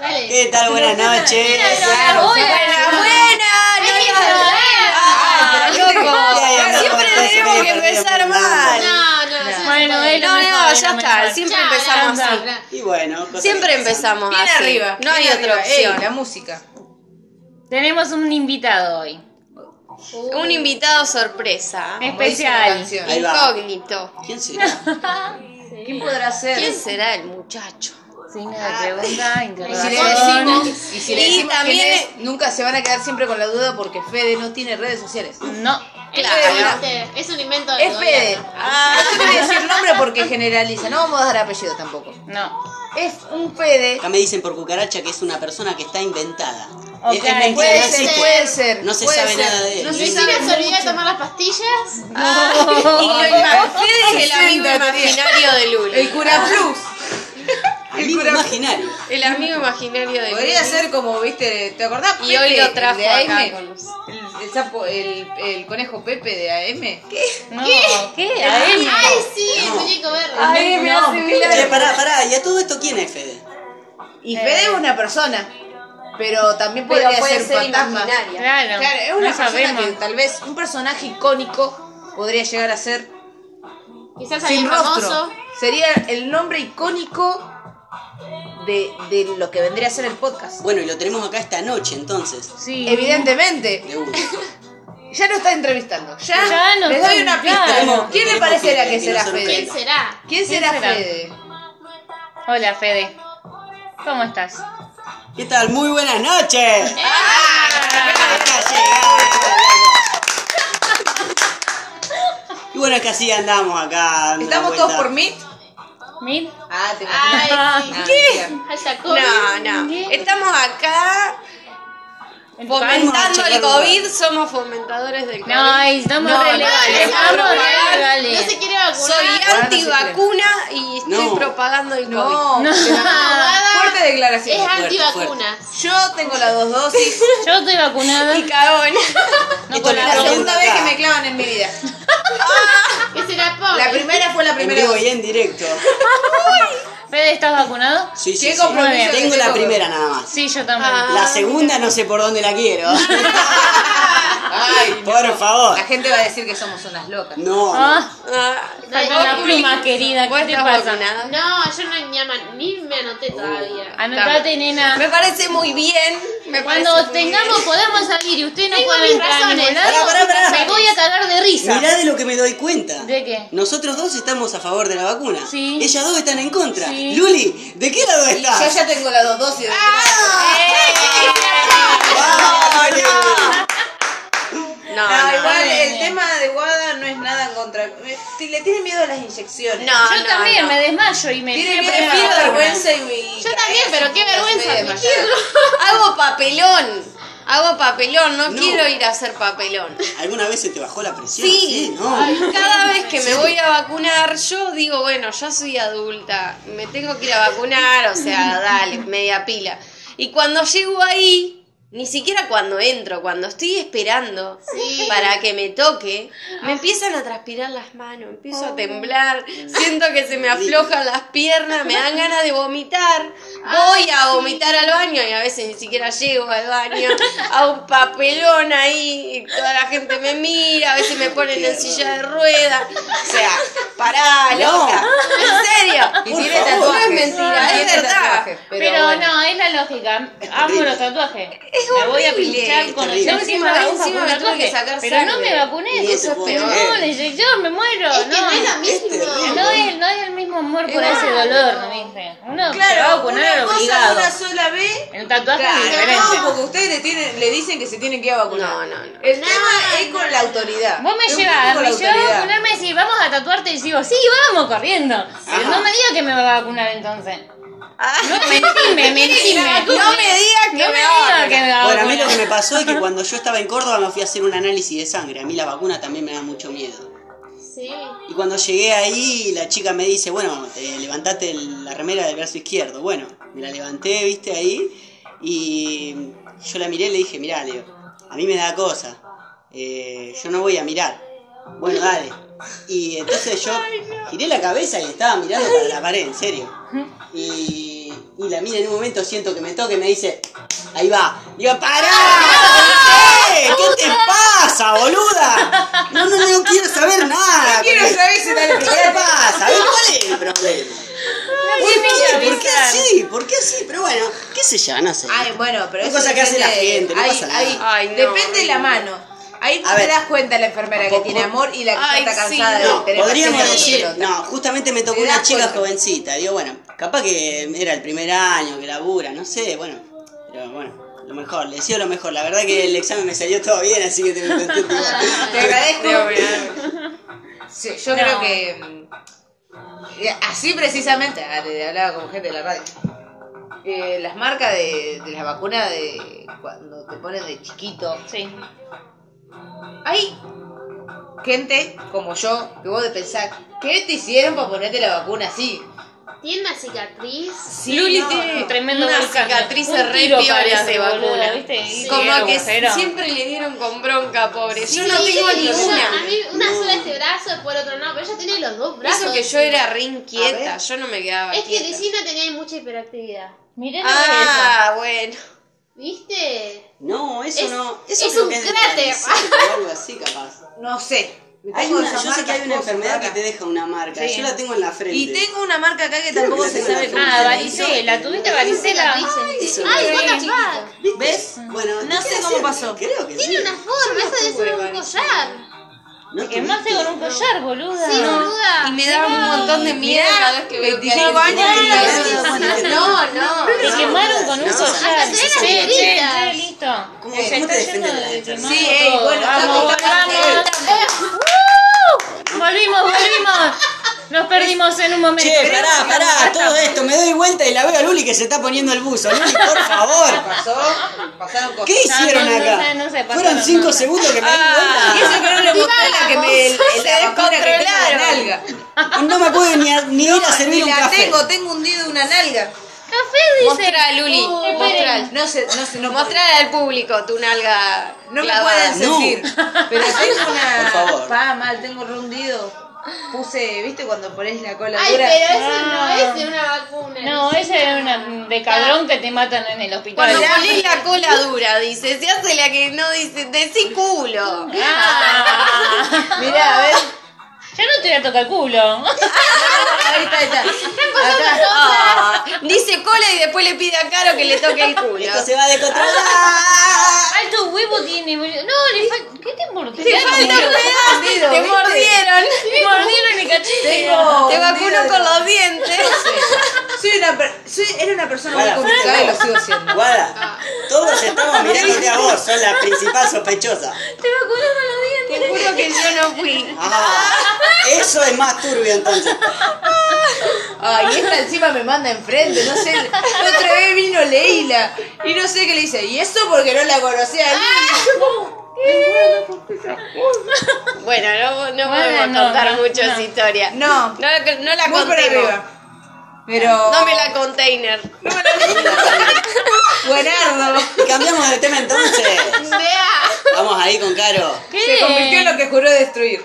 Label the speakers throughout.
Speaker 1: Dale.
Speaker 2: ¿Qué tal? Buenas noches.
Speaker 1: Buenas,
Speaker 2: Buenas,
Speaker 1: buenas.
Speaker 2: Ay, pero loco.
Speaker 3: Siempre tenemos que empezar mal.
Speaker 1: No, no, sí,
Speaker 4: Bueno,
Speaker 1: puede.
Speaker 4: es lo
Speaker 3: No,
Speaker 4: mejor,
Speaker 3: no,
Speaker 4: es lo
Speaker 3: ya está.
Speaker 4: mejor.
Speaker 3: Siempre
Speaker 1: Ya,
Speaker 3: empezamos
Speaker 1: ya,
Speaker 3: así.
Speaker 1: ya.
Speaker 2: Y bueno, cosas
Speaker 3: Siempre
Speaker 2: que pasan.
Speaker 3: empezamos
Speaker 4: Bien
Speaker 3: así.
Speaker 4: arriba,
Speaker 3: No hay
Speaker 4: bien
Speaker 3: otra
Speaker 4: arriba. Ey,
Speaker 3: opción.
Speaker 4: la
Speaker 3: música.
Speaker 4: Tenemos un invitado hoy.
Speaker 3: Un invitado sorpresa.
Speaker 4: Especial.
Speaker 3: Como dice la canción.
Speaker 2: Ahí va.
Speaker 3: Incógnito.
Speaker 2: ¿Quién será?
Speaker 4: ¿Quién podrá ser?
Speaker 3: ¿Quién será el muchacho?
Speaker 4: Signo de pregunta,
Speaker 5: Y si le
Speaker 4: interrogación.
Speaker 5: decimos, y si le
Speaker 3: Y
Speaker 5: decimos quién
Speaker 3: también-
Speaker 5: es, nunca se van a quedar siempre con la duda porque Fede no tiene redes sociales.
Speaker 4: No.
Speaker 1: Es
Speaker 3: Claro.
Speaker 1: invento, Es un invento de
Speaker 5: Es Fede. Ah, no te voy a decir nombre porque generaliza. No vamos a dar apellido tampoco.
Speaker 4: No.
Speaker 5: Es un Fede.
Speaker 2: Acá me dicen por cucaracha que es una persona que está inventada.
Speaker 4: Ok.
Speaker 2: Es, es mentira,
Speaker 5: Puede
Speaker 2: no
Speaker 5: ser,
Speaker 2: existe.
Speaker 5: puede ser.
Speaker 2: No se
Speaker 5: puede
Speaker 2: sabe
Speaker 5: ser.
Speaker 2: nada de él.
Speaker 5: No se
Speaker 1: Cristina
Speaker 5: sabe Ah.
Speaker 1: se olvidó de
Speaker 5: mucho.
Speaker 1: tomar las pastillas.
Speaker 3: Fede es el amigo imaginario de
Speaker 5: El
Speaker 3: Luli.
Speaker 5: cura plus.
Speaker 2: Amigo imaginario.
Speaker 3: El amigo imaginario de Luli.
Speaker 5: Podría ser como, viste, ¿te acordás?
Speaker 3: Y hoy lo
Speaker 5: el
Speaker 3: trajo
Speaker 5: de
Speaker 3: acá
Speaker 5: AM?
Speaker 3: con los-
Speaker 5: El, el sapo, el, el conejo Pepe de AM.
Speaker 4: No. ¿Qué? A él.
Speaker 1: Ay, sí, el muñeco verde.
Speaker 5: Ay, me hace
Speaker 2: Che, pará, pará. ¿Y a todo esto quién es Fede?
Speaker 5: Y Fede es una persona, pero también podría
Speaker 3: puede
Speaker 5: ser, fantasma.
Speaker 4: Claro.
Speaker 5: Claro, es una
Speaker 4: no
Speaker 5: persona
Speaker 4: sabemos.
Speaker 5: que tal vez un personaje icónico podría llegar a ser
Speaker 1: Quizás
Speaker 5: sin
Speaker 1: alguien
Speaker 5: rostro.
Speaker 1: famoso.
Speaker 5: Sería el nombre icónico de, de lo que vendría a ser el podcast.
Speaker 2: Bueno, y lo tenemos acá esta noche, entonces.
Speaker 4: Sí.
Speaker 5: Evidentemente,
Speaker 2: De uno.
Speaker 5: ya lo está entrevistando. Ya,
Speaker 4: Ya lo
Speaker 5: les doy
Speaker 4: está-
Speaker 5: una
Speaker 4: claro.
Speaker 5: pista. ¿Quién le
Speaker 2: Tenemos
Speaker 5: parecerá
Speaker 2: que-
Speaker 5: que
Speaker 2: que
Speaker 5: será
Speaker 2: no se
Speaker 5: Fede?
Speaker 1: ¿Quién será?
Speaker 5: ¿Quién será
Speaker 4: será?
Speaker 5: Fede?
Speaker 4: Hola, Fede. ¿Cómo estás?
Speaker 2: ¿Qué tal? Muy buenas noches.
Speaker 3: Eh.
Speaker 2: Acá
Speaker 5: Ah,
Speaker 2: llegamos. Y bueno, es que así andamos acá. dando
Speaker 5: ¿Estamos
Speaker 2: la
Speaker 5: todos
Speaker 2: vuelta.
Speaker 5: por mí?
Speaker 4: ¿Mid?
Speaker 5: Ah, te imaginas.
Speaker 1: Ay, sí.
Speaker 5: Ah, mentira.
Speaker 1: Haya COVID.
Speaker 3: No, no. Estamos acá
Speaker 4: ¿En tu casa?
Speaker 3: fomentando el COVID. Somos fomentadores del COVID.
Speaker 4: No, estamos
Speaker 5: No,
Speaker 4: re
Speaker 5: no,
Speaker 4: legales,
Speaker 5: no,
Speaker 4: Estamos
Speaker 5: no,
Speaker 4: re
Speaker 1: No
Speaker 4: legales.
Speaker 1: se quiere vacunar.
Speaker 3: Soy antivacuna y estoy
Speaker 2: No.
Speaker 3: propagando el COVID.
Speaker 5: No, te la- fuerte declaración.
Speaker 1: Ah, Es
Speaker 2: fuerte,
Speaker 1: antivacuna.
Speaker 5: Yo tengo las dos dosis.
Speaker 4: Yo estoy vacunada.
Speaker 3: Y cagón.
Speaker 4: No
Speaker 2: Esto
Speaker 4: con
Speaker 2: lo
Speaker 4: la
Speaker 5: La
Speaker 2: estamos
Speaker 5: segunda
Speaker 2: viendo
Speaker 5: vez que
Speaker 2: acá,
Speaker 5: me clavan en mi vida.
Speaker 1: Que se la
Speaker 5: La
Speaker 1: ponga.
Speaker 5: primera fue la
Speaker 2: En
Speaker 5: primera
Speaker 2: vivo
Speaker 5: dosis.
Speaker 2: y en directo.
Speaker 4: Fede, ¿estás vacunado?
Speaker 2: Sí, sí,
Speaker 5: Qué
Speaker 2: sí.
Speaker 5: compromiso
Speaker 4: Muy bien.
Speaker 5: que
Speaker 2: Tengo la
Speaker 5: tengo.
Speaker 2: primera nada más.
Speaker 4: Sí, yo también.
Speaker 3: Ah.
Speaker 2: La segunda no sé por dónde la quiero.
Speaker 5: Ay,
Speaker 2: Por favor.
Speaker 5: la gente va a decir que somos unas locas.
Speaker 2: No. no.
Speaker 4: Ah,
Speaker 3: Ah,
Speaker 4: saca la pluma, querida.
Speaker 3: ¿Vos
Speaker 4: ¿Qué te
Speaker 3: estás
Speaker 4: pasa?
Speaker 3: vacunada?
Speaker 1: No, yo no ni, ama- ni me anoté todavía.
Speaker 4: Anotate, nena.
Speaker 3: Me parece muy bien. Me
Speaker 4: Cuando
Speaker 3: parece muy
Speaker 4: tengamos, podamos salir y usted no
Speaker 1: Tengo
Speaker 4: puede
Speaker 1: mis
Speaker 4: entrar a ningún
Speaker 1: razones.
Speaker 4: lado,
Speaker 2: Pará, pará, pará.
Speaker 4: me voy a cagar de risa.
Speaker 2: Mirá de lo que me doy cuenta.
Speaker 4: ¿De qué?
Speaker 2: Nosotros dos estamos a favor de la vacuna.
Speaker 4: Sí.
Speaker 2: Ellas dos están en contra.
Speaker 4: Sí.
Speaker 2: Luli, ¿de qué lado
Speaker 5: Y yo
Speaker 2: estás?
Speaker 5: ya tengo las dos dosis.
Speaker 4: Ah.
Speaker 2: ¡Vale!
Speaker 3: bien.
Speaker 5: No,
Speaker 3: No, no.
Speaker 5: igual el
Speaker 4: no.
Speaker 5: tema de Guada no es nada en contra. eh, Si le tiene miedo a las inyecciones.
Speaker 3: No,
Speaker 4: Yo
Speaker 3: no,
Speaker 4: también
Speaker 3: no.
Speaker 4: me desmayo y me
Speaker 5: Tiene
Speaker 4: quiero
Speaker 5: miedo,
Speaker 4: poner la
Speaker 5: vergüenza y.
Speaker 1: Yo también, pero qué vergüenza admitirlo.
Speaker 3: Hago papelón. Hago papelón. No,
Speaker 2: No.
Speaker 3: quiero ir a hacer papelón.
Speaker 2: ¿Alguna vez se te bajó la presión?
Speaker 3: Sí, Ah,
Speaker 2: no.
Speaker 3: cada vez que me voy a vacunar, yo digo, bueno, ya soy adulta, me tengo que ir a vacunar, o sea, dale, media pila. Y cuando llego ahí, ni siquiera cuando entro, cuando estoy esperando
Speaker 1: Sí.
Speaker 3: para que me toque, me empiezan a transpirar las manos, empiezo a temblar, siento que se me aflojan las piernas, me dan ganas de vomitar. Voy a vomitar al baño y a veces ni siquiera llego al baño. A un papelón ahí, y toda la gente me mira, a veces me ponen en silla de ruedas. O sea, pará,
Speaker 2: No.
Speaker 3: loca. En serio.
Speaker 5: Y
Speaker 2: Por
Speaker 5: tiene
Speaker 2: favor.
Speaker 5: tatuajes. Ah,
Speaker 3: No es mentira,
Speaker 5: Tiene
Speaker 3: es verdad.
Speaker 5: tatuajes,
Speaker 4: Pero,
Speaker 5: bueno.
Speaker 4: no, es la lógica. Amo
Speaker 2: horrible.
Speaker 4: los tatuajes.
Speaker 3: Es
Speaker 4: me voy a
Speaker 3: horrible.
Speaker 4: pinchar
Speaker 2: Es
Speaker 4: con
Speaker 2: terrible.
Speaker 4: la última
Speaker 3: Encima-
Speaker 4: aguja
Speaker 3: encima
Speaker 4: con
Speaker 3: me tuve
Speaker 4: tatuaje.
Speaker 3: que sacar
Speaker 4: Pero no
Speaker 3: sangre.
Speaker 4: me vacuné.
Speaker 2: Y eso
Speaker 3: es
Speaker 2: fue
Speaker 3: peor.
Speaker 4: No,
Speaker 2: bien.
Speaker 4: la inyección, me muero.
Speaker 1: Es que
Speaker 4: no,
Speaker 1: no es lo
Speaker 2: Es terrible.
Speaker 1: mismo.
Speaker 4: No es, no es el mismo amor por ese dolor, dije. Uno se va a
Speaker 5: Claro,
Speaker 4: vacunar
Speaker 5: una cosa
Speaker 4: obligado.
Speaker 5: una sola vez.
Speaker 4: El tatuaje es
Speaker 5: Claro,
Speaker 4: diferente.
Speaker 5: no, porque ustedes le, tienen, le dicen que se tienen que ir a vacunar.
Speaker 3: No, no, no.
Speaker 5: El tema es con la autoridad.
Speaker 4: Vos me
Speaker 5: Es un
Speaker 4: llevas,
Speaker 5: poco la
Speaker 4: me llevas a
Speaker 5: autoridad.
Speaker 4: vacunarme y decís, vamos a tatuarte. Y digo, sí, vamos corriendo. Pero no me digas que me va a vacunar entonces.
Speaker 3: Ah.
Speaker 4: No mentime, mentime.
Speaker 3: No me digas que
Speaker 4: No me
Speaker 3: me va a
Speaker 4: digas que me va a
Speaker 2: Bueno, a mí lo que
Speaker 4: vacunar.
Speaker 2: me pasó es que cuando yo estaba en Córdoba me fui a hacer un análisis de sangre. A mí la vacuna también me da mucho miedo.
Speaker 1: Sí.
Speaker 2: Y cuando llegué ahí, la chica me dice, bueno, te levantate el- la remera del brazo izquierdo. Bueno, me la levanté, viste, ahí. Y yo la miré y le dije, mirá, Leo, a mí me da cosa. Eh, yo no voy a mirar. Bueno, dale. Y entonces yo giré la cabeza y estaba mirando para la pared, en serio. Y, y la mira en un momento, siento que me toca y me dice, ahí va. Digo, ¡pará! ¿Qué? ¿Qué te pasa, boluda? No, no, no quiero saber nada.
Speaker 5: Quiero
Speaker 2: porque-
Speaker 5: saber si tal
Speaker 2: ¿Qué te pasa? ¿Ves cuál es el problema? ¿Por qué? ¿Por qué así? ¿Por qué así? Pero bueno, qué sé yo, no sé.
Speaker 5: Ay, bueno, pero
Speaker 2: Son
Speaker 5: eso
Speaker 2: cosas que hace la
Speaker 5: depende de-
Speaker 2: gente, no
Speaker 5: ahí-
Speaker 2: pasa nada.
Speaker 5: ahí-
Speaker 3: Ay, no,
Speaker 5: depende de la
Speaker 3: no.
Speaker 5: mano. Ahí
Speaker 2: A
Speaker 5: no te
Speaker 2: ver.
Speaker 5: das cuenta la enfermera que
Speaker 2: Poco-
Speaker 5: tiene amor y la que
Speaker 3: Ay,
Speaker 5: está
Speaker 3: sí,
Speaker 5: cansada
Speaker 2: No,
Speaker 5: de tener
Speaker 2: podríamos
Speaker 5: pacientes
Speaker 2: decir,
Speaker 5: con pelotas.
Speaker 2: no, justamente me tocó
Speaker 5: Te
Speaker 2: una
Speaker 5: das
Speaker 2: chica
Speaker 5: cuenta.
Speaker 2: jovencita, digo, bueno, capaz que era el primer año, que labura, no sé, bueno, pero bueno, lo mejor, le deseo lo mejor, la verdad que el examen me salió todo bien, así que te me contento igual.
Speaker 5: Te agradezco.
Speaker 3: Dios mío.
Speaker 5: Sí, yo
Speaker 4: No.
Speaker 5: creo que. mm, eh, Así precisamente, ah, le hablaba con gente de la radio. eh, las marcas de, de las vacunas de cuando te ponen de chiquito.
Speaker 4: Sí.
Speaker 5: Hay gente como yo que vos de pensar, ¿qué te hicieron para ponerte la vacuna así?
Speaker 1: Tiene una cicatriz.
Speaker 3: Luli
Speaker 5: no,
Speaker 3: tiene
Speaker 5: no.
Speaker 4: Tremendo
Speaker 3: una
Speaker 4: volcán.
Speaker 3: cicatriz
Speaker 4: Un
Speaker 3: re
Speaker 4: tiro
Speaker 3: piola
Speaker 4: parece,
Speaker 3: de
Speaker 4: boluda,
Speaker 3: vacuna.
Speaker 4: ¿viste? Sí,
Speaker 3: Como que
Speaker 4: agujero.
Speaker 3: siempre le dieron con bronca, pobre. Yo no
Speaker 1: Sí,
Speaker 3: tengo
Speaker 1: tiene A
Speaker 3: ninguna.
Speaker 1: mí una sola este brazo, después el otro no, pero ella tiene los dos brazos.
Speaker 3: Eso que yo era re inquieta,
Speaker 5: ver.
Speaker 3: yo no me quedaba
Speaker 1: Es que
Speaker 3: quieta.
Speaker 1: Decina tenía mucha hiperactividad.
Speaker 4: Mirá lo que
Speaker 3: Ah, bueno.
Speaker 1: ¿Viste?
Speaker 2: No, eso
Speaker 1: Es-
Speaker 2: no, eso
Speaker 1: es
Speaker 2: creo
Speaker 1: un
Speaker 2: que
Speaker 1: cráter.
Speaker 2: es de o algo así capaz.
Speaker 5: No sé. Me
Speaker 2: Hay
Speaker 5: tengo
Speaker 2: una-
Speaker 5: esas
Speaker 2: yo sé que
Speaker 5: marcas,
Speaker 2: hay una
Speaker 5: cosas
Speaker 2: enfermedad que
Speaker 5: raras.
Speaker 2: te deja una marca,
Speaker 5: Sí.
Speaker 2: yo la tengo en la frente.
Speaker 5: Y tengo una marca acá que
Speaker 2: Creo
Speaker 5: tampoco
Speaker 2: que
Speaker 5: se
Speaker 2: tengo
Speaker 5: sabe
Speaker 2: la
Speaker 5: cómo
Speaker 4: Ah,
Speaker 5: se
Speaker 4: varicela,
Speaker 5: hizo.
Speaker 4: ¿tuviste varicela?
Speaker 2: eso
Speaker 1: Ay,
Speaker 2: no
Speaker 1: what the
Speaker 4: es.
Speaker 1: fuck.
Speaker 2: ¿Viste?
Speaker 5: ¿Ves?
Speaker 2: Bueno,
Speaker 5: No sé
Speaker 2: ¿qué
Speaker 5: cómo
Speaker 2: hacer?
Speaker 5: pasó.
Speaker 2: Creo que
Speaker 1: Tiene
Speaker 2: sí.
Speaker 1: una forma, eso debe ser un collar.
Speaker 2: ¿No
Speaker 4: Quemaste con un collar, boluda.
Speaker 1: Sí, boluda.
Speaker 3: Y me daba un montón de miedo
Speaker 5: Mirá,
Speaker 3: cada vez que veo que
Speaker 5: 25
Speaker 3: alguien se
Speaker 5: años y
Speaker 3: pone
Speaker 5: la-
Speaker 3: la vacuna.
Speaker 2: tuviste?
Speaker 5: No, no.
Speaker 4: Te
Speaker 2: No,
Speaker 4: quemaron
Speaker 2: no,
Speaker 4: con un
Speaker 2: no,
Speaker 4: collar.
Speaker 1: no, no,
Speaker 4: Che,
Speaker 1: no,
Speaker 4: che,
Speaker 1: no,
Speaker 4: che,
Speaker 1: no,
Speaker 4: listo.
Speaker 2: ¿Cómo- cómo
Speaker 4: Se
Speaker 2: te
Speaker 4: está
Speaker 2: defiendes
Speaker 4: yendo
Speaker 2: de la
Speaker 4: de
Speaker 2: enfermedad?
Speaker 4: quemado
Speaker 5: Sí, eh,
Speaker 4: todo.
Speaker 5: bueno,
Speaker 4: vamos,
Speaker 5: estamos-
Speaker 4: vamos. ¡Uh! Volvimos, volvimos. Nos perdimos en un momento.
Speaker 2: Che, pará, pará, todo esto, me doy vuelta y la veo a Luli que se está poniendo el buzo. Luli, por favor.
Speaker 5: Pasó, pasaron cosas.
Speaker 2: ¿Qué hicieron
Speaker 4: No, no, no,
Speaker 2: acá?
Speaker 4: no, no se pasaron
Speaker 2: Fueron cinco
Speaker 4: cosas.
Speaker 2: segundos que me di
Speaker 5: Ah. Y eso que no le mostré la que me el- el- la vacuna que tengo en la
Speaker 3: descontrolaron.
Speaker 5: nalga.
Speaker 2: vuelta. No me pude ni, a- ni ir a
Speaker 5: Ni
Speaker 2: servir un
Speaker 5: la
Speaker 2: café.
Speaker 5: tengo, tengo hundido una nalga.
Speaker 4: Café dice.
Speaker 3: Mostrá, Luli,
Speaker 4: Oh,
Speaker 3: mostrá.
Speaker 5: No sé, no sé, no
Speaker 3: Mostrá al público tu nalga
Speaker 5: No me
Speaker 3: clavada.
Speaker 5: pueden
Speaker 2: No.
Speaker 5: sentir. Pero tengo
Speaker 2: Por
Speaker 5: una.
Speaker 2: favor.
Speaker 5: Pa, mal, tengo rundido. Puse, ¿viste cuando pones la cola
Speaker 1: Ay,
Speaker 5: dura?
Speaker 1: pero eso no es de una vacuna.
Speaker 4: No, esa era una de cabrón que te matan en el hospital.
Speaker 3: Cuando
Speaker 5: Mirá.
Speaker 3: ponés la cola dura, dice, se hace la que no dice, decí culo.
Speaker 4: Ah.
Speaker 5: Mirá, a ver.
Speaker 4: Ya no te voy a tocar el culo.
Speaker 5: Ahí está, ahí está. Acá.
Speaker 3: Ah, dice cola y después le pide a Caro que le toque el culo.
Speaker 2: Esto se va a descontrolar.
Speaker 4: Alto huevo tiene, boludo. No, le falta. ¿Qué te mordió?
Speaker 3: Te falta un pedazo,
Speaker 5: Hundido,
Speaker 3: te
Speaker 5: ¿viste?
Speaker 3: mordieron.
Speaker 4: Te mordieron el cachete.
Speaker 5: Tengo-
Speaker 3: Te
Speaker 5: Hundido
Speaker 3: vacunó
Speaker 5: de-
Speaker 3: con los dientes.
Speaker 5: Soy una per- soy, era una persona muy
Speaker 2: Guarda,
Speaker 5: complicada y lo sigo siendo.
Speaker 2: Guada, todos estamos mirándote a vos, sos la principal sospechosa.
Speaker 4: Te vacunó con los dientes.
Speaker 3: Te juro que yo no fui.
Speaker 2: Ah, eso es más turbio entonces.
Speaker 5: Ay, esta encima me manda enfrente, no sé. La otra vez vino Leila y no sé qué le dice. Y eso porque no la conocía a
Speaker 3: Bueno, no, no podemos
Speaker 4: Bueno,
Speaker 3: contar
Speaker 4: no,
Speaker 3: mucho
Speaker 4: no.
Speaker 3: esa historia. No,
Speaker 5: No,
Speaker 3: la- no la
Speaker 5: muy para
Speaker 3: contemos.
Speaker 5: arriba. Pero.
Speaker 3: Dame la container.
Speaker 5: Buenardo.
Speaker 2: Y cambiamos de tema entonces.
Speaker 3: Vea.
Speaker 2: Vamos ahí con Caro.
Speaker 4: ¿Qué?
Speaker 5: Se convirtió en lo que juró destruir.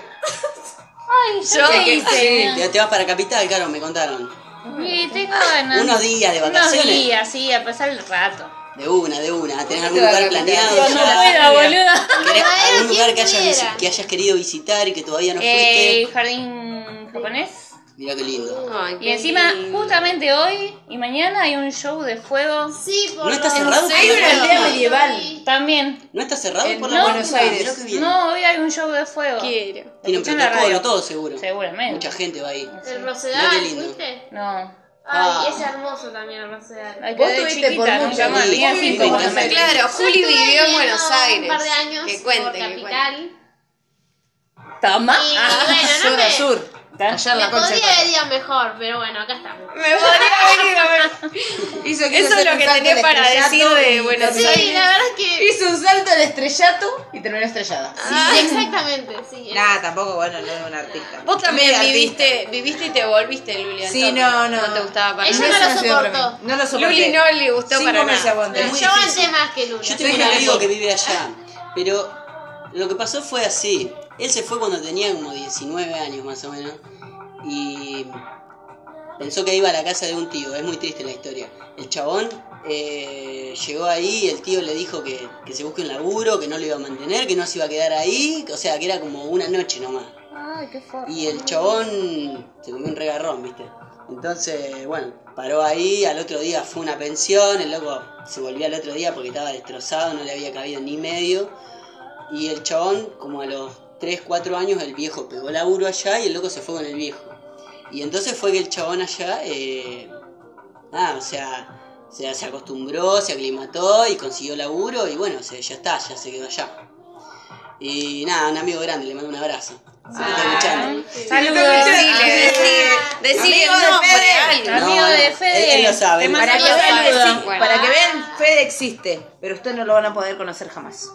Speaker 4: Ay, yo
Speaker 3: Yo-
Speaker 4: qué hice.
Speaker 2: Te, te vas para Capital, Caro, me contaron.
Speaker 4: Y tengo ganas.
Speaker 2: Unos días de vacaciones.
Speaker 4: Ah. Unos días, sí, a pasar el rato.
Speaker 2: De una, de una. ¿Tenés algún
Speaker 5: te vas
Speaker 2: lugar
Speaker 5: a Capital?
Speaker 2: planeado?
Speaker 5: Yo
Speaker 4: No
Speaker 5: no
Speaker 2: ya?
Speaker 4: puedo, boludo.
Speaker 2: ¿Querés
Speaker 1: Madero,
Speaker 2: algún lugar que
Speaker 1: ¿quién
Speaker 2: hayas,
Speaker 1: pudiera?
Speaker 2: que hayas querido visitar y que todavía no fuiste?
Speaker 4: El jardín japonés.
Speaker 2: Mirá qué lindo.
Speaker 3: Ay,
Speaker 4: Y
Speaker 3: qué
Speaker 4: encima,
Speaker 3: lindo.
Speaker 4: justamente hoy y mañana hay un show de fuego.
Speaker 1: Sí, por
Speaker 2: ¿No está
Speaker 1: los-
Speaker 2: cerrado? por
Speaker 5: Hay
Speaker 2: la
Speaker 5: una
Speaker 2: buena
Speaker 5: aldea
Speaker 2: onda?
Speaker 5: medieval.
Speaker 4: También.
Speaker 2: ¿No está cerrado
Speaker 5: En
Speaker 2: por la buena
Speaker 5: Buenos
Speaker 2: onda?
Speaker 5: Aires.
Speaker 2: Mirá qué bien.
Speaker 4: No, hoy hay un show de fuego.
Speaker 3: Quiero.
Speaker 2: Tienen
Speaker 4: Escuchá la radio.
Speaker 2: protocolo, todo seguro.
Speaker 4: Seguramente.
Speaker 2: Mucha gente va ahí.
Speaker 1: El
Speaker 2: Mirá qué
Speaker 1: Rosedal,
Speaker 2: lindo.
Speaker 1: ¿viste?
Speaker 4: No.
Speaker 2: Ah.
Speaker 1: Ay, es hermoso también el Rosedal.
Speaker 4: Ay,
Speaker 5: Vos
Speaker 4: desde
Speaker 5: tuviste por mucho,
Speaker 4: nunca más
Speaker 2: sí,
Speaker 4: vi así
Speaker 2: sí,
Speaker 4: como
Speaker 2: me encanta.
Speaker 4: me-
Speaker 3: Claro,
Speaker 1: Yo
Speaker 3: Juli
Speaker 1: estuve
Speaker 3: vivió en
Speaker 1: viviendo
Speaker 3: Buenos Aires.
Speaker 1: Un par de años
Speaker 3: que cuente,
Speaker 1: por
Speaker 3: que cuente.
Speaker 1: capital.
Speaker 4: Tama.
Speaker 1: Y
Speaker 4: Ah,
Speaker 1: bueno, no
Speaker 5: Zona
Speaker 1: me,
Speaker 5: sur.
Speaker 4: ta-
Speaker 5: Allá en la
Speaker 1: me
Speaker 5: concha.
Speaker 1: podría haber ido mejor, pero bueno, acá estamos.
Speaker 3: Me podría haber ido a ver.
Speaker 5: Hizo que
Speaker 3: Eso
Speaker 5: hizo
Speaker 3: es lo
Speaker 5: un
Speaker 3: que
Speaker 5: salto
Speaker 3: tenés
Speaker 5: al
Speaker 3: para
Speaker 5: estrellato
Speaker 3: decir de
Speaker 5: y
Speaker 3: Buenos
Speaker 5: terminó-
Speaker 1: Sí, la verdad es que. Ah.
Speaker 5: Hizo un salto al estrellato y terminó estrellada.
Speaker 1: Sí, exactamente, sí.
Speaker 5: Nada, tampoco, bueno, no es un artista.
Speaker 3: Vos también
Speaker 5: Muy
Speaker 3: viviste, viviste y te volviste, Luli. al
Speaker 5: Sí,
Speaker 3: toque.
Speaker 5: no, no.
Speaker 3: No te gustaba para
Speaker 1: Ella
Speaker 3: nada.
Speaker 1: no
Speaker 5: es
Speaker 1: lo
Speaker 5: una ciudad para
Speaker 1: soportó.
Speaker 5: mí. No lo soporté.
Speaker 3: Luli no le gustó
Speaker 5: Cinco
Speaker 3: para
Speaker 5: meses
Speaker 3: nada.
Speaker 5: aguanté.
Speaker 2: muy
Speaker 1: Yo aguanté
Speaker 2: difícil.
Speaker 1: más que Luna.
Speaker 2: Yo tengo
Speaker 5: Soy
Speaker 2: un amigo
Speaker 5: Japón.
Speaker 2: que vive allá, pero lo que pasó fue así. Él se fue cuando tenía como 19 años más o menos. Y pensó que iba a la casa de un tío. Es muy triste la historia. El chabón eh, llegó ahí y el tío le dijo que, que se busque un laburo, que no lo iba a mantener, que no se iba a quedar ahí. O sea, que era como una noche nomás.
Speaker 4: Ay, qué fuerte.
Speaker 2: Y el chabón se comió un regarrón, ¿viste? Entonces, bueno, paró ahí, al otro día fue a una pensión, el loco se volvió al otro día porque estaba destrozado, no le había cabido ni medio. Y el chabón, como a los 3, 4 años, el viejo pegó laburo allá y el loco se fue con el viejo. Y entonces fue que el chabón allá, eh, nada, o sea, se, se acostumbró, se aclimató y consiguió laburo y bueno, se- ya está, ya se quedó allá. Y nada, un amigo grande, le mando un abrazo. Se me está escuchando.
Speaker 4: Saludos.
Speaker 3: Decile, decile, decile el
Speaker 5: Amigo de
Speaker 3: nombre.
Speaker 5: Fede.
Speaker 2: No,
Speaker 4: Amigo de
Speaker 2: no,
Speaker 4: Fede.
Speaker 2: él- él lo sabe,
Speaker 4: Te
Speaker 2: él lo
Speaker 4: mando
Speaker 5: Para que,
Speaker 4: un
Speaker 5: vean,
Speaker 4: saludo.
Speaker 5: sí,
Speaker 3: Bueno.
Speaker 5: para que vean, Fede existe, pero ustedes no lo van a poder conocer jamás.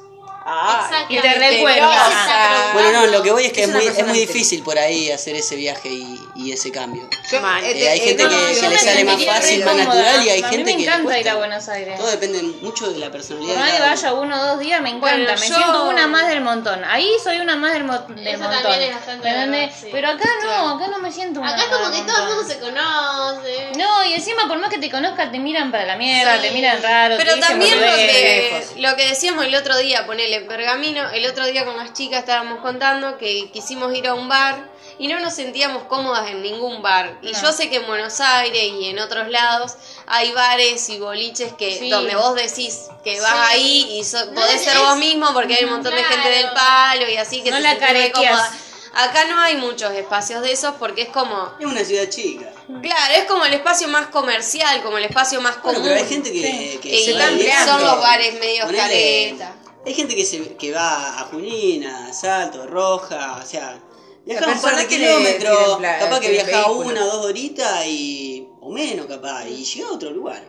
Speaker 4: Y te
Speaker 1: Exactamente.
Speaker 4: recuerdo.
Speaker 1: Exacto.
Speaker 2: Bueno, no, lo que voy es que
Speaker 5: Es
Speaker 2: es,
Speaker 5: una
Speaker 2: muy, es
Speaker 5: persona
Speaker 2: muy
Speaker 5: íntegra.
Speaker 2: difícil por ahí hacer ese viaje y, y ese cambio.
Speaker 5: Yo-
Speaker 3: Mal.
Speaker 5: eh,
Speaker 2: Eh, hay
Speaker 5: eh,
Speaker 2: gente
Speaker 5: no,
Speaker 2: que-
Speaker 5: no,
Speaker 2: que
Speaker 5: yo
Speaker 2: le
Speaker 5: me
Speaker 2: sale más
Speaker 5: sentiría
Speaker 2: fácil,
Speaker 5: re
Speaker 2: más
Speaker 5: cómoda.
Speaker 2: natural y hay
Speaker 4: A mí
Speaker 2: gente
Speaker 4: me
Speaker 2: que le
Speaker 4: encanta
Speaker 2: cuesta.
Speaker 4: ir a Buenos Aires.
Speaker 2: Todo depende mucho de la personalidad.
Speaker 4: Por
Speaker 2: de
Speaker 4: más que
Speaker 2: cada
Speaker 4: vaya
Speaker 2: uno.
Speaker 4: uno o dos días, me encanta.
Speaker 3: Bueno,
Speaker 4: me
Speaker 3: yo-
Speaker 4: siento una más del montón. Ahí soy una más del, mo- del
Speaker 1: Eso
Speaker 4: montón.
Speaker 1: también es bastante
Speaker 4: ¿entendés?
Speaker 1: verdad, sí.
Speaker 4: Pero acá no, acá no me siento una
Speaker 1: Acá
Speaker 4: más
Speaker 1: como
Speaker 4: del
Speaker 1: que todo el
Speaker 4: montón.
Speaker 1: mundo se conoce.
Speaker 4: No, y encima por más que te conozcas te miran para la mierda,
Speaker 3: Sí.
Speaker 4: te miran raro. te
Speaker 3: Pero
Speaker 4: dicen
Speaker 3: también lo que,
Speaker 4: boludeces.
Speaker 3: lo que decíamos el otro día, ponele en pergamino, el otro día con las chicas estábamos contando que quisimos ir a un bar y no nos sentíamos cómodas en ningún bar. Y
Speaker 4: No.
Speaker 3: yo sé que en Buenos Aires y en otros lados hay bares y boliches que
Speaker 4: Sí.
Speaker 3: donde vos decís que vas
Speaker 1: Sí.
Speaker 3: ahí y so-
Speaker 1: No
Speaker 3: podés ser
Speaker 1: tenés-
Speaker 3: vos mismo porque hay un montón de gente
Speaker 1: Claro.
Speaker 3: del palo y así que
Speaker 4: No
Speaker 3: se
Speaker 4: la
Speaker 3: sienten re
Speaker 4: careteas.
Speaker 3: cómodas. Acá no hay muchos espacios de esos porque es como,
Speaker 2: Es una ciudad chica.
Speaker 3: claro, es como el espacio más comercial, como el espacio más
Speaker 2: Bueno,
Speaker 3: común.
Speaker 2: pero hay gente que, que
Speaker 3: Y
Speaker 2: se va
Speaker 3: también
Speaker 2: de viaje.
Speaker 3: son los bares medio
Speaker 2: Ponele,
Speaker 3: careta.
Speaker 2: Hay gente que, se, que va a Junín, a Salto, Roja, o sea, viaja un par
Speaker 5: personas
Speaker 2: de
Speaker 5: que le-
Speaker 2: kilómetros,
Speaker 5: tienen pla-
Speaker 2: capaz que
Speaker 5: tienen
Speaker 2: viaja
Speaker 5: vehículos.
Speaker 2: una o dos horitas y, o menos capaz, y llega a otro lugar.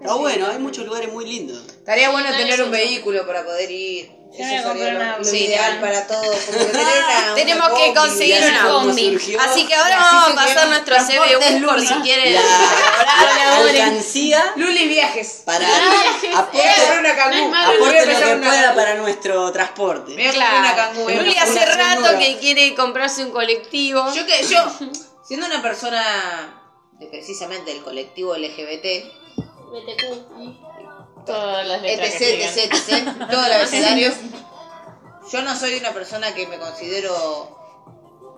Speaker 2: Está bueno, hay muchos lugares muy lindos.
Speaker 5: Estaría bueno
Speaker 1: no
Speaker 5: tener
Speaker 1: le
Speaker 5: un
Speaker 1: siento.
Speaker 5: vehículo para poder ir.
Speaker 4: Yo me
Speaker 5: Eso
Speaker 4: compré
Speaker 5: sería
Speaker 4: una
Speaker 5: lo, lo
Speaker 4: Volkswagen.
Speaker 5: ideal para todos. porque tener una-
Speaker 3: Tenemos
Speaker 5: una
Speaker 3: que
Speaker 5: combi,
Speaker 3: conseguir
Speaker 5: la-
Speaker 2: Mirá
Speaker 3: una
Speaker 2: cómo
Speaker 4: combi.
Speaker 2: surgió
Speaker 3: Así que ahora
Speaker 5: Así
Speaker 3: vamos a
Speaker 5: se
Speaker 3: pasar
Speaker 5: quedó.
Speaker 3: nuestro
Speaker 5: Transportes
Speaker 3: CBU por
Speaker 5: Luli.
Speaker 3: si
Speaker 2: la,
Speaker 3: quieren.
Speaker 2: la alcancía
Speaker 5: Luli Viajes.
Speaker 2: para
Speaker 5: Voy a comprar
Speaker 2: aporte,
Speaker 5: una
Speaker 1: No
Speaker 5: cangú.
Speaker 1: es malo.
Speaker 5: Voy a
Speaker 2: aporte lo
Speaker 5: empezar
Speaker 2: que
Speaker 5: una
Speaker 2: pueda
Speaker 5: cangú.
Speaker 2: para nuestro
Speaker 5: Me
Speaker 2: transporte.
Speaker 5: voy a comprar una cangú.
Speaker 2: Claro.
Speaker 3: Luli
Speaker 5: una-
Speaker 3: hace
Speaker 5: una
Speaker 3: rato
Speaker 5: cangura.
Speaker 3: que quiere comprarse un colectivo.
Speaker 5: Yo que yo, siendo una persona de precisamente del colectivo LGBT,
Speaker 1: BTQ.
Speaker 4: Todas
Speaker 1: Este,
Speaker 4: las letras
Speaker 5: etc,
Speaker 4: que
Speaker 5: etc,
Speaker 4: escriben.
Speaker 5: etc, todos los vecindarios, yo no soy una persona que me considero...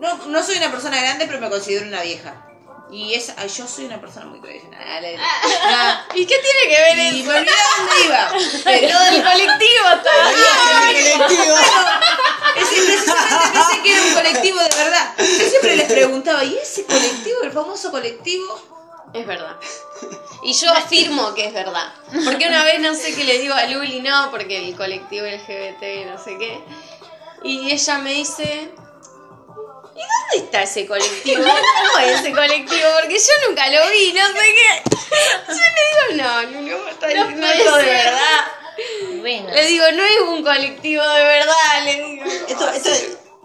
Speaker 5: No, no soy una persona grande, pero me considero una vieja. Y es, ay, yo soy una persona muy tradicional. eh, nada.
Speaker 4: Ah.
Speaker 3: ¿Y qué tiene que ver
Speaker 5: Y me olvidé dónde iba. Pero
Speaker 3: Lo del colectivo está.
Speaker 2: Viaje en el colectivo.
Speaker 5: es precisamente pensé que era un colectivo de verdad. Yo siempre les preguntaba, ¿y ese colectivo, el famoso colectivo?
Speaker 3: Es verdad. Y yo afirmo que es verdad. Porque una vez no sé qué le digo a Luli, no, porque el colectivo LGBT, no sé qué. Y ella me dice, ¿y dónde está ese colectivo? ¿Cómo es ese colectivo? Porque yo nunca lo vi, no sé qué. Yo le digo, no, Luli, vos estás
Speaker 1: No
Speaker 3: diciendo
Speaker 1: puede
Speaker 3: esto de
Speaker 1: ser.
Speaker 3: verdad.
Speaker 4: Bueno.
Speaker 1: Este,
Speaker 3: Le digo, no es un colectivo de verdad, le digo.
Speaker 2: Esto, esto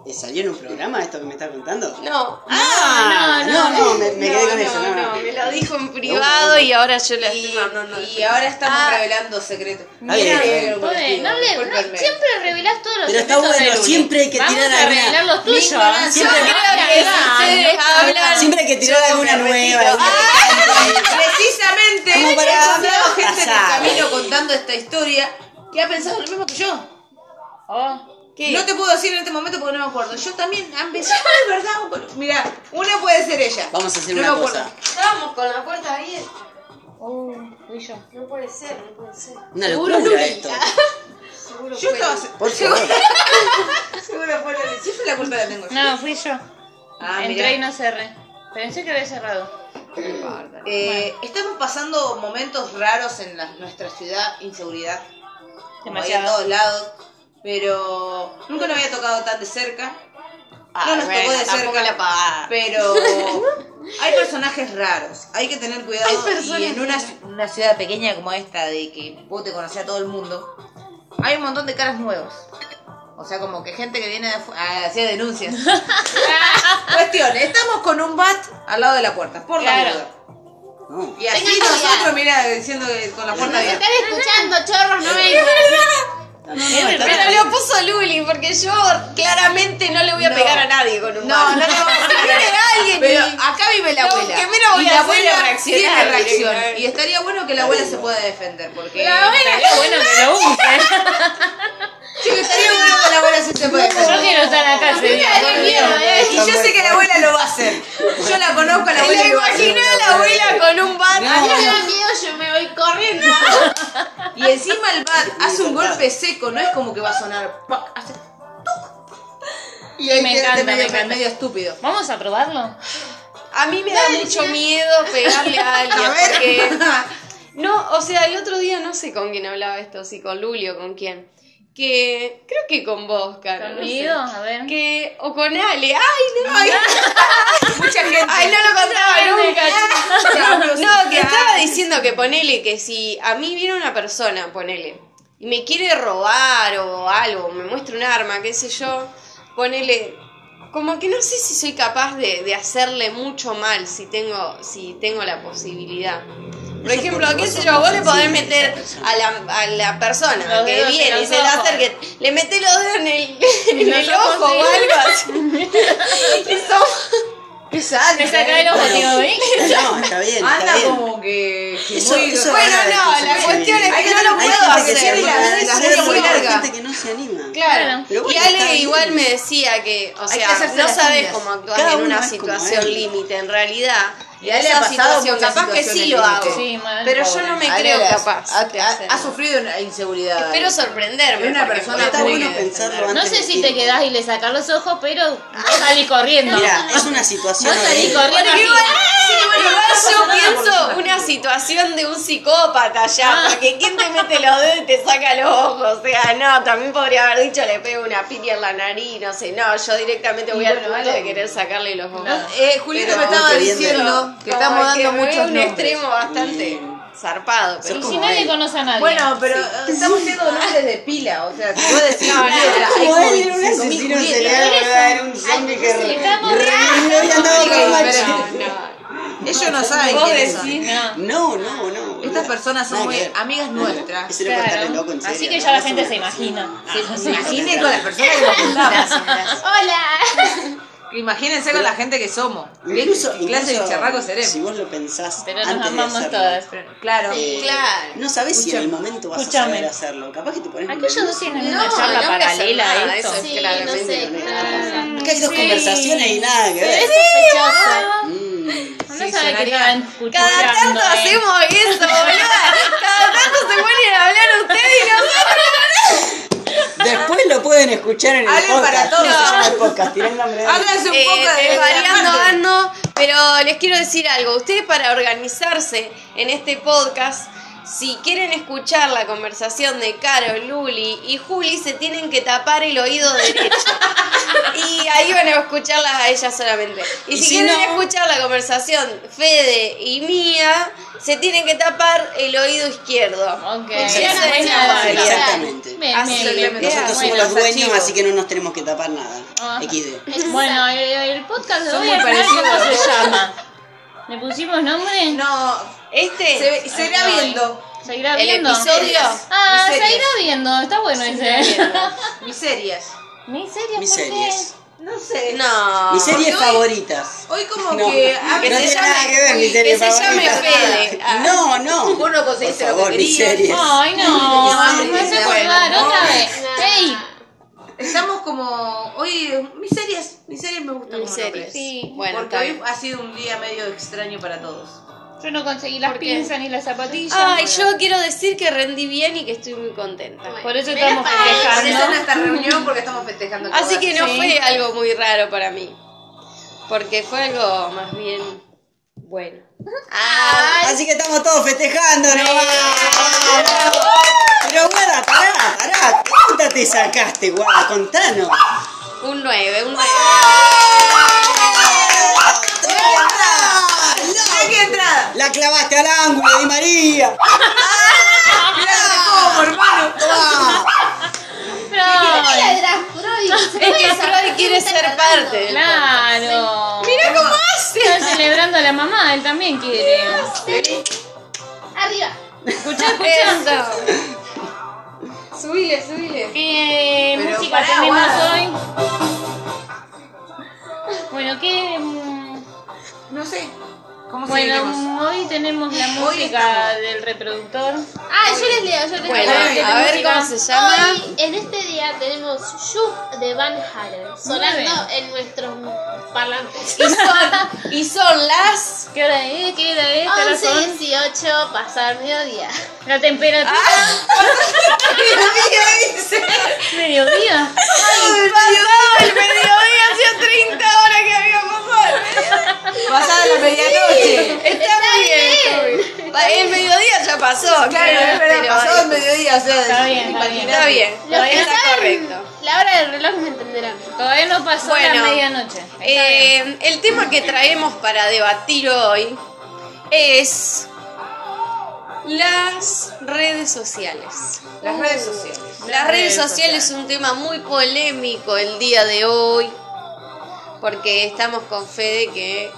Speaker 2: eh, salió en un programa esto que me estás contando.
Speaker 3: No.
Speaker 2: Ah, no, no, me, me quedé con
Speaker 3: no,
Speaker 2: eso. No,
Speaker 3: no, me lo dijo en privado y ahora yo le estoy mandando.
Speaker 5: Y ahora estamos
Speaker 3: Ah.
Speaker 5: revelando secretos.
Speaker 2: Está bien, está bien.
Speaker 1: este,
Speaker 4: Joder, no le- no-
Speaker 5: Discúlpenme.
Speaker 4: siempre revelás todos los
Speaker 2: Pero está
Speaker 4: secretos de
Speaker 2: bueno,
Speaker 4: Luli.
Speaker 2: siempre hay que
Speaker 4: Vamos
Speaker 2: tirar
Speaker 4: a
Speaker 2: alguna-
Speaker 4: revelar los tuyos.
Speaker 5: ignorancia.
Speaker 2: Siempre-
Speaker 4: Vamos a
Speaker 3: Creo que
Speaker 4: revelar,
Speaker 3: ustedes
Speaker 4: ¿no?
Speaker 3: hablan-
Speaker 2: Siempre hay que tirar
Speaker 5: Yo
Speaker 2: alguna
Speaker 5: me
Speaker 2: nueva.
Speaker 5: repito.
Speaker 2: alguna que-
Speaker 5: Ah. Precisamente,
Speaker 2: Como
Speaker 5: he
Speaker 2: para
Speaker 5: encontrado gente en el
Speaker 2: pasar.
Speaker 5: camino contando esta historia que ha pensado lo mismo que yo.
Speaker 4: Oh,
Speaker 3: ¿Qué?
Speaker 5: No te puedo decir en este momento porque no me acuerdo. Yo también han pensado, "Ay, verdad. Mira, una puede ser ella.
Speaker 2: Vamos a hacer
Speaker 5: No
Speaker 2: una
Speaker 5: me acuerdo.
Speaker 2: cosa.
Speaker 3: Estábamos con la puerta abierta.
Speaker 1: Oh,
Speaker 4: fui yo.
Speaker 3: No puede ser, no puede ser.
Speaker 2: Una locura esto.
Speaker 3: Seguro
Speaker 5: Yo
Speaker 3: fue.
Speaker 5: estaba
Speaker 2: Por favor.
Speaker 5: seguro fue la Siempre la culpa la tengo yo.
Speaker 4: No, fui yo.
Speaker 5: Ah,
Speaker 4: Entré
Speaker 5: mirá.
Speaker 4: y no cerré. Pensé que había cerrado.
Speaker 5: Eh, Estamos pasando momentos raros en la- nuestra ciudad, inseguridad. Como hay en
Speaker 4: Demasiado.
Speaker 5: todos lados. Pero nunca nos había tocado tan de cerca.
Speaker 3: Ah,
Speaker 5: no nos
Speaker 3: bueno,
Speaker 5: tocó de
Speaker 3: tampoco
Speaker 5: cerca.
Speaker 3: la pagaba.
Speaker 5: Pero hay personajes raros. Hay que tener cuidado.
Speaker 3: Hay personas
Speaker 5: y en una, una ciudad pequeña como esta, de que vos te conocés a todo el mundo, hay un montón de caras nuevas. O sea, como que gente que viene de afu- a hacer denuncias. Cuestión, estamos con un bat al lado de la puerta, por la
Speaker 4: Claro.
Speaker 5: duda.
Speaker 2: No.
Speaker 5: Y así
Speaker 1: Tengan cuidado.
Speaker 5: nosotros, mira, diciendo que con la puerta
Speaker 1: Nos
Speaker 5: abierta.
Speaker 1: están escuchando, chorros, no vengan.
Speaker 3: Pero lo puso Luli, porque yo claramente no le voy a
Speaker 5: No.
Speaker 3: pegar a nadie con un
Speaker 5: No, no le
Speaker 3: le
Speaker 5: vamos a pegar.
Speaker 3: a alguien.
Speaker 5: Pero
Speaker 3: y-
Speaker 5: acá vive la
Speaker 3: Lo
Speaker 5: abuela.
Speaker 3: que menos voy
Speaker 5: y la
Speaker 3: a hacer
Speaker 5: abuela
Speaker 3: es reaccionar.
Speaker 5: tiene reacción. Y estaría bueno que la abuela se pueda defender. Porque.
Speaker 4: La abuela, qué bueno que lo usen.
Speaker 5: Sí, estaría bueno que la abuela sí se pueda defender.
Speaker 4: Yo quiero estar acá ese día.
Speaker 1: Qué mierda, eh.
Speaker 5: Y yo sé que la abuela lo va a hacer. Yo la conozco a la abuela.
Speaker 3: Me
Speaker 5: y lo va a hacer.
Speaker 3: imaginé a la abuela con un bar.
Speaker 1: A mí me da miedo, yo me voy corriendo.
Speaker 5: Y encima el bat hace un golpe seco, no es como que va a sonar. ¡pac! Hace
Speaker 2: Y ahí
Speaker 4: Me
Speaker 2: quedaste
Speaker 4: encanta,
Speaker 2: medio mal.
Speaker 4: me
Speaker 5: es este medio estúpido.
Speaker 4: ¿Vamos a probarlo?
Speaker 3: A mí me da mucho miedo pegarle a alguien. Porque... No, o sea, el otro día no sé con quién hablaba esto, si con Luli o con quién. Que creo que con vos, Caro. no sé.
Speaker 4: ¿Conmigo? A ver.
Speaker 3: Que, o con Ale. ¡Ay, no! Ay,
Speaker 5: Mucha gente.
Speaker 3: Ay, no lo contaba nunca.
Speaker 5: Diablos.
Speaker 3: No, que estaba diciendo que ponele que si a mí viene una persona, ponele, y me quiere robar o algo, me muestra un arma, qué sé yo, ponele, como que no sé si soy capaz de, de hacerle mucho mal si tengo, si tengo la posibilidad. Por
Speaker 2: Eso
Speaker 3: ejemplo,
Speaker 2: porque
Speaker 3: qué
Speaker 2: vos
Speaker 3: sé
Speaker 2: sos
Speaker 3: yo,
Speaker 2: más
Speaker 3: vos le podés
Speaker 2: sensible que
Speaker 3: meter
Speaker 2: esa persona.
Speaker 3: a la, a la persona
Speaker 4: Los
Speaker 3: que
Speaker 4: dedos en
Speaker 3: viene y
Speaker 4: los
Speaker 3: se le
Speaker 4: ojos.
Speaker 3: acerque, le meté los dedos en el, en
Speaker 4: los
Speaker 3: el
Speaker 4: ojos,
Speaker 3: ojo o
Speaker 4: sí.
Speaker 3: algo así. Y son-
Speaker 5: Qué sano.
Speaker 4: Me saca el ojo, digo, ¿eh?
Speaker 2: No, está bien, está
Speaker 5: Anda
Speaker 2: bien.
Speaker 5: como que. que
Speaker 2: Eso-
Speaker 5: muy-
Speaker 2: eso-
Speaker 3: Bueno,
Speaker 2: Ahora,
Speaker 3: no, la
Speaker 2: entonces,
Speaker 3: cuestión es
Speaker 5: hay
Speaker 3: que
Speaker 5: que
Speaker 3: no lo
Speaker 5: tener-
Speaker 2: Hay
Speaker 3: puedo
Speaker 2: gente que se
Speaker 3: hacer.
Speaker 2: anima,
Speaker 5: la-
Speaker 2: hay
Speaker 5: la-
Speaker 2: gente
Speaker 5: muy
Speaker 2: que no, hay
Speaker 5: larga.
Speaker 2: gente que no se anima.
Speaker 3: Claro.
Speaker 2: Pero bueno,
Speaker 3: y
Speaker 2: está
Speaker 3: Ale
Speaker 2: bien.
Speaker 3: igual me decía que, o
Speaker 5: Hay que
Speaker 3: sea,
Speaker 5: hacerse
Speaker 3: no
Speaker 5: las
Speaker 3: sabes
Speaker 5: uñas.
Speaker 3: cómo
Speaker 2: Cada
Speaker 3: actuar en
Speaker 2: uno
Speaker 3: una
Speaker 2: es como
Speaker 3: situación
Speaker 2: él.
Speaker 3: límite, en realidad.
Speaker 5: Y a Ale
Speaker 3: Esa
Speaker 5: ha pasado
Speaker 3: situación,
Speaker 5: muchas
Speaker 3: capaz que sí
Speaker 5: situaciones
Speaker 3: lo hago.
Speaker 5: límite.
Speaker 4: Sí, mal,
Speaker 3: pero yo
Speaker 4: pobre.
Speaker 3: no me
Speaker 5: Ale
Speaker 3: creo
Speaker 5: la-
Speaker 3: capaz.
Speaker 5: Ha,
Speaker 3: de
Speaker 5: ha-
Speaker 3: hacerlo.
Speaker 5: ha sufrido una inseguridad.
Speaker 3: Espero sorprenderme.
Speaker 5: Es una
Speaker 3: porque
Speaker 5: persona
Speaker 2: Está
Speaker 3: puede
Speaker 5: muy
Speaker 3: que-
Speaker 2: bueno pensarlo antes
Speaker 4: No sé
Speaker 2: de
Speaker 4: si
Speaker 2: tiempo.
Speaker 4: te quedás y le sacás los ojos, pero
Speaker 3: Ah.
Speaker 4: vos salís corriendo.
Speaker 2: Mira, es una situación.
Speaker 4: Vos salís
Speaker 2: horrible.
Speaker 4: corriendo
Speaker 3: Porque eh.
Speaker 4: así.
Speaker 3: igual-
Speaker 5: Ah,
Speaker 3: sí, bueno, igual
Speaker 5: pasa nada
Speaker 3: yo
Speaker 5: por
Speaker 3: pienso
Speaker 5: eso.
Speaker 3: una situación de un psicópata ya,
Speaker 4: Ah.
Speaker 3: porque ¿quién te mete los dedos y te saca los ojos? O sea, no, también podría haber dicho le pego una piña en la nariz, no sé, no, yo directamente voy al punto de querer sacarle los ojos.
Speaker 5: Eh, Julieta
Speaker 2: Pero
Speaker 5: me estaba
Speaker 2: no te
Speaker 5: diciendo que
Speaker 3: Como
Speaker 5: estamos dando
Speaker 3: veo
Speaker 5: muchos
Speaker 3: un
Speaker 5: nombres.
Speaker 3: extremo bastante zarpado, pero
Speaker 4: Y si nadie conoce a nadie.
Speaker 5: Bueno, pero eh, estamos dando nombres de pila, o sea, se puede decir
Speaker 3: No, no,
Speaker 5: Julieta, hay
Speaker 2: Como él,
Speaker 5: como
Speaker 2: un
Speaker 5: 25.000
Speaker 2: asesino
Speaker 5: Julietas.
Speaker 2: serial, ¿verdad? Era un zombie que re- revivió y andaba
Speaker 5: no,
Speaker 2: con
Speaker 5: no,
Speaker 2: Machi.
Speaker 5: Ellos no saben
Speaker 3: Vos
Speaker 5: quiénes son.
Speaker 3: decís, no.
Speaker 2: No, no, no. boludo.
Speaker 5: Estas personas son
Speaker 2: Nada
Speaker 5: muy
Speaker 2: que ver.
Speaker 5: amigas nuestras.
Speaker 2: Ese loco está re loco, en serio.
Speaker 4: Así que ya la
Speaker 2: ¿no?
Speaker 4: gente
Speaker 2: Eso-
Speaker 4: se
Speaker 3: Ah,
Speaker 4: imagina.
Speaker 5: Se imaginen con las personas que nos juntamos.
Speaker 1: Hola.
Speaker 5: Imagínense con la gente que somos. ¿Qué
Speaker 2: Incluso,
Speaker 5: clase
Speaker 2: incluso
Speaker 5: de charracos seremos?
Speaker 2: Si vos lo pensás
Speaker 4: Pero nos
Speaker 2: antes de
Speaker 4: amamos
Speaker 2: hacerlo,
Speaker 4: todas.
Speaker 5: Pero, claro.
Speaker 2: eh,
Speaker 3: Claro.
Speaker 2: No sabés si en el
Speaker 5: Escuchame.
Speaker 2: momento vas
Speaker 4: Escuchame.
Speaker 2: a saber hacerlo. Capaz que te pones
Speaker 4: Aquellos
Speaker 2: nervioso.
Speaker 4: dos tienen
Speaker 3: No,
Speaker 4: una charla
Speaker 3: no voy a hacer
Speaker 4: paralela
Speaker 3: nada,
Speaker 4: a esto.
Speaker 3: eso es
Speaker 1: Sí, no
Speaker 3: claramente
Speaker 1: sé.
Speaker 3: no.
Speaker 1: nada.
Speaker 2: Que hay dos
Speaker 4: Sí.
Speaker 2: conversaciones y nada que ver.
Speaker 1: Es sospechosa.
Speaker 2: Mm.
Speaker 4: No
Speaker 5: Sí,
Speaker 4: sabe que
Speaker 5: sonaría-
Speaker 4: estaban
Speaker 3: Cada
Speaker 4: cuchureando,
Speaker 3: tanto
Speaker 4: eh.
Speaker 3: hacemos eso, boluda. Cada tanto se ponen a hablar ustedes y nosotros.
Speaker 2: Después lo pueden escuchar en el
Speaker 5: Hablen
Speaker 2: podcast.
Speaker 5: para todos.
Speaker 2: Se llama el podcast, tirá el nombre de alguien.
Speaker 5: Háganse un
Speaker 3: Eh,
Speaker 5: poco de
Speaker 3: eh, variando
Speaker 5: la parte.
Speaker 3: ando, pero les quiero decir algo. Ustedes para organizarse en este podcast, si quieren escuchar la conversación de Caro, Luli y Juli, se tienen que tapar el oído derecho. y ahí van a escucharlas a ellas solamente. Y,
Speaker 2: Y
Speaker 3: si,
Speaker 2: si
Speaker 3: quieren
Speaker 2: no-
Speaker 3: escuchar la conversación Fede y Mía, se tienen que tapar el oído izquierdo.
Speaker 4: Ok.
Speaker 3: Esa es
Speaker 1: Buena
Speaker 3: la
Speaker 1: variedad.
Speaker 2: Exactamente.
Speaker 4: Me-
Speaker 3: Así
Speaker 4: me-
Speaker 3: que
Speaker 4: me-
Speaker 2: Nosotros
Speaker 4: bueno.
Speaker 2: somos los
Speaker 5: los
Speaker 2: dueños,
Speaker 5: archivos.
Speaker 2: así que no nos tenemos que tapar nada.
Speaker 4: Ah.
Speaker 2: XD.
Speaker 4: Bueno, el, el podcast de
Speaker 5: Son
Speaker 4: hoy
Speaker 5: muy
Speaker 4: es
Speaker 5: parecidos.
Speaker 4: cómo se llama. ¿Le pusimos nombre?
Speaker 5: No,
Speaker 3: Este
Speaker 5: se, se irá
Speaker 4: Ay, no.
Speaker 5: viendo.
Speaker 4: ¿Se irá
Speaker 3: El
Speaker 4: viendo?
Speaker 3: episodio.
Speaker 4: Ah,
Speaker 5: Miserias.
Speaker 4: se irá viendo. Está bueno ese.
Speaker 5: Miserias.
Speaker 4: Miserias.
Speaker 2: Mis
Speaker 4: ¿por qué?
Speaker 2: series.
Speaker 5: No sé.
Speaker 3: No.
Speaker 2: Mis series
Speaker 5: hoy-
Speaker 2: favoritas.
Speaker 5: Hoy como
Speaker 2: No,
Speaker 5: que...
Speaker 2: no
Speaker 5: hablan-
Speaker 2: tiene
Speaker 3: se
Speaker 2: nada
Speaker 3: llame-
Speaker 2: que ver mi
Speaker 3: que
Speaker 2: serie
Speaker 3: se llame
Speaker 2: favorita.
Speaker 3: Fede. Ah.
Speaker 2: No, no.
Speaker 5: Vos no conseguiste
Speaker 2: Por
Speaker 5: lo que
Speaker 2: favor, mis
Speaker 5: querías.
Speaker 2: series.
Speaker 4: Ay, no.
Speaker 5: hambre,
Speaker 4: Me hace
Speaker 5: tenía
Speaker 4: acordar
Speaker 5: hambre.
Speaker 4: otra
Speaker 5: No.
Speaker 4: vez. ¡Ey!
Speaker 5: Estamos como... Hoy... Miserias. Miserias me gusta como
Speaker 3: Miserias.
Speaker 5: nombre.
Speaker 4: Sí.
Speaker 3: Bueno,
Speaker 5: Porque
Speaker 3: está
Speaker 5: hoy
Speaker 3: bien.
Speaker 5: ha sido un día medio extraño para todos.
Speaker 4: Yo no conseguí las pinzas ni las zapatillas.
Speaker 3: Ay, yo quiero decir que rendí bien y que estoy muy contenta.
Speaker 4: Por eso
Speaker 1: Menos
Speaker 4: estamos
Speaker 1: para eso.
Speaker 5: Por eso
Speaker 4: festejando.
Speaker 5: nuestra reunión porque estamos festejando.
Speaker 3: Así que no
Speaker 4: Sí.
Speaker 3: fue algo muy raro para mí. Porque fue algo más bien bueno.
Speaker 2: Así que estamos todos festejando, ¿no? Pero guarda, pará, pará. ¿Qué nota te sacaste, guarda? Contanos.
Speaker 3: Un 9, un 9.
Speaker 5: ¡Mira qué entrada!
Speaker 2: La clavaste al ángulo, Di María.
Speaker 5: ¡Mira cómo, hermano!
Speaker 2: Ah,
Speaker 4: No.
Speaker 1: Mira, Drag Freud.
Speaker 3: Es que Freud quiere ser parte del
Speaker 4: Claro.
Speaker 3: Mira cómo hace.
Speaker 4: Está celebrando a la mamá, él también quiere.
Speaker 1: Arriba.
Speaker 4: Escuchá, escuchá.
Speaker 3: Eso.
Speaker 5: Subile, subile.
Speaker 4: ¿Qué
Speaker 5: Pero
Speaker 4: Eh, música
Speaker 5: pará,
Speaker 4: tenemos
Speaker 5: guarda.
Speaker 4: hoy? Bueno, ¿qué...? mm,
Speaker 5: No sé. ¿Cómo seguiremos?
Speaker 4: Bueno, hoy tenemos la música
Speaker 5: estamos.
Speaker 4: del reproductor.
Speaker 1: Ah, yo les leo, yo les leo.
Speaker 3: Bueno,
Speaker 1: Hoy
Speaker 3: a ver
Speaker 1: tenemos-
Speaker 3: cómo se llama.
Speaker 1: Hoy, en este día tenemos Shook de Van Halen sonando
Speaker 4: Nueve.
Speaker 1: en nuestros parlantes.
Speaker 3: Y son, y son las.
Speaker 4: ¿Qué hora es? ¿Qué hora
Speaker 1: Ah,
Speaker 4: es? ¿Qué hora
Speaker 1: 11
Speaker 4: son?
Speaker 1: 18 pasa el mediodía.
Speaker 4: La temperatura. Mediodía.
Speaker 3: Pasado el mediodía, hacía 30 horas que había pasado.
Speaker 5: Pasada la medianoche.
Speaker 3: Está muy bien. Va, El mediodía ya pasó.
Speaker 5: Claro, es verdad,
Speaker 3: pero-
Speaker 5: pasado el mediodía, o sea,
Speaker 4: Está bien, está bien.
Speaker 3: Está bien,
Speaker 1: Los que
Speaker 3: todavía está
Speaker 1: saben
Speaker 3: correcto.
Speaker 1: La hora del reloj me entenderán.
Speaker 4: Todavía no pasó la
Speaker 3: Bueno,
Speaker 4: medianoche. Está bien.
Speaker 3: Eh, el tema que traemos para debatir hoy es las redes sociales.
Speaker 5: Las redes sociales.
Speaker 3: Uh, Las redes sociales es un tema muy polémico el día de hoy, porque estamos con Fede que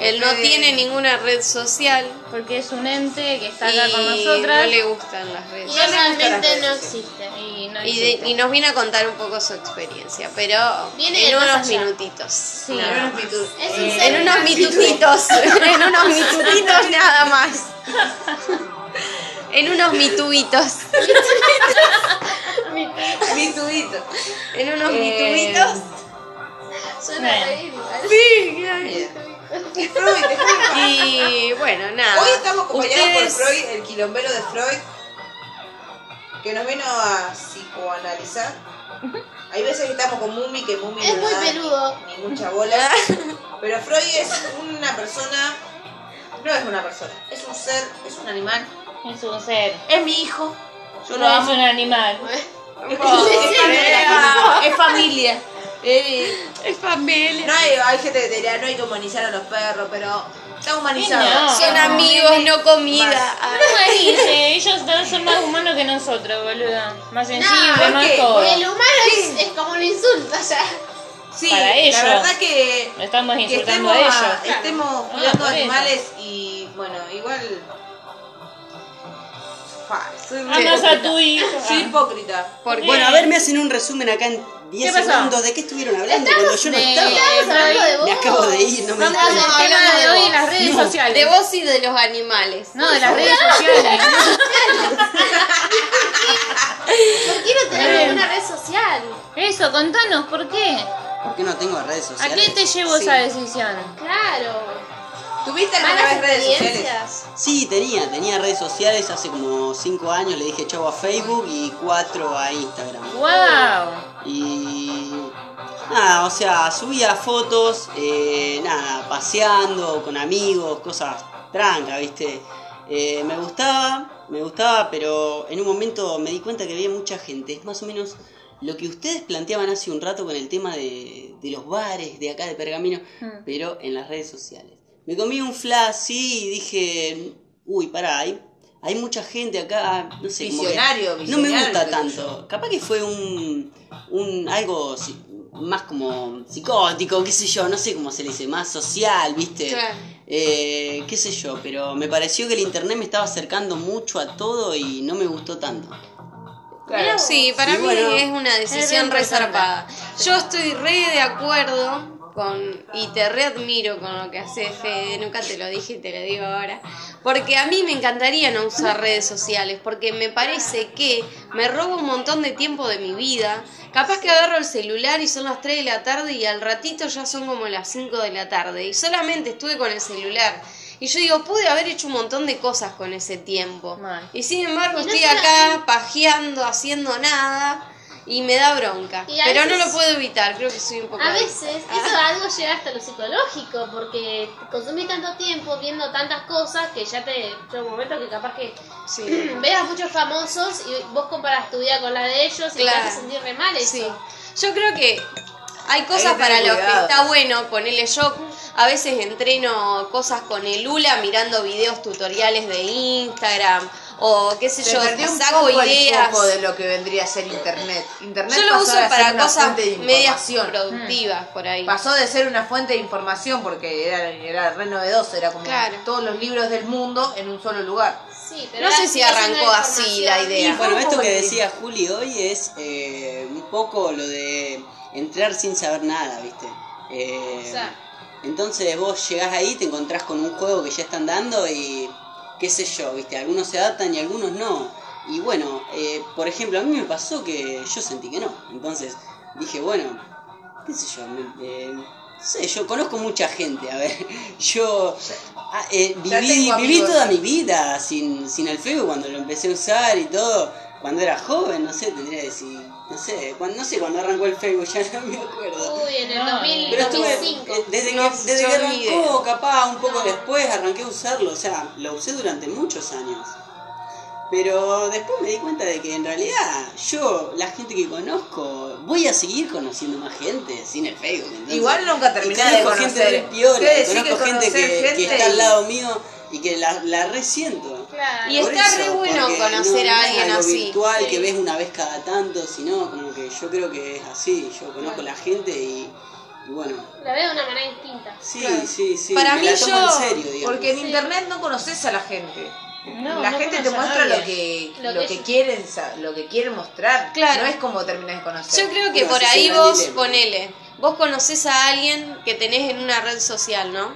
Speaker 3: él no
Speaker 5: Fede.
Speaker 3: tiene ninguna red social
Speaker 4: Porque es un ente que está acá
Speaker 3: y
Speaker 4: con nosotras.
Speaker 3: no le gustan las redes.
Speaker 1: Y
Speaker 3: sociales.
Speaker 1: realmente no existe.
Speaker 4: Y no
Speaker 3: Y,
Speaker 4: existe.
Speaker 3: de- y nos viene a contar un poco su experiencia, pero
Speaker 1: Viene
Speaker 3: en
Speaker 1: de más
Speaker 3: unos
Speaker 1: allá.
Speaker 3: minutitos.
Speaker 4: Sí.
Speaker 3: nada más.
Speaker 1: Es un ser
Speaker 3: Eh, En unos
Speaker 1: humano.
Speaker 3: mitutitos, en unos mitutitos nada más. En unos mitubitos,
Speaker 5: Mi tubito.
Speaker 3: en unos
Speaker 5: Eh,
Speaker 3: mitubitos.
Speaker 1: Suena
Speaker 4: Bueno.
Speaker 1: reír igual.
Speaker 5: Freud, es Freud.
Speaker 3: Y bueno, nada.
Speaker 5: Hoy estamos acompañados
Speaker 3: Ustedes-
Speaker 5: por Freud, el quilombero de Freud, que nos vino a psicoanalizar. Hay veces que estamos con Mumi, que Mumi
Speaker 1: Es
Speaker 5: no
Speaker 1: muy
Speaker 5: da ni-
Speaker 1: peludo.
Speaker 5: Ni, mucha bola. Pero Freud es una persona, no es una persona, es un ser, es un animal.
Speaker 4: Es un ser.
Speaker 5: Es mi hijo. Yo lo
Speaker 4: No es
Speaker 5: amo.
Speaker 4: un animal.
Speaker 5: Es, como- es familia. Es familia. Eh,
Speaker 3: Es familia.
Speaker 5: no hay, hay gente que te dirá, no hay que humanizar a los perros, pero está humanizado.
Speaker 4: Y no.
Speaker 3: Son
Speaker 4: Ah,
Speaker 3: amigos, no comida.
Speaker 5: Más.
Speaker 3: Ah,
Speaker 4: No dice, ellos todos son más humanos que nosotros, boluda. Más sensibles,
Speaker 5: ¿por
Speaker 4: más
Speaker 5: qué?
Speaker 4: todo.
Speaker 1: El humano es, es como un insulto ya.
Speaker 5: Sí,
Speaker 4: Para ellos.
Speaker 5: la verdad que
Speaker 4: Lo estamos
Speaker 5: que estemos,
Speaker 4: insultando a ellos.
Speaker 5: a-
Speaker 3: este
Speaker 5: estemos
Speaker 4: Ah,
Speaker 5: cuidando
Speaker 4: por eso.
Speaker 5: animales y bueno, igual. Fa, soy re
Speaker 4: Amas a
Speaker 5: hipócrita.
Speaker 4: tu hijo.
Speaker 5: Soy hipócrita.
Speaker 3: porque-
Speaker 2: Bueno, a ver, me hacen un resumen acá en 10
Speaker 4: ¿Qué pasó?
Speaker 2: segundos de qué estuvieron hablando cuando yo no
Speaker 4: de-
Speaker 2: estaba.
Speaker 1: Estamos hablando de vos.
Speaker 2: Me acabo de ir, no me
Speaker 4: Vamos
Speaker 2: entero.
Speaker 4: al tema de hoy en las redes sociales.
Speaker 3: De vos y de los animales.
Speaker 4: No, de las redes sociales.
Speaker 1: No quiero tener
Speaker 4: Bien.
Speaker 1: ninguna red social.
Speaker 4: Eso, contanos, ¿por qué?
Speaker 2: ¿Por qué no tengo redes
Speaker 4: ¿A
Speaker 2: sociales?
Speaker 4: qué te llevó esa decisión?
Speaker 1: Claro.
Speaker 5: ¿Tuviste alguna vez
Speaker 1: Malas
Speaker 5: redes sociales?
Speaker 1: experiencias.
Speaker 2: Sí, tenía, tenía redes sociales hace como 5 años, le dije chau a Facebook y 4 a Instagram.
Speaker 4: ¡Wow!
Speaker 2: Y nada, o sea, subía fotos, eh, nada, paseando con amigos, cosas tranca, ¿viste? Eh, me gustaba, me gustaba, pero en un momento me di cuenta que había mucha gente. Es más o menos lo que ustedes planteaban hace un rato con el tema de, de los bares de acá de Pergamino,
Speaker 4: Mm.
Speaker 2: pero en las redes sociales. Me comí un flash, sí, y dije, uy, pará, hay, hay mucha gente acá, no sé, como que-
Speaker 5: Visionario,
Speaker 2: no me
Speaker 5: visionario.
Speaker 2: gusta
Speaker 5: lo tuyo.
Speaker 2: tanto. Capaz que fue un, un algo si- más como psicótico, qué sé yo, no sé cómo se le dice, más social, ¿viste?
Speaker 3: Claro.
Speaker 2: Eh, qué sé yo, pero me pareció que el internet me estaba acercando mucho a todo y no me gustó tanto.
Speaker 5: Claro.
Speaker 3: Sí, para
Speaker 2: Y
Speaker 3: mí
Speaker 2: bueno,
Speaker 3: es una decisión
Speaker 4: es re
Speaker 3: resarpada. Yo estoy re de acuerdo con y te readmiro con lo que hace Fede, nunca te lo dije y te lo digo ahora, porque a mí me encantaría no usar redes sociales, porque me parece que me robo un montón de tiempo de mi vida, capaz que agarro el celular y son las 3 de la tarde y al ratito ya son como las 5 de la tarde y solamente estuve con el celular. Y yo digo, pude haber hecho un montón de cosas con ese tiempo.
Speaker 4: Mal.
Speaker 3: Y sin embargo,
Speaker 1: Y no
Speaker 3: estoy
Speaker 1: solo-
Speaker 3: acá pajeando, haciendo nada y me da bronca.
Speaker 1: Y a
Speaker 3: Pero no
Speaker 1: veces-
Speaker 3: lo puedo evitar, creo que soy un poco.
Speaker 1: A veces eso algo llega hasta lo psicológico porque consumís tanto tiempo viendo tantas cosas que ya te llega un momento que capaz que
Speaker 3: Sí.
Speaker 1: ves a muchos famosos y vos comparas tu vida con la de ellos y te
Speaker 3: Claro.
Speaker 1: hace sentir re mal eso.
Speaker 3: Sí. Yo creo que hay cosas
Speaker 5: Hay que tener
Speaker 3: para lo que
Speaker 5: cuidado.
Speaker 3: está bueno. Ponele yo. A veces entreno cosas con el ULA mirando videos tutoriales de Instagram o qué sé
Speaker 5: Se
Speaker 3: yo,
Speaker 5: perdió un
Speaker 3: saco
Speaker 5: poco
Speaker 3: ideas.
Speaker 5: el foco de lo que vendría a ser internet. Internet
Speaker 3: Yo lo
Speaker 5: pasó
Speaker 3: uso
Speaker 5: de ser
Speaker 3: para
Speaker 5: una
Speaker 3: cosas
Speaker 5: fuente de
Speaker 3: medias
Speaker 5: información. Mm.
Speaker 3: productivas por ahí.
Speaker 5: Pasó de ser una fuente de información porque era, era re novedoso, era como
Speaker 3: Claro.
Speaker 5: todos los libros del mundo en un solo lugar.
Speaker 1: sí, pero
Speaker 3: No
Speaker 1: ahora
Speaker 3: sé
Speaker 1: sí
Speaker 3: si
Speaker 1: es una
Speaker 3: arrancó así la
Speaker 1: información.
Speaker 3: idea.
Speaker 2: Bueno, esto que decía Juli hoy es eh, un poco lo de entrar sin saber nada, ¿viste? Eh,
Speaker 1: O sea.
Speaker 2: entonces vos llegás ahí, te encontrás con un juego que ya están dando y qué sé yo, ¿viste? Algunos se adaptan y algunos no. Y bueno, eh, por ejemplo, a mí me pasó que yo sentí que no. Entonces dije, bueno, qué sé yo, me- eh, no sé, yo conozco mucha gente, a ver, yo ah, eh,
Speaker 5: Ya
Speaker 2: viví,
Speaker 5: tengo
Speaker 2: viví
Speaker 5: amigos.
Speaker 2: toda mi vida sin, sin el Facebook cuando lo empecé a usar y todo, cuando era joven, no sé, tendría que decir, no sé, cuando, no sé cuando arrancó el Facebook, ya no me acuerdo.
Speaker 1: Uy, en el
Speaker 4: No.
Speaker 1: 2000,
Speaker 2: Pero estuve,
Speaker 1: 2005.
Speaker 2: eh, desde,
Speaker 3: No,
Speaker 2: que, desde
Speaker 3: yo
Speaker 2: que
Speaker 3: ni
Speaker 2: arrancó, capaz, un poco
Speaker 1: No.
Speaker 2: después arranqué a usarlo, o sea, lo usé durante muchos años. Pero después me di cuenta de que en realidad yo, la gente que conozco, voy a seguir conociendo más gente sin el Facebook. entonces-
Speaker 5: Igual nunca terminás de
Speaker 2: conozco gente
Speaker 5: conocer.
Speaker 2: re piola,
Speaker 5: Ustedes sí
Speaker 2: conozco gente que,
Speaker 5: conocen
Speaker 2: que
Speaker 5: gente
Speaker 2: está
Speaker 5: y-
Speaker 2: al lado mío y que la, la resiento.
Speaker 1: Claro.
Speaker 3: Y está re bueno
Speaker 2: porque
Speaker 3: conocer a
Speaker 2: no es
Speaker 3: alguien
Speaker 2: algo
Speaker 3: así.
Speaker 2: virtual que
Speaker 1: Sí.
Speaker 2: ves una vez cada tanto, sino como que yo creo que es así. Yo conozco la gente y, y bueno,
Speaker 1: La veo de una manera distinta.
Speaker 2: sí,
Speaker 5: Claro.
Speaker 2: sí, sí.
Speaker 3: Para
Speaker 2: me
Speaker 3: mí
Speaker 2: la tomo
Speaker 3: yo-
Speaker 2: en serio, digamos.
Speaker 5: Porque en
Speaker 1: Sí.
Speaker 5: internet no conoces a la gente.
Speaker 4: No,
Speaker 5: la
Speaker 4: no
Speaker 5: gente te
Speaker 4: conoce a
Speaker 5: muestra lo
Speaker 4: nadie.
Speaker 5: que,
Speaker 1: Lo
Speaker 5: lo,
Speaker 1: que
Speaker 5: que,
Speaker 1: es-
Speaker 5: quieren sa- lo que quieren mostrar.
Speaker 3: Claro.
Speaker 5: No es como terminás de conocer.
Speaker 3: Yo creo que
Speaker 2: Bueno,
Speaker 3: por
Speaker 2: ese es
Speaker 3: ahí
Speaker 2: un gran
Speaker 3: vos,
Speaker 2: dilema.
Speaker 3: ponele, vos conoces a alguien que tenés en una red social, ¿no?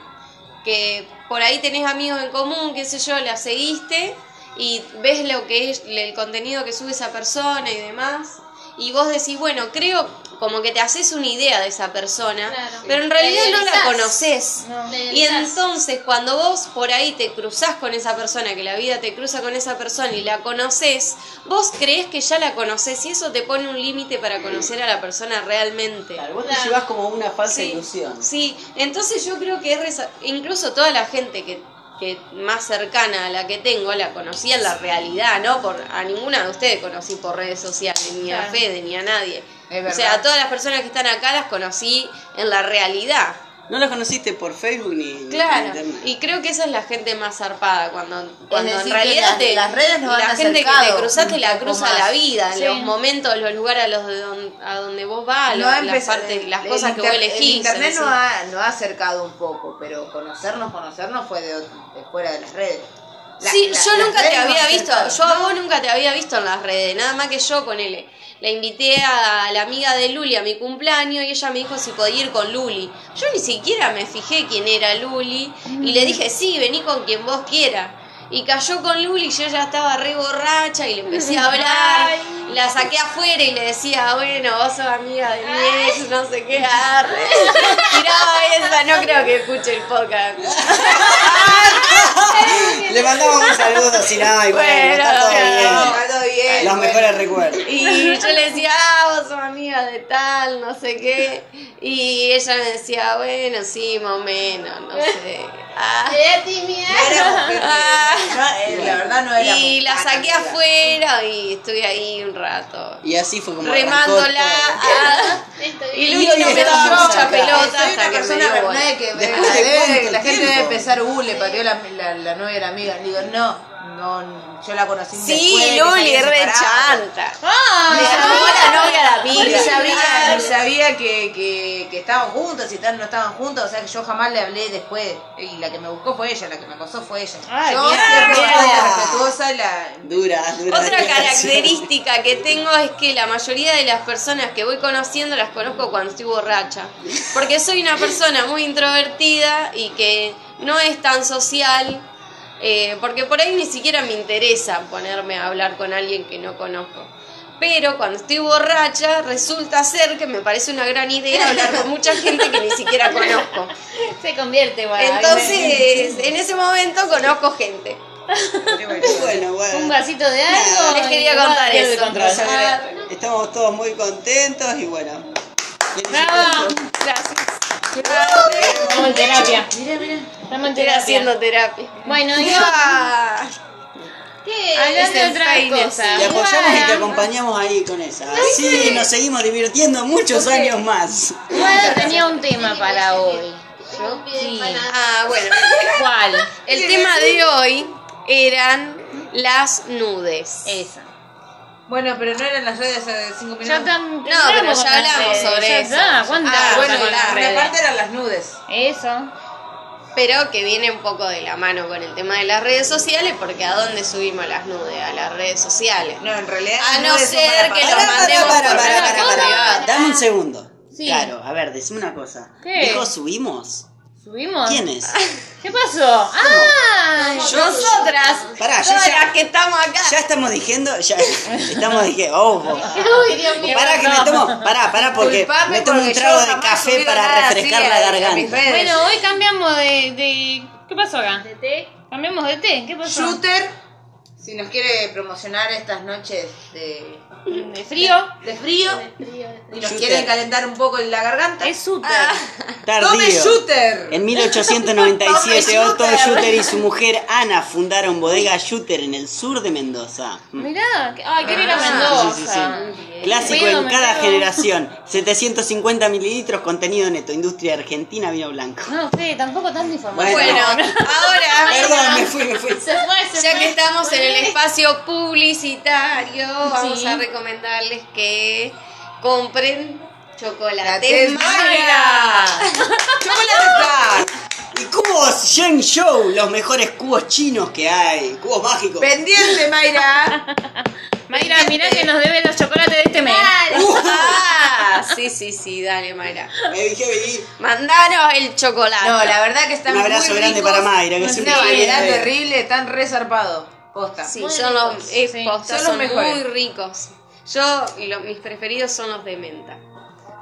Speaker 3: Que por ahí tenés amigos en común, qué sé yo, la seguiste y ves lo que es el contenido que sube esa persona y demás. Y vos decís, bueno, creo como que te haces una idea de esa persona,
Speaker 1: Claro.
Speaker 3: pero en realidad no la
Speaker 1: Idealizás.
Speaker 3: conoces.
Speaker 4: No.
Speaker 1: Le
Speaker 3: Y
Speaker 1: dedicás.
Speaker 3: entonces cuando vos por ahí te cruzás con esa persona, que la vida te cruza con esa persona y la conoces, vos crees que ya la conoces y eso te pone un límite para conocer a la persona realmente.
Speaker 2: Claro, vos
Speaker 1: Claro.
Speaker 2: te llevas como una falsa
Speaker 3: Sí,
Speaker 2: ilusión.
Speaker 3: Sí, entonces yo creo que es resa- incluso toda la gente que, que más cercana a la que tengo la conocí en la realidad, ¿no? Por, a ninguna de ustedes conocí por redes sociales, ni a
Speaker 4: Claro.
Speaker 3: Fede, ni a nadie.
Speaker 5: Es
Speaker 3: O
Speaker 5: verdad.
Speaker 3: sea, a todas las personas que están acá las conocí en la realidad.
Speaker 2: No la conociste por Facebook ni, ni por
Speaker 3: Claro,
Speaker 2: internet.
Speaker 3: y creo que esa es la gente más zarpada, cuando, cuando en
Speaker 5: decir,
Speaker 3: realidad
Speaker 5: que las-
Speaker 3: te-
Speaker 5: las redes nos
Speaker 3: la
Speaker 5: han
Speaker 3: gente que te
Speaker 5: acercado
Speaker 3: cruzaste
Speaker 5: un
Speaker 3: la
Speaker 5: poco
Speaker 3: cruza
Speaker 5: más.
Speaker 3: la vida,
Speaker 4: Sí.
Speaker 3: los momentos, los lugares a, los de don- a donde vos vas,
Speaker 5: No
Speaker 3: los-
Speaker 5: ha
Speaker 3: las,
Speaker 5: empezado-
Speaker 3: partes, las
Speaker 5: el
Speaker 3: cosas que
Speaker 5: inter-
Speaker 3: vos
Speaker 5: El
Speaker 3: elegís.
Speaker 5: internet
Speaker 3: es
Speaker 5: nos
Speaker 3: decir,
Speaker 5: ha, nos ha acercado un poco, pero conocernos, conocernos fue de, ot- de fuera de las redes. La-
Speaker 3: sí,
Speaker 5: la-
Speaker 3: yo
Speaker 5: las
Speaker 3: nunca te
Speaker 5: redes nos
Speaker 3: había visto,
Speaker 5: acercaron.
Speaker 3: yo a vos nunca te había visto en las redes, nada más que yo con él. La invité a la amiga de Luli a mi cumpleaños y ella me dijo si podía ir con Luli. Yo ni siquiera me fijé quién era Luli y
Speaker 5: Mm.
Speaker 3: le dije, sí, vení con quien vos quieras. Y cayó con Luli y yo ya estaba re borracha y le empecé a hablar. La saqué afuera y le decía, bueno, vos sos amiga de mi ex, no sé qué, arre. Tiraba esa, no creo que escuche el podcast.
Speaker 2: Le mandamos un saludo, si no, y bueno,
Speaker 3: Bueno,
Speaker 2: está todo
Speaker 3: no,
Speaker 2: bien.
Speaker 5: Todo bien,
Speaker 2: Los
Speaker 5: bueno.
Speaker 2: mejores recuerdos.
Speaker 3: Y yo le decía, ah, vos sos amiga de tal, no sé qué. Y ella me decía, bueno, sí, más o menos, no sé. Ah.
Speaker 1: Qué tímida.
Speaker 5: No éramos gente, no, eh, la verdad no éramos
Speaker 3: Y la
Speaker 5: tan
Speaker 3: saqué
Speaker 5: amigas.
Speaker 3: afuera y estuve ahí un rato.
Speaker 2: Y así fue como arrancó todo.
Speaker 3: Remándola. ah.
Speaker 1: Estoy
Speaker 3: Y
Speaker 1: bien.
Speaker 3: Luli no me dio
Speaker 2: estábamos
Speaker 3: mucha
Speaker 2: acá.
Speaker 3: pelota
Speaker 5: Soy
Speaker 3: hasta
Speaker 5: una
Speaker 3: que me
Speaker 5: persona
Speaker 3: dio bola.
Speaker 5: verdad que me-
Speaker 2: Después de
Speaker 5: debe-
Speaker 2: cuánto
Speaker 5: la gente
Speaker 2: tiempo.
Speaker 5: debe pensar, uh, le pateó la, la, la novia de la amiga. Digo, no, no, yo la conocí después
Speaker 3: Sí,
Speaker 5: que se
Speaker 3: Luli,
Speaker 5: habían
Speaker 3: re
Speaker 5: separado.
Speaker 3: chanta.
Speaker 1: Ah,
Speaker 3: Me llamó la novia a la
Speaker 5: Ni
Speaker 3: amiga.
Speaker 5: sabía, ni sabía que, que, que estaban juntos y tal, no estaban juntos, o sea que yo jamás le hablé después. Y la que me buscó fue ella, la que me acosó fue ella.
Speaker 4: Ay,
Speaker 5: yo
Speaker 4: bien.
Speaker 5: siempre fui
Speaker 2: Ah.
Speaker 5: la respetuosa, la...
Speaker 2: Dura, dura.
Speaker 3: Otra
Speaker 2: declaración.
Speaker 3: característica que tengo es que la mayoría de las personas que voy conociendo las conozco cuando estoy borracha. Porque soy una persona muy introvertida y que no es tan social. eh, porque por ahí ni siquiera me interesa ponerme a hablar con alguien que no conozco. Pero cuando estoy borracha resulta ser que me parece una gran idea hablar con mucha gente que ni siquiera conozco.
Speaker 4: Se convierte, guay.
Speaker 3: Entonces, en ese momento conozco gente.
Speaker 2: Bueno, bueno.
Speaker 4: Un vasito de
Speaker 2: Nada,
Speaker 4: algo.
Speaker 3: les quería
Speaker 4: y va,
Speaker 3: contar
Speaker 4: pierde
Speaker 3: eso.
Speaker 4: control.
Speaker 2: Nos agra- Estamos todos muy contentos y bueno.
Speaker 4: Bravo.
Speaker 3: Gracias.
Speaker 4: Estamos en terapia.
Speaker 5: Mira, mira.
Speaker 4: Estamos en
Speaker 3: Estoy
Speaker 4: terapia.
Speaker 3: haciendo terapia.
Speaker 4: Bueno, y
Speaker 3: Ah,
Speaker 1: ¿Qué?
Speaker 4: hablando de otra
Speaker 3: Sensaines.
Speaker 4: cosa.
Speaker 2: Te apoyamos y te
Speaker 4: Guada-
Speaker 2: acompañamos ahí con esa. Así nos seguimos divirtiendo muchos años más.
Speaker 4: Guada tenía un tema para hoy.
Speaker 1: Yo
Speaker 4: Sí.
Speaker 3: Ah, bueno.
Speaker 4: ¿Cuál?
Speaker 3: El tema de hoy eran las nudes.
Speaker 4: Eh.
Speaker 5: Esa. Bueno, pero no eran las redes hace cinco minutos.
Speaker 4: Ya
Speaker 3: No,
Speaker 4: tan,
Speaker 3: pero ya hablamos sobre
Speaker 4: Ya,
Speaker 3: eso.
Speaker 4: está, ¿cuánta
Speaker 3: Ah,
Speaker 4: cosa
Speaker 5: bueno,
Speaker 3: bueno,
Speaker 4: con
Speaker 5: la,
Speaker 4: las
Speaker 5: la
Speaker 4: redes?
Speaker 5: parte eran las nudes.
Speaker 4: Eso.
Speaker 3: pero que viene un poco de la mano con el tema de las redes sociales, porque ¿a dónde subimos las nudes? A las redes sociales.
Speaker 5: No, en realidad.
Speaker 3: A
Speaker 5: las
Speaker 3: no
Speaker 5: nubes son para
Speaker 3: ser que
Speaker 5: pasar.
Speaker 3: lo
Speaker 2: Pará,
Speaker 3: mandemos
Speaker 2: pará,
Speaker 3: por
Speaker 2: pará,
Speaker 3: una
Speaker 2: pará,
Speaker 3: cosa.
Speaker 2: pará. Dame un segundo.
Speaker 4: Sí.
Speaker 2: Claro, a ver, decime una cosa.
Speaker 4: ¿Qué?
Speaker 2: Dijo, subimos.
Speaker 4: ¿Subimos?
Speaker 2: ¿Quién es?
Speaker 4: ¿Qué pasó? ¡Ah! ¡Nosotras!
Speaker 2: Pará, yo
Speaker 3: Todas las
Speaker 2: ya,
Speaker 3: que estamos acá.
Speaker 2: ya estamos diciendo, ya estamos diciendo, ojo.
Speaker 3: Ah,
Speaker 2: Pará que me
Speaker 4: perdón.
Speaker 2: tomo, pará, pará, porque
Speaker 5: Disculpame
Speaker 2: me tomo un
Speaker 5: porque
Speaker 2: trago
Speaker 5: yo
Speaker 2: de
Speaker 5: jamás
Speaker 2: café
Speaker 5: subí
Speaker 2: para
Speaker 5: nada así
Speaker 2: refrescar
Speaker 5: a-
Speaker 2: la
Speaker 5: a mis
Speaker 2: garganta.
Speaker 5: redes.
Speaker 4: Bueno, hoy cambiamos de, de- ¿Qué pasó acá?
Speaker 1: De té.
Speaker 4: Cambiamos de té. ¿Qué pasó?
Speaker 5: Shooter, si nos quiere promocionar estas noches de,
Speaker 4: De frío.
Speaker 3: Ah.
Speaker 5: de frío
Speaker 1: de frío, de frío.
Speaker 5: y nos
Speaker 2: Shooter.
Speaker 5: quieren calentar un poco la garganta,
Speaker 4: Es Shooter.
Speaker 5: tome
Speaker 2: Tardío.
Speaker 5: Shooter.
Speaker 2: En 1897,
Speaker 5: Tome
Speaker 2: Otto
Speaker 5: Schutter.
Speaker 2: Schutter y su mujer Ana fundaron bodega Schutter en el sur de Mendoza.
Speaker 4: Mirá. que- Ay, quiero ir a
Speaker 5: Ah, sí,
Speaker 4: Mendoza.
Speaker 2: Sí, sí, sí. Clásico en
Speaker 4: Pido,
Speaker 2: cada
Speaker 4: me pido.
Speaker 2: generación. 750 mililitros contenido neto. Industria argentina, vino blanco.
Speaker 4: No, Fede, tampoco tanta información.
Speaker 3: Bueno, ahora,
Speaker 2: Perdón, me fui, me fui.
Speaker 1: Se fue, se
Speaker 3: ya
Speaker 1: fue.
Speaker 3: que estamos en el espacio publicitario, vamos
Speaker 4: Sí.
Speaker 3: a recomendarles que compren chocolates
Speaker 5: ¡Te
Speaker 3: Maya.
Speaker 5: Maya! ¡Chocolate Star!
Speaker 2: Y cubos Yen Show, los mejores cubos chinos que hay. Cubos mágicos.
Speaker 5: Pendiente, Mayra.
Speaker 4: Mayra, mirá que nos debe los chocolates de este mes.
Speaker 3: Ah, sí, sí, sí, dale, Mayra.
Speaker 2: Me dije vivir.
Speaker 3: Mandanos el chocolate.
Speaker 5: No, la verdad que están
Speaker 2: Un abrazo
Speaker 5: muy
Speaker 2: grande
Speaker 5: ricos.
Speaker 2: para Mayra, que
Speaker 5: Es
Speaker 2: siempre
Speaker 5: una
Speaker 2: quiere
Speaker 5: variedad
Speaker 2: ver.
Speaker 5: terrible, están re zarpados. Posta.
Speaker 3: Sí,
Speaker 1: Muy
Speaker 3: son los,
Speaker 1: ricos.
Speaker 3: eh,
Speaker 4: Sí.
Speaker 3: posta,
Speaker 5: Son los
Speaker 3: son
Speaker 5: mejores.
Speaker 3: muy ricos. Yo, lo- mis preferidos son los de menta,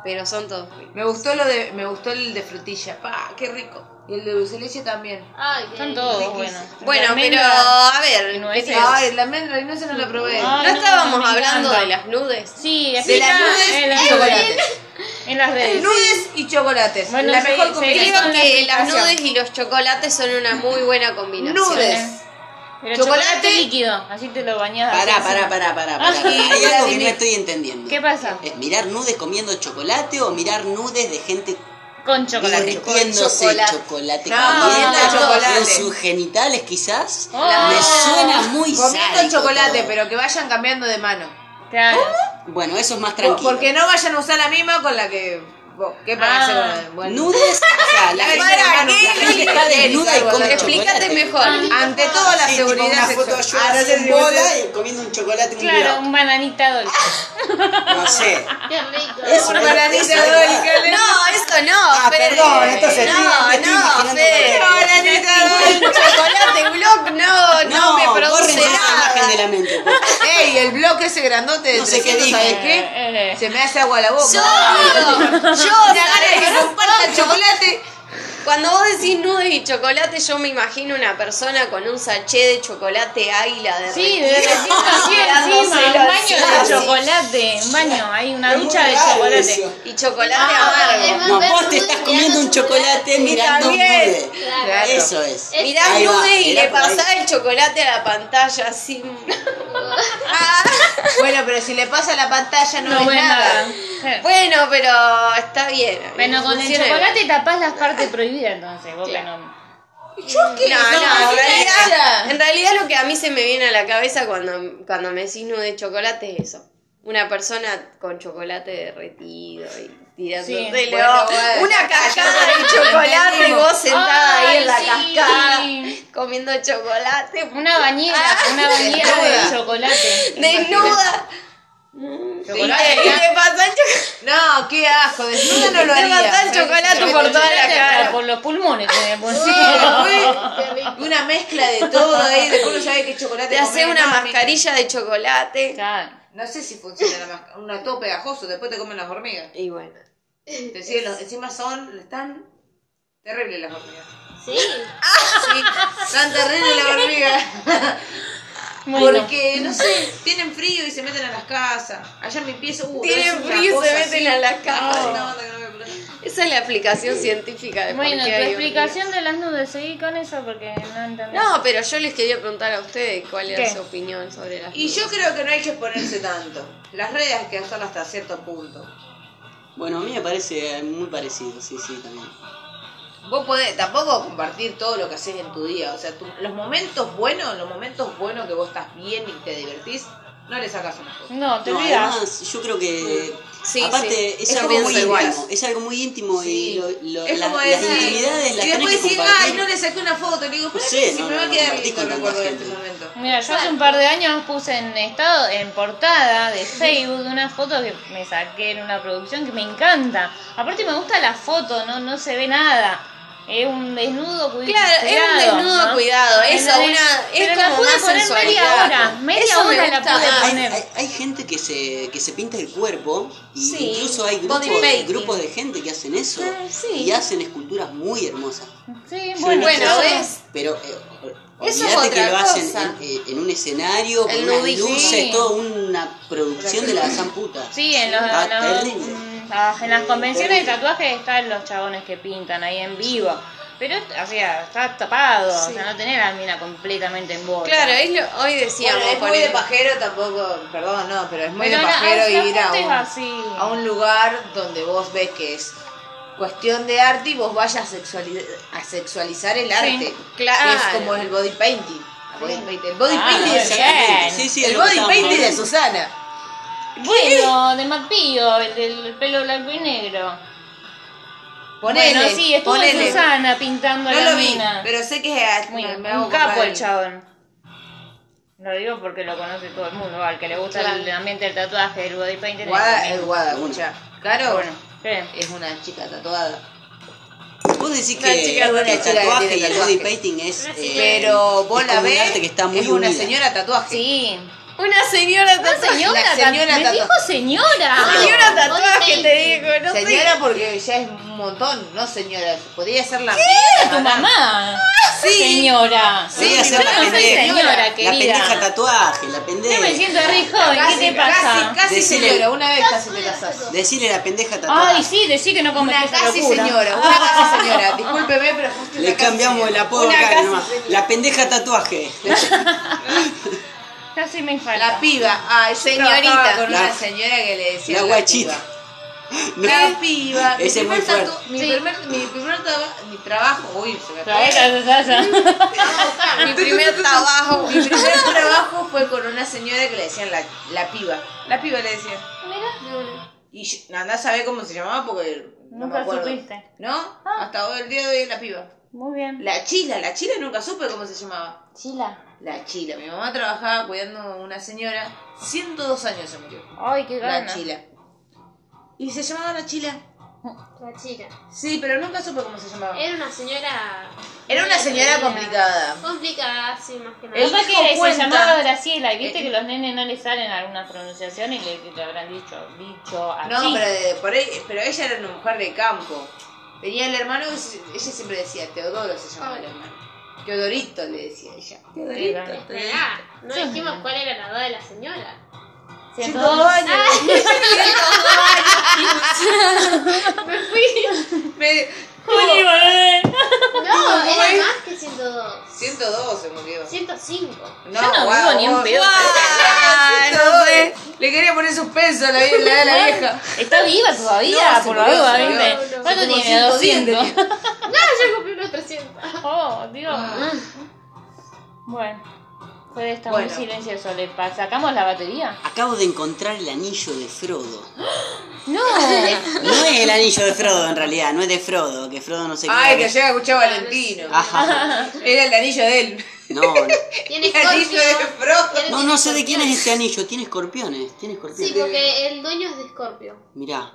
Speaker 3: pero son todos ricos.
Speaker 5: Me gustó lo de, me gustó el de frutilla. Pa, qué rico. Y el de dulce leche también.
Speaker 1: Ay, qué
Speaker 4: Son todos buenos.
Speaker 3: Bueno,
Speaker 4: La
Speaker 3: pero
Speaker 4: almendra-
Speaker 3: a ver,
Speaker 4: y nueces.
Speaker 5: Ay, la almendra y se no la probé.
Speaker 4: Ay,
Speaker 3: ¿no
Speaker 4: no,
Speaker 3: estábamos
Speaker 4: me
Speaker 3: hablando
Speaker 4: encanta.
Speaker 3: de las nudes?
Speaker 4: Sí,
Speaker 5: De
Speaker 4: explica
Speaker 5: las eh, nudes
Speaker 4: en, las
Speaker 5: y
Speaker 4: redes.
Speaker 5: chocolates.
Speaker 4: en las redes.
Speaker 5: Nudes y chocolates.
Speaker 4: Bueno,
Speaker 5: la
Speaker 4: sí,
Speaker 5: mejor
Speaker 4: sí.
Speaker 3: Creo
Speaker 5: combinación.
Speaker 3: que las
Speaker 5: explicación.
Speaker 3: nudes y los chocolates son una muy buena combinación.
Speaker 5: Nudes.
Speaker 4: Pero
Speaker 5: Chocolate-
Speaker 4: chocolate, líquido, así te lo bañas.
Speaker 2: Pará,
Speaker 4: así.
Speaker 2: pará, pará, pará. pará.
Speaker 4: Ah, sí,
Speaker 2: Hay
Speaker 4: sí,
Speaker 2: algo
Speaker 4: sí,
Speaker 2: que no
Speaker 4: sí.
Speaker 2: estoy entendiendo.
Speaker 4: ¿Qué pasa?
Speaker 2: ¿Es mirar nudes comiendo chocolate o mirar nudes de gente
Speaker 4: Con chocolate.
Speaker 2: divirtiéndose
Speaker 3: Con chocolate.
Speaker 2: chocolate,
Speaker 5: No,
Speaker 2: comiendo
Speaker 5: no, chocolate.
Speaker 2: en sus genitales quizás?
Speaker 4: Oh.
Speaker 2: Me suena muy
Speaker 5: Comiendo
Speaker 2: sádico
Speaker 5: chocolate,
Speaker 2: todo.
Speaker 5: pero que vayan cambiando de mano.
Speaker 4: Claro.
Speaker 2: Bueno, eso es más tranquilo.
Speaker 5: Porque no vayan a usar la misma con la que. vos, ¿Qué para
Speaker 4: Ah.
Speaker 5: hacer con la de- bueno.
Speaker 2: Nudes, o sea, la gente,
Speaker 5: Para,
Speaker 2: hermano,
Speaker 5: ¿qué?
Speaker 2: la gente está desnuda y come
Speaker 3: Explícate
Speaker 2: chocolate.
Speaker 3: mejor.
Speaker 5: Ante todo la
Speaker 2: Sí, tipo
Speaker 5: seguridad Ah,
Speaker 2: una
Speaker 5: sexual.
Speaker 2: foto ayudada
Speaker 5: Ante-
Speaker 2: en bola y comiendo un chocolate en un
Speaker 4: Claro, un bananita dulce.
Speaker 2: video. No sé.
Speaker 1: Qué rico.
Speaker 2: Es una
Speaker 5: Bananita
Speaker 2: cosa
Speaker 5: dólica, le-
Speaker 3: No, eso no.
Speaker 2: Ah,
Speaker 3: Fede.
Speaker 2: perdón, esto se
Speaker 3: No,
Speaker 2: estoy- me estoy
Speaker 3: no,
Speaker 2: imaginando
Speaker 3: Fede.
Speaker 2: cualquier cosa.
Speaker 3: Bananita dulce, chocolate blog, no, no, me
Speaker 2: borren
Speaker 3: produce
Speaker 2: esa imagen de
Speaker 3: nada.
Speaker 2: la mente. por favor.
Speaker 5: Ey, el bloque ese grandote de
Speaker 2: No sé qué
Speaker 5: 300,
Speaker 2: dije.
Speaker 5: ¿sabes qué?
Speaker 4: Eh, eh.
Speaker 5: Se me hace agua la boca.
Speaker 3: Ah, Yo digo,
Speaker 5: La
Speaker 3: yo,
Speaker 5: gana
Speaker 3: ¿sabes?
Speaker 5: que comparta el chocolate.
Speaker 3: Cuando vos decís nudes y chocolate, yo me imagino una persona con un sachet de chocolate águila de
Speaker 4: Sí, de recién así encima, un baño de chocolate, un baño, hay una
Speaker 2: Es
Speaker 4: ducha
Speaker 2: muy
Speaker 4: de
Speaker 2: raro
Speaker 4: chocolate.
Speaker 2: eso.
Speaker 3: Y chocolate
Speaker 1: Ah,
Speaker 3: amargo.
Speaker 1: es más
Speaker 2: No,
Speaker 1: ver
Speaker 2: vos te
Speaker 1: nudes
Speaker 2: estás
Speaker 1: mirando
Speaker 2: comiendo un chocolate
Speaker 1: chocolate.
Speaker 2: mirando un nude.
Speaker 1: Claro.
Speaker 2: Eso es.
Speaker 1: Es-
Speaker 3: Mirás
Speaker 2: Ahí va,
Speaker 3: nudes y
Speaker 2: era
Speaker 3: le
Speaker 2: por ahí.
Speaker 3: pasás el chocolate a la pantalla así. Ah,
Speaker 5: Bueno, pero si le pasa a la pantalla no,
Speaker 4: No
Speaker 5: ves
Speaker 4: ves
Speaker 5: nada.
Speaker 4: nada. Eh.
Speaker 3: bueno, pero está bien.
Speaker 4: Bueno, con el
Speaker 3: Funciona.
Speaker 4: chocolate tapás las partes prohibidas entonces, vos que
Speaker 3: Eh, Claro.
Speaker 4: no.
Speaker 3: No, no, en
Speaker 5: ¿qué
Speaker 3: realidad,
Speaker 5: pasa?
Speaker 3: en realidad lo que a mí se me viene a la cabeza cuando, cuando me decís nude de chocolate es eso. Una persona con chocolate derretido y tirándoselo.
Speaker 4: Sí,
Speaker 5: bueno, bueno.
Speaker 3: Una cascada de chocolate y vos sentada ahí en la
Speaker 4: Ay,
Speaker 3: cascada
Speaker 4: sí.
Speaker 3: comiendo chocolate.
Speaker 4: Una bañera,
Speaker 3: Ah,
Speaker 4: una bañera
Speaker 5: desnuda.
Speaker 4: de chocolate.
Speaker 3: Desnuda.
Speaker 5: Chocolate.
Speaker 3: Y le pasa el chocolate.
Speaker 5: No, qué asco, desnuda no lo
Speaker 3: Te
Speaker 5: haría.
Speaker 3: mata el chocolate
Speaker 5: Pero
Speaker 3: por
Speaker 5: el
Speaker 3: toda la
Speaker 5: chocolate
Speaker 3: cara.
Speaker 5: está-
Speaker 4: Por los pulmones que me
Speaker 5: Sí,
Speaker 1: Qué rico.
Speaker 5: fue Una mezcla de todo ahí, después no sabés qué chocolate
Speaker 3: Te hace
Speaker 5: comer,
Speaker 3: una
Speaker 5: no,
Speaker 3: mascarilla de chocolate.
Speaker 4: Claro.
Speaker 5: No sé si funciona la mascarilla, una todo pegajoso, después te comen las hormigas.
Speaker 3: Y bueno.
Speaker 5: Te siguen los- encima son, están terribles las hormigas.
Speaker 1: Sí.
Speaker 5: Están terribles las hormigas.
Speaker 4: Bueno.
Speaker 5: Porque, no sé, tienen frío y se meten a las casas. Allá en mi pieza, uh,
Speaker 3: Tienen frío y se meten a la cama.
Speaker 5: No, que no me acuerdo.
Speaker 3: Esa es la explicación científica de por
Speaker 4: Bueno, tu
Speaker 3: qué hay
Speaker 4: explicación de las nudes, seguí con eso porque no entendí.
Speaker 3: hormigas. No, pero yo les quería preguntar a ustedes cuál era
Speaker 4: ¿Qué?
Speaker 3: su opinión sobre las
Speaker 5: Y yo creo que no hay que exponerse tanto. Las redes hay que hacerlas hasta cierto punto.
Speaker 2: Bueno, a mí me parece muy parecido, sí, sí, también.
Speaker 5: Vos podés tampoco compartir todo lo que haces en tu día. O sea, tu- los momentos buenos, los momentos buenos que vos estás bien y te divertís, no le sacas una foto.
Speaker 4: No, te
Speaker 2: No,
Speaker 4: olvidas.
Speaker 2: además, yo creo que
Speaker 3: Sí,
Speaker 2: Aparte,
Speaker 3: sí.
Speaker 2: es,
Speaker 3: Yo
Speaker 2: algo
Speaker 3: pienso
Speaker 2: muy
Speaker 3: igual.
Speaker 2: íntimo, es algo muy íntimo y
Speaker 5: Sí.
Speaker 2: lo- lo-
Speaker 5: es
Speaker 2: la-
Speaker 5: como
Speaker 2: las
Speaker 5: decir-
Speaker 2: intimidades las
Speaker 5: Y
Speaker 2: tenés que
Speaker 5: después decir, ay,
Speaker 2: compartir.
Speaker 5: no le saqué una foto. Le digo, pero
Speaker 2: Sí,
Speaker 5: si
Speaker 2: no,
Speaker 5: me va
Speaker 2: no,
Speaker 5: a
Speaker 2: no
Speaker 5: quedar
Speaker 2: compartís
Speaker 5: lindo
Speaker 2: con
Speaker 5: el
Speaker 2: tanta
Speaker 5: recuerdo de este
Speaker 2: gente.
Speaker 5: momento.
Speaker 4: Mira, yo hace un par de años puse en estado, en portada de Facebook, de una foto que me saqué en una producción que me encanta. Aparte me gusta la foto, no, no se ve nada. Es un desnudo cuidado.
Speaker 3: Claro, es un desnudo cuidado, eso,
Speaker 4: Pero-
Speaker 3: una- es
Speaker 4: pero la
Speaker 3: como
Speaker 4: pude
Speaker 3: más
Speaker 4: poner media
Speaker 3: sensualidad.
Speaker 4: hora, media
Speaker 3: Eso me
Speaker 4: hora la
Speaker 3: gusta
Speaker 4: pude
Speaker 3: más.
Speaker 2: Hay,
Speaker 4: poner.
Speaker 2: hay- hay gente que se, que se pinta el cuerpo y
Speaker 3: Sí,
Speaker 2: incluso hay
Speaker 3: body
Speaker 2: grupos,
Speaker 3: painting.
Speaker 2: grupos de gente que hacen eso
Speaker 3: Ah, sí.
Speaker 2: y hacen esculturas muy hermosas.
Speaker 4: Sí,
Speaker 2: Yo
Speaker 4: bueno,
Speaker 2: no sé
Speaker 3: Bueno,
Speaker 2: si-
Speaker 3: es-
Speaker 2: Pero eh,
Speaker 3: Eso
Speaker 2: olvídate
Speaker 3: es
Speaker 2: que
Speaker 3: otra
Speaker 2: lo hacen
Speaker 3: cosa.
Speaker 2: en, eh, en un escenario, con
Speaker 3: El
Speaker 2: unas
Speaker 3: nudismo.
Speaker 2: luces,
Speaker 4: Sí.
Speaker 2: toda una producción de la zamputa.
Speaker 4: Sí, en, los,
Speaker 2: Ah,
Speaker 4: en los-
Speaker 2: terrible.
Speaker 4: mm, ah, en las convenciones de tatuajes están los chabones que pintan ahí en vivo. Pero, o sea, está tapado, o sea, no tenés la mina completamente en bola.
Speaker 3: Claro, es lo- hoy decíamos.
Speaker 5: Bueno, es muy
Speaker 3: ponele.
Speaker 5: de pajero tampoco, perdón, no, pero es muy
Speaker 4: Pero
Speaker 5: de
Speaker 4: la-
Speaker 5: pajero
Speaker 4: la
Speaker 5: ir a
Speaker 4: gente es
Speaker 5: un,
Speaker 4: así.
Speaker 5: a un lugar donde vos ves que es cuestión de arte y vos vayas a, sexuali- a sexualizar el arte.
Speaker 3: claro.
Speaker 5: Que es como el body painting. El body painting, el body
Speaker 4: Ah,
Speaker 5: painting, de,
Speaker 4: muy
Speaker 5: Susana.
Speaker 4: bien.
Speaker 2: Sí, sí, es
Speaker 5: el
Speaker 2: lo que
Speaker 5: body
Speaker 2: estábamos
Speaker 5: painting de
Speaker 2: hablando.
Speaker 5: Susana.
Speaker 4: Bueno, de Matpío, el del pelo blanco y negro.
Speaker 5: Ponele,
Speaker 4: bueno, sí, estuvo
Speaker 5: ponele.
Speaker 4: Susana pintando
Speaker 5: No
Speaker 4: la
Speaker 5: lo vi,
Speaker 4: mina.
Speaker 5: pero sé que es
Speaker 4: Muy-
Speaker 5: me- me hago
Speaker 4: un capo
Speaker 5: acordar.
Speaker 4: el chabón. Lo digo porque lo conoce todo el mundo, al que le gusta
Speaker 3: Claro.
Speaker 4: el ambiente del tatuaje, el body painting.
Speaker 5: Guada,
Speaker 4: el-
Speaker 5: el Guada, escucha. Claro,
Speaker 4: Bueno, ¿qué?
Speaker 5: es una chica tatuada.
Speaker 2: Vos decís
Speaker 5: Una
Speaker 2: que
Speaker 5: chica, una
Speaker 2: el
Speaker 5: chica que
Speaker 2: tatuaje
Speaker 5: tiene
Speaker 2: y el
Speaker 5: tatuaje.
Speaker 2: body painting es. eh,
Speaker 5: Pero vos
Speaker 2: es
Speaker 5: la
Speaker 2: como un
Speaker 5: ves,
Speaker 2: arte que está muy
Speaker 5: es una
Speaker 2: unida.
Speaker 5: señora tatuaje.
Speaker 4: Sí.
Speaker 3: Una señora
Speaker 4: Una
Speaker 3: tatuaje.
Speaker 4: señora,
Speaker 5: la señora
Speaker 4: me
Speaker 5: tatu-
Speaker 4: dijo señora.
Speaker 3: Señora
Speaker 1: Body
Speaker 3: tatuaje, te
Speaker 1: painting.
Speaker 3: digo, no sé.
Speaker 5: Señora, porque ya es un montón, no señora. Podría ser la
Speaker 4: Era tu mamá. Señora.
Speaker 2: Voy a
Speaker 5: Sí,
Speaker 2: ser
Speaker 5: yo
Speaker 2: la
Speaker 5: no soy
Speaker 2: pendeja.
Speaker 4: señora,
Speaker 2: La pendeja
Speaker 4: querida.
Speaker 2: tatuaje, la pendeja.
Speaker 4: Yo me siento re joven, ¿qué te pasa?
Speaker 5: Casi, casi
Speaker 2: Decile-
Speaker 5: señora, una vez casi te casás.
Speaker 2: Decirle la pendeja tatuaje.
Speaker 4: Ay, sí, decí que no cometí
Speaker 5: Una
Speaker 4: esa
Speaker 5: casi
Speaker 4: locura. Ah,
Speaker 5: señora, una casi señora. Discúlpeme, pero fuiste una
Speaker 2: Le
Speaker 5: casi
Speaker 2: cambiamos el
Speaker 5: señora.
Speaker 2: apodo
Speaker 5: Una
Speaker 2: acá
Speaker 5: casi
Speaker 2: nomás.
Speaker 5: señora.
Speaker 2: La pendeja tatuaje.
Speaker 4: Casi me
Speaker 5: La
Speaker 4: falta.
Speaker 5: piba, ay,
Speaker 3: Señorita.
Speaker 5: señorita. Con
Speaker 2: La-
Speaker 5: una señora que le decía.
Speaker 2: La guachita.
Speaker 5: piba.
Speaker 2: No.
Speaker 5: La piba. Mi
Speaker 2: Ese es muy
Speaker 5: primer
Speaker 2: fuerte.
Speaker 5: tatu- Mi primer, mi primer traba- mi trabajo. Uy, se me fue.
Speaker 3: Mi primer trabajo.
Speaker 5: Mi primer trabajo fue con una señora que le decían la, la piba. La piba le decían. Y yo, andá a saber cómo se llamaba porque no
Speaker 4: Nunca
Speaker 5: me acuerdo.
Speaker 4: supiste.
Speaker 5: ¿No?
Speaker 2: Ah.
Speaker 5: Hasta hoy el día de hoy la piba.
Speaker 4: Muy bien.
Speaker 5: La chila, la chila nunca supe cómo se llamaba.
Speaker 4: Chila.
Speaker 5: La chila. Mi mamá trabajaba cuidando a una señora. 102 años se murió.
Speaker 4: Ay, qué
Speaker 5: La
Speaker 4: gana.
Speaker 5: chila. Y se llamaba la chila.
Speaker 1: La chica.
Speaker 5: Sí, pero nunca supe cómo se llamaba.
Speaker 1: Era una señora.
Speaker 5: Era una señora
Speaker 1: Era-
Speaker 5: complicada.
Speaker 1: Complicada, sí, más que nada.
Speaker 5: El-
Speaker 4: Capaz
Speaker 5: hijo
Speaker 4: que se
Speaker 5: cuenta-
Speaker 4: llamaba Graciela y viste
Speaker 5: Eh,
Speaker 4: que los nenes no les salen algunas pronunciaciones y le, le habrán dicho, dicho así.
Speaker 5: No, pero, de- por ahí- pero ella era una mujer de campo. Tenía el hermano que se- ella siempre decía, Teodoro se llamaba el hermano. Teodorito le decía ella.
Speaker 4: Teodorito, Teodorito.
Speaker 1: Esperá, no dijimos cuál era la edad de la señora.
Speaker 5: 102 años.
Speaker 1: Ah, Me fui.
Speaker 5: Me-
Speaker 4: Juli, bebé.
Speaker 1: No, era más que 102.
Speaker 5: 102 se murió.
Speaker 1: 105.
Speaker 5: No,
Speaker 4: Yo no
Speaker 5: guau,
Speaker 4: vivo ni un
Speaker 5: vos-
Speaker 4: pedo.
Speaker 5: Ah,
Speaker 3: Ah, no sé.
Speaker 5: 102. Le quería poner suspenso a la, vie- la, la vieja.
Speaker 4: Está viva todavía,
Speaker 5: No, se
Speaker 4: por la
Speaker 5: murió,
Speaker 4: duda,
Speaker 5: se murió.
Speaker 4: ¿viste?
Speaker 1: No,
Speaker 4: ¿Cuánto
Speaker 5: Como
Speaker 4: tiene?
Speaker 5: 110
Speaker 4: 200.
Speaker 5: tenía.
Speaker 1: No, ya cumplí los 300.
Speaker 4: Oh, Dios.
Speaker 5: Ah.
Speaker 4: Bueno, puede estar
Speaker 5: Bueno.
Speaker 4: muy silencioso. ¿Le pa- sacamos la batería?
Speaker 2: Acabo de encontrar el anillo de Frodo.
Speaker 4: No.
Speaker 2: No es el anillo de Frodo en realidad, no es de Frodo, que Frodo no se
Speaker 5: Ay, que
Speaker 2: queda-
Speaker 5: llega a escuchar Valentino.
Speaker 2: Ajá.
Speaker 5: Era el anillo de él.
Speaker 2: No, no.
Speaker 1: Tiene
Speaker 5: El anillo de
Speaker 1: Scorpio.
Speaker 5: Frodo.
Speaker 2: No, no sé de quién es este anillo, tiene escorpiones, tiene
Speaker 1: Sí,
Speaker 2: escorpiones.
Speaker 1: porque el dueño es de Scorpio.
Speaker 2: Mirá,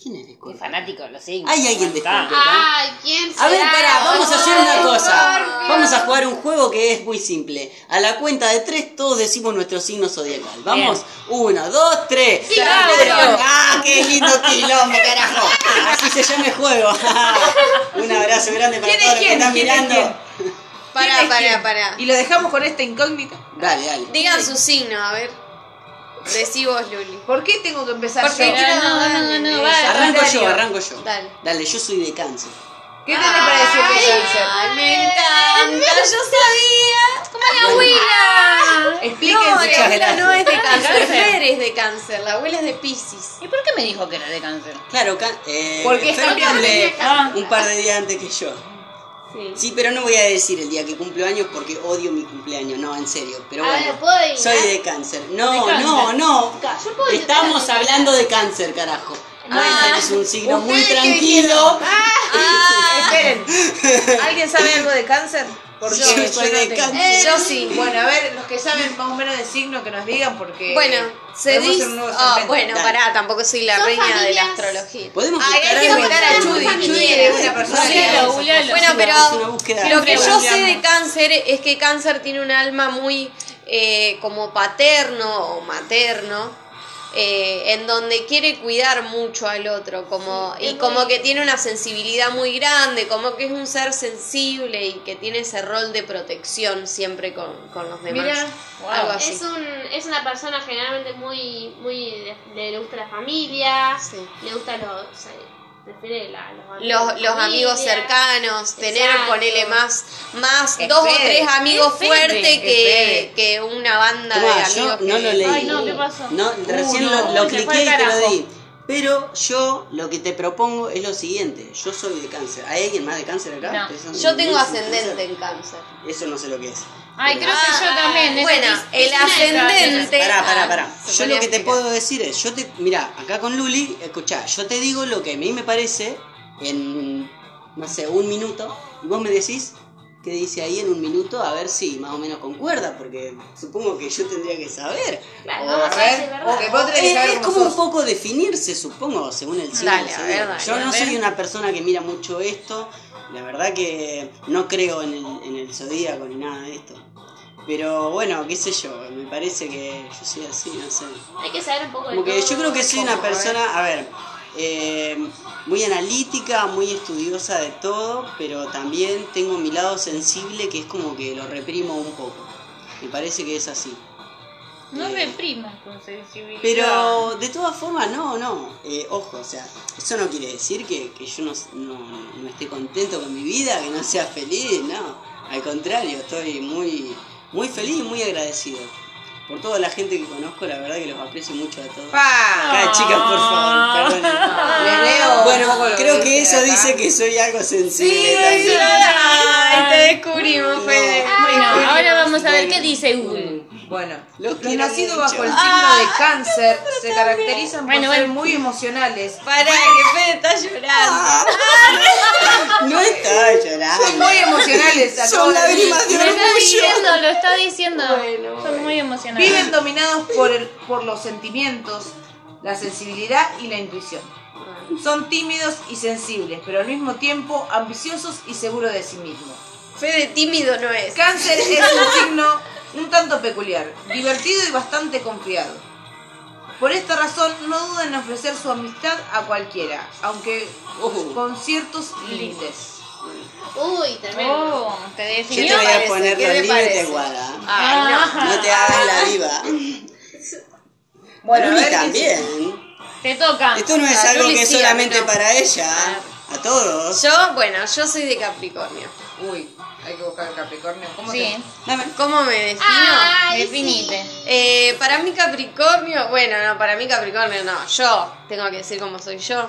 Speaker 2: ¿quién es de
Speaker 4: Qué
Speaker 2: escorpión?
Speaker 4: fanático de los signos.
Speaker 2: Hay alguien de
Speaker 4: Está.
Speaker 2: Scorpio.
Speaker 3: ¿eh?
Speaker 1: Ay, ¿quién será?
Speaker 2: A ver, pará, vamos a hacer una
Speaker 1: Ay,
Speaker 2: cosa.
Speaker 1: Scorpio.
Speaker 2: Vamos a jugar un juego que es muy simple. A la cuenta de tres todos decimos nuestro signo zodiacal. Vamos, uno, dos, tres.
Speaker 4: Sagitario.
Speaker 2: ¡Ah, qué lindo quilombo, carajo! Así se llama el juego. un abrazo grande para
Speaker 5: ¿Quién es
Speaker 2: todos los que
Speaker 5: quién?
Speaker 2: están
Speaker 5: ¿Quién es
Speaker 2: mirando.
Speaker 5: quién?
Speaker 3: Pará,
Speaker 5: ¿Quién es
Speaker 3: pará,
Speaker 5: quién?
Speaker 3: pará.
Speaker 5: Y lo dejamos con esta incógnita.
Speaker 2: Dale, dale.
Speaker 3: Digan su signo, a ver. Decí vos, Luli.
Speaker 5: ¿Por qué tengo que empezar
Speaker 3: Porque
Speaker 5: yo?
Speaker 4: no, no, no, no, vale.
Speaker 2: Arranco yo, arranco yo.
Speaker 3: Dale.
Speaker 2: Dale, yo soy de cáncer.
Speaker 5: ¿Qué tenés para decir de cáncer?
Speaker 3: Ay, me encanta, yo sabía. ¿Cómo la abuela?
Speaker 5: Explíquense.
Speaker 3: No, la
Speaker 2: Muchas
Speaker 3: abuela
Speaker 2: gracias.
Speaker 3: no es de
Speaker 4: Ah,
Speaker 3: cáncer.
Speaker 4: cáncer.
Speaker 3: Fer es de cáncer, la abuela es de Pisces.
Speaker 4: ¿Y por qué me dijo que era de cáncer?
Speaker 2: Claro, ca- eh,
Speaker 5: Porque es
Speaker 2: Fer
Speaker 5: cambiante.
Speaker 2: cumple
Speaker 4: Ah.
Speaker 2: un par de días antes que yo.
Speaker 1: Sí.
Speaker 2: Sí, pero no voy a decir el día que cumplo años porque odio mi cumpleaños. No, en serio. Pero
Speaker 3: Ah,
Speaker 1: A
Speaker 2: bueno,
Speaker 1: ver, ¿puedo adivinar?
Speaker 2: soy de cáncer. No,
Speaker 4: De cáncer.
Speaker 2: no, no. ca-
Speaker 1: Yo puedo intentar
Speaker 2: Estamos
Speaker 1: adivinar.
Speaker 2: hablando de cáncer, carajo.
Speaker 1: Ah,
Speaker 2: Cáncer es un signo muy
Speaker 5: ¿ustedes qué
Speaker 2: tranquilo.
Speaker 5: Ah, esperen. ¿Alguien sabe algo de cáncer?
Speaker 2: Porque
Speaker 5: Yo,
Speaker 2: yo soy
Speaker 5: yo no
Speaker 2: de
Speaker 5: tengo.
Speaker 2: cáncer.
Speaker 3: Yo sí.
Speaker 5: Bueno, a ver, los que saben más o menos de signo que nos digan porque.
Speaker 3: Bueno, se
Speaker 5: podemos hacer
Speaker 3: dice.
Speaker 5: un nuevo
Speaker 3: Ah,
Speaker 5: segmento.
Speaker 3: bueno,
Speaker 2: Dale.
Speaker 3: pará, tampoco soy la
Speaker 1: Son
Speaker 3: reina de la
Speaker 1: familias-
Speaker 3: astrología.
Speaker 2: Podemos
Speaker 3: Ay,
Speaker 2: buscar
Speaker 3: Ah, hay que
Speaker 2: algo
Speaker 3: buscar a
Speaker 2: en-
Speaker 3: Judy.
Speaker 1: Son
Speaker 3: Judy
Speaker 1: familiares.
Speaker 3: es una persona.
Speaker 2: Búscalo,
Speaker 3: que-
Speaker 2: búscalo.
Speaker 3: Bueno,
Speaker 2: Es una- es una
Speaker 3: pero
Speaker 2: búsqueda.
Speaker 3: lo que yo
Speaker 5: Googleamos.
Speaker 3: sé de cáncer es que cáncer tiene un alma muy eh, como paterno o materno, eh, en donde quiere cuidar mucho al otro, como
Speaker 1: Sí,
Speaker 3: y
Speaker 1: es muy-
Speaker 3: como que tiene una sensibilidad muy grande, como que es un ser sensible y que tiene ese rol de protección siempre con, con los demás.
Speaker 5: Mira,
Speaker 4: wow.
Speaker 3: Algo así.
Speaker 1: Es, un, es una persona generalmente muy, muy de- de- le gusta la familia,
Speaker 3: Sí.
Speaker 1: le gusta los, o sea, prefiere la- los amigos, de
Speaker 3: los,
Speaker 1: la
Speaker 3: los amigos
Speaker 1: familia.
Speaker 3: cercanos, tener
Speaker 1: Exacto.
Speaker 3: ponele más, más
Speaker 5: Que
Speaker 3: dos o
Speaker 5: espere,
Speaker 3: tres amigos
Speaker 4: que espere,
Speaker 3: fuertes
Speaker 4: que
Speaker 3: que,
Speaker 5: espere.
Speaker 3: que una banda de
Speaker 2: Tomá, yo
Speaker 3: amigos.
Speaker 2: no
Speaker 3: que-
Speaker 2: lo leí.
Speaker 4: Ay, no, ¿qué pasó?
Speaker 2: No,
Speaker 4: Uh,
Speaker 2: recién
Speaker 4: no,
Speaker 2: lo, lo
Speaker 4: se
Speaker 2: cliqué
Speaker 4: fue al
Speaker 2: y te lo
Speaker 4: carajo.
Speaker 2: di. Pero yo lo que te propongo es lo siguiente. Yo soy de cáncer. ¿Hay alguien más de cáncer acá?
Speaker 4: No.
Speaker 2: Ustedes son
Speaker 3: Yo tengo
Speaker 2: muy
Speaker 3: ascendente
Speaker 2: cáncer.
Speaker 3: en cáncer. Ah,
Speaker 2: Eso no sé lo que es.
Speaker 4: Ay,
Speaker 2: Pero-
Speaker 4: creo que yo también.
Speaker 3: Bueno,
Speaker 4: necesito-
Speaker 3: el
Speaker 4: necesito-
Speaker 3: ascendente.
Speaker 2: Pará, pará, pará.
Speaker 3: Ah, se
Speaker 2: Yo
Speaker 3: pone
Speaker 2: lo que te
Speaker 3: áspera.
Speaker 2: puedo decir es, yo te, mira, acá con Luli, escuchá, yo te digo lo que a mí me parece en, no sé, un minuto, y vos me decís qué dice ahí en un minuto, a ver si más o menos concuerda, porque supongo que yo tendría que saber.
Speaker 1: Claro,
Speaker 5: O,
Speaker 1: vamos
Speaker 5: a
Speaker 1: a ver si es
Speaker 5: ver,
Speaker 1: verdad.
Speaker 5: que vos tenés que
Speaker 2: Es,
Speaker 5: saber
Speaker 2: Eh, es
Speaker 5: cómo
Speaker 2: como un
Speaker 5: sos.
Speaker 2: poco definirse, supongo, según el signo.
Speaker 3: Dale, a
Speaker 2: según.
Speaker 3: ver, dale,
Speaker 2: Yo no
Speaker 4: a ver.
Speaker 2: soy una persona que mira mucho esto. La verdad que no creo en el, en el zodíaco ni nada de esto. Pero bueno, qué sé yo, me parece que yo soy así, no sé.
Speaker 1: Hay que saber un poco de
Speaker 2: Como que
Speaker 1: todo.
Speaker 2: yo creo que soy una
Speaker 3: ¿Cómo? A ver.
Speaker 2: persona, a ver, eh, muy analítica, muy estudiosa de todo, pero también tengo mi lado sensible que es como que lo reprimo un poco. Me parece que es así.
Speaker 4: No
Speaker 2: Eh,
Speaker 4: reprimas con sensibilidad.
Speaker 2: Pero de todas formas, no, no. Eh, ojo, o sea, eso no quiere decir que, que yo no, no- no esté contento con mi vida, que no sea feliz, no. Al contrario, estoy muy, muy feliz y muy agradecido. Por toda la gente que conozco, la verdad que los aprecio mucho a todos.
Speaker 5: Pa.
Speaker 2: Acá, chicas, por favor, perdonen.
Speaker 5: Le leo un poco
Speaker 2: Bueno,
Speaker 5: lo
Speaker 2: creo que
Speaker 5: dice
Speaker 2: eso
Speaker 5: acá.
Speaker 2: dice que soy algo sensible también.
Speaker 3: Ay, te descubrimos, Fede.
Speaker 4: Bueno,
Speaker 2: Bueno,
Speaker 4: ahora vamos a ver
Speaker 2: bueno.
Speaker 4: qué dice Google.
Speaker 5: Bueno,
Speaker 2: Los
Speaker 5: los,
Speaker 2: quiero
Speaker 5: nacidos
Speaker 2: mucho. Ah,
Speaker 5: bajo el signo de cáncer se caracterizan por
Speaker 4: Bueno,
Speaker 5: ser
Speaker 4: bueno.
Speaker 5: muy emocionales.
Speaker 3: Pará, que Fede está llorando.
Speaker 2: Ah, No está
Speaker 5: Son
Speaker 2: llorando.
Speaker 5: muy emocionales. a
Speaker 2: Son
Speaker 5: todos.
Speaker 2: lágrimas de
Speaker 4: Lo está
Speaker 2: orgullo.
Speaker 4: diciendo, lo está diciendo.
Speaker 3: Bueno,
Speaker 4: Son muy emocionados.
Speaker 5: Viven dominados por, el- por los sentimientos, la sensibilidad y la intuición.
Speaker 2: Ah.
Speaker 5: Son tímidos y sensibles, pero al mismo tiempo ambiciosos y seguros de sí mismos.
Speaker 3: Fede tímido no es.
Speaker 5: Cáncer es un signo un tanto peculiar, divertido y bastante confiado. Por esta razón no duda en ofrecer su amistad a cualquiera, aunque
Speaker 2: Uh.
Speaker 5: con ciertos límites.
Speaker 1: Uy, tremendo.
Speaker 4: Oh, te
Speaker 2: Yo
Speaker 4: definió.
Speaker 2: te voy a
Speaker 5: parece?
Speaker 2: poner
Speaker 5: ¿Qué
Speaker 2: los
Speaker 5: le
Speaker 2: límites,
Speaker 5: parece?
Speaker 2: Guada.
Speaker 5: Ay, no.
Speaker 3: Ah.
Speaker 2: No te hagas la viva.
Speaker 5: Bueno, a
Speaker 2: Luli
Speaker 5: ver qué
Speaker 2: también.
Speaker 4: Te toca.
Speaker 2: Esto no es
Speaker 3: Ah, A
Speaker 2: algo
Speaker 3: Luli
Speaker 2: que es
Speaker 3: sí, a mí
Speaker 2: solamente
Speaker 3: no.
Speaker 2: para ella. A todos.
Speaker 3: Yo, bueno, yo soy de Capricornio.
Speaker 5: dice. Uy, hay que buscar el Capricornio. ¿Cómo
Speaker 4: Sí.
Speaker 3: ¿Cómo me defino?
Speaker 1: Ay,
Speaker 4: definite.
Speaker 1: sí.
Speaker 3: Eh, para mí Capricornio, bueno, no, para mí Capricornio no, yo tengo que decir cómo soy yo.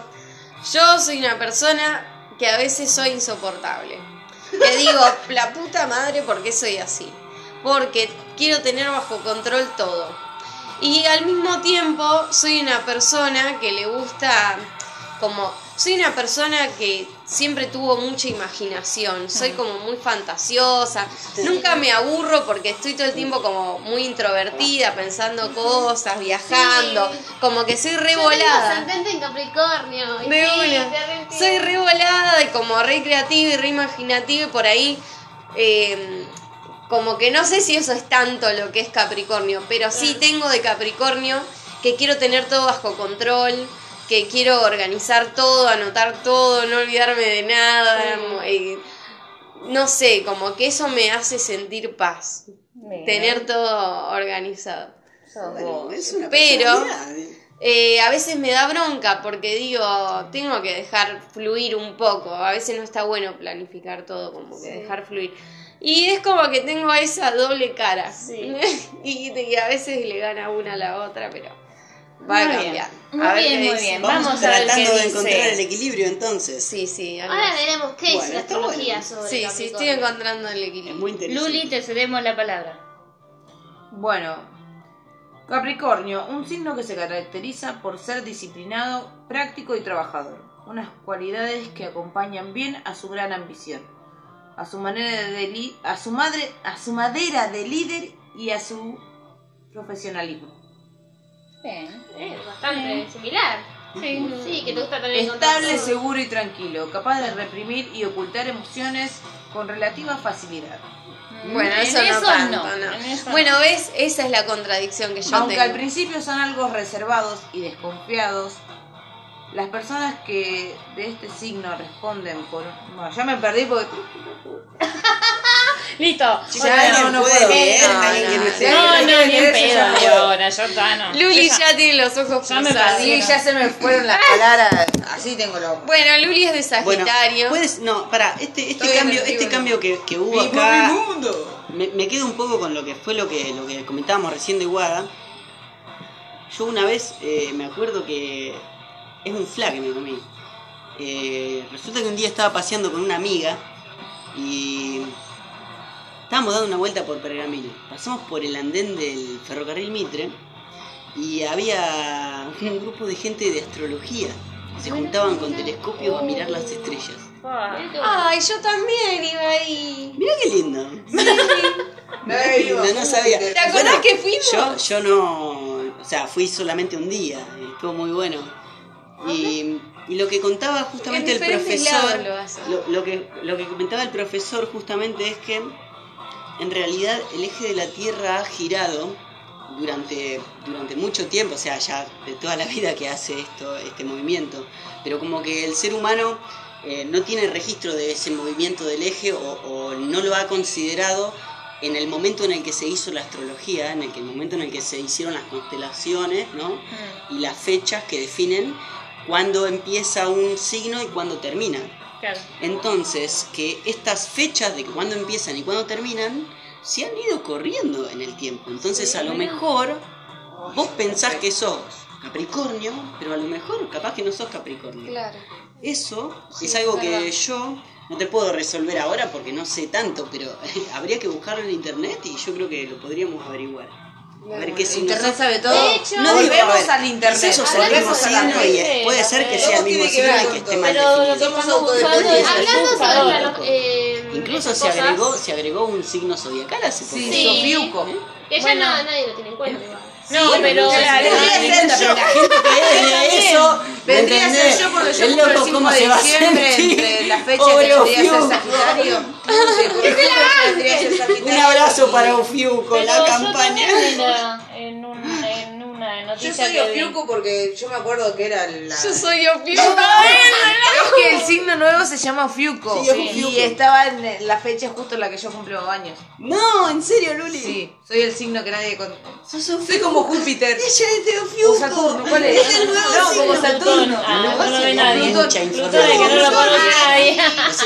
Speaker 3: Yo soy una persona que a veces soy insoportable. Que digo, la puta madre, ¿por qué soy así? Porque quiero tener bajo control todo. Y al mismo tiempo soy una persona que le gusta como soy una persona que siempre tuvo mucha imaginación, soy como muy fantasiosa, nunca me aburro porque estoy todo el tiempo como muy introvertida, pensando cosas, viajando,
Speaker 1: Sí.
Speaker 3: como que soy
Speaker 1: Yo tengo
Speaker 3: revolada.
Speaker 1: ascendente en Capricornio. y
Speaker 3: De
Speaker 1: sí,
Speaker 3: una.
Speaker 1: te arrepiento.
Speaker 3: Soy re volada y como re creativa y re imaginativa y por ahí. eh, como que no sé si eso es tanto lo que es Capricornio, pero sí tengo de Capricornio que quiero tener todo bajo control, que quiero organizar todo, anotar todo, no olvidarme de nada. mo- eh, no sé, como que eso me hace sentir paz,
Speaker 4: Bien.
Speaker 3: tener todo organizado.
Speaker 4: Sos
Speaker 2: Bueno,
Speaker 4: vos.
Speaker 2: es una
Speaker 3: Pero-
Speaker 2: personalidad.
Speaker 3: Eh, a veces me da bronca porque digo, tengo que dejar fluir un poco. A veces no está bueno planificar todo, como que dejar fluir. Y es como que tengo esa doble cara.
Speaker 1: Sí.
Speaker 3: y, y a veces le gana una a la otra, pero Va a
Speaker 4: Muy
Speaker 3: cambiar.
Speaker 4: bien.
Speaker 3: a
Speaker 4: Muy
Speaker 3: ver
Speaker 4: bien,
Speaker 3: qué
Speaker 4: muy
Speaker 3: dice.
Speaker 4: bien.
Speaker 2: Vamos,
Speaker 4: Vamos a ver
Speaker 2: tratando
Speaker 4: qué
Speaker 2: de
Speaker 4: dice.
Speaker 2: encontrar el equilibrio entonces.
Speaker 3: Sí, sí. algo
Speaker 1: Ahora
Speaker 3: así.
Speaker 1: veremos qué
Speaker 2: Bueno,
Speaker 1: es
Speaker 2: está
Speaker 1: la astrología
Speaker 2: bueno.
Speaker 1: sobre
Speaker 3: Sí, sí, estoy
Speaker 1: Capricornio.
Speaker 3: encontrando el
Speaker 2: Es
Speaker 3: equilibrio.
Speaker 2: muy interesante.
Speaker 4: Luli, te cedemos la palabra.
Speaker 5: Bueno, Capricornio, un signo que se caracteriza por ser disciplinado, práctico y trabajador. Unas cualidades que acompañan bien a su gran ambición, a su manera de li- a su madre, a su madera de líder y a su profesionalismo.
Speaker 4: Bien.
Speaker 1: Eh, bastante similar.
Speaker 4: Sí.
Speaker 1: Sí, que te gusta también encontrar
Speaker 5: Estable,
Speaker 1: todo.
Speaker 5: seguro y tranquilo, capaz de reprimir y ocultar emociones con relativa facilidad.
Speaker 3: Bueno,
Speaker 4: Mm, En
Speaker 3: eso, no tanto, no.
Speaker 4: en eso no.
Speaker 3: Bueno, ves, esa es la contradicción que yo
Speaker 5: Aunque al
Speaker 3: tengo.
Speaker 5: principio son algo reservados y desconfiados, las personas que de este signo responden por... Bueno, ya me perdí porque...
Speaker 4: Listo.
Speaker 2: Chicos,
Speaker 5: Ya,
Speaker 2: alguien
Speaker 5: no, no
Speaker 2: puede
Speaker 5: puedo.
Speaker 2: leer,
Speaker 3: No,
Speaker 2: alguien que
Speaker 3: no,
Speaker 2: no
Speaker 5: Sí,
Speaker 2: esté.
Speaker 4: No, no,
Speaker 5: sí,
Speaker 4: ni en
Speaker 5: sí, sí,
Speaker 4: pedo
Speaker 5: sí.
Speaker 4: de ahora, yo ta- no.
Speaker 3: Luli
Speaker 4: Yo
Speaker 3: ya tiene los ojos
Speaker 4: Ya me
Speaker 3: cruzados.
Speaker 4: perdí.
Speaker 5: Sí, ya se me fueron las palabras. Así tengo los...
Speaker 3: Bueno, Luli es de
Speaker 2: Bueno,
Speaker 3: Sagitario.
Speaker 2: puedes, no, pará, este, este
Speaker 3: Estoy
Speaker 2: cambio,
Speaker 3: en
Speaker 2: este
Speaker 3: el libro.
Speaker 2: cambio que, que hubo acá. Me, me quedo un poco con lo que fue lo que, lo que comentábamos recién de Guada. Yo una vez eh, me acuerdo que es un fla que me comí. Eh, resulta que un día estaba paseando con una amiga y estábamos dando una vuelta por Pergamino. Pasamos por el andén del ferrocarril Mitre y había un grupo de gente de astrología. Se juntaban con telescopios a mirar las estrellas.
Speaker 4: ta-
Speaker 1: Ah,
Speaker 3: Ay, yo también iba ahí.
Speaker 2: Mirá qué lindo. no, no sabía.
Speaker 3: ¿Te acordás
Speaker 2: Bueno,
Speaker 3: que fuimos?
Speaker 2: Yo, yo no. O sea, fui solamente un día. y Estuvo muy bueno. Y, y lo que contaba justamente
Speaker 3: En
Speaker 2: el
Speaker 3: diferentes
Speaker 2: profesor.
Speaker 3: lados lo hace.
Speaker 2: Lo, lo que, lo que comentaba el profesor justamente es que en realidad el eje de la Tierra ha girado durante, durante mucho tiempo, o sea, ya de toda la vida que hace esto, este movimiento. Pero como que el ser humano eh, no tiene registro de ese movimiento del eje o, o no lo ha considerado en el momento en el que se hizo la astrología, en el, que- el momento en el que se hicieron las constelaciones, ¿no?
Speaker 4: Mm,
Speaker 2: Y las fechas que definen cuándo empieza un signo y cuándo termina.
Speaker 4: Claro.
Speaker 2: Entonces, que estas fechas de cuándo empiezan y cuándo terminan se han ido corriendo en el tiempo. Entonces, a lo mejor vos pensás que sos Capricornio, pero a lo mejor capaz que no sos Capricornio.
Speaker 3: Claro.
Speaker 2: Eso es algo que yo no te puedo resolver ahora porque no sé tanto, pero habría que buscarlo en internet y yo creo que lo podríamos averiguar. A ver qué signo
Speaker 5: Internet
Speaker 2: sos.
Speaker 5: sabe todo.
Speaker 1: De hecho-
Speaker 2: No digo,
Speaker 5: volvemos
Speaker 2: a ver,
Speaker 5: al internet.
Speaker 2: quizás sos el
Speaker 1: Hablando
Speaker 2: mismo
Speaker 1: de la
Speaker 2: signo y
Speaker 4: fe,
Speaker 2: puede
Speaker 4: la
Speaker 2: ser que
Speaker 4: fe.
Speaker 2: sea el
Speaker 6: Todo
Speaker 2: mismo
Speaker 6: tiene que ver
Speaker 2: signo y
Speaker 6: con
Speaker 2: que esté
Speaker 6: todo.
Speaker 2: mal
Speaker 4: Pero lo
Speaker 2: definido.
Speaker 4: que
Speaker 6: Somos
Speaker 4: estamos buscando
Speaker 6: autodependientes.
Speaker 4: es
Speaker 1: Hablando
Speaker 4: el
Speaker 1: sobre
Speaker 4: buscador.
Speaker 1: la lo- eh,
Speaker 2: Incluso
Speaker 1: esas
Speaker 2: se
Speaker 1: cosas,
Speaker 2: agregó, se agregó un signo zodiacal hace poco.
Speaker 5: Sí,
Speaker 4: Sí.
Speaker 5: Sofiuco.
Speaker 1: Que ya
Speaker 4: Bueno.
Speaker 1: no, nadie lo tiene en cuenta. igual.
Speaker 4: No, pero claro.
Speaker 5: Vendría a ser yo.
Speaker 2: La gente que de eso. ¿me
Speaker 5: Vendría a ser
Speaker 2: entendés?
Speaker 5: yo porque yo
Speaker 2: El
Speaker 5: cumplo el
Speaker 2: loco
Speaker 5: 5
Speaker 2: cómo
Speaker 5: de
Speaker 2: se va a
Speaker 5: diciembre
Speaker 2: sentir.
Speaker 5: entre las fechas
Speaker 2: Pobre
Speaker 5: que vendría a
Speaker 2: Ofiuco.
Speaker 5: ser Sagitario. No sé, por ejemplo, vendría a ser
Speaker 2: Un
Speaker 5: Sagitario.
Speaker 2: abrazo para Ofiu con
Speaker 4: Pero
Speaker 2: la
Speaker 4: yo
Speaker 2: campaña.
Speaker 4: también era en, un- en una
Speaker 6: Yo
Speaker 4: noticia
Speaker 6: soy
Speaker 4: que vi.
Speaker 6: Ofiuco porque yo me acuerdo que era la.
Speaker 3: Yo soy Opio. eh.
Speaker 5: Es que el signo nuevo se llama Fiuco.
Speaker 6: Sí, es
Speaker 5: Y
Speaker 6: Fiuco.
Speaker 5: estaba en la fecha justo en la que yo cumplo años.
Speaker 2: No, en serio, Luli.
Speaker 5: Sí, soy el signo que nadie con...
Speaker 2: Sos Ofiuco.
Speaker 6: Soy como Júpiter.
Speaker 2: Ella es de
Speaker 5: O
Speaker 2: Ofiuco.
Speaker 5: Saturno, ¿cuál es?
Speaker 2: Es el nuevo
Speaker 5: No, como
Speaker 2: signo.
Speaker 5: Saturno.
Speaker 4: Ah, no, no lo ve
Speaker 2: Hay
Speaker 4: nadie.
Speaker 2: mucha
Speaker 4: Plutón es que no lo
Speaker 2: información.
Speaker 4: conoce nadie.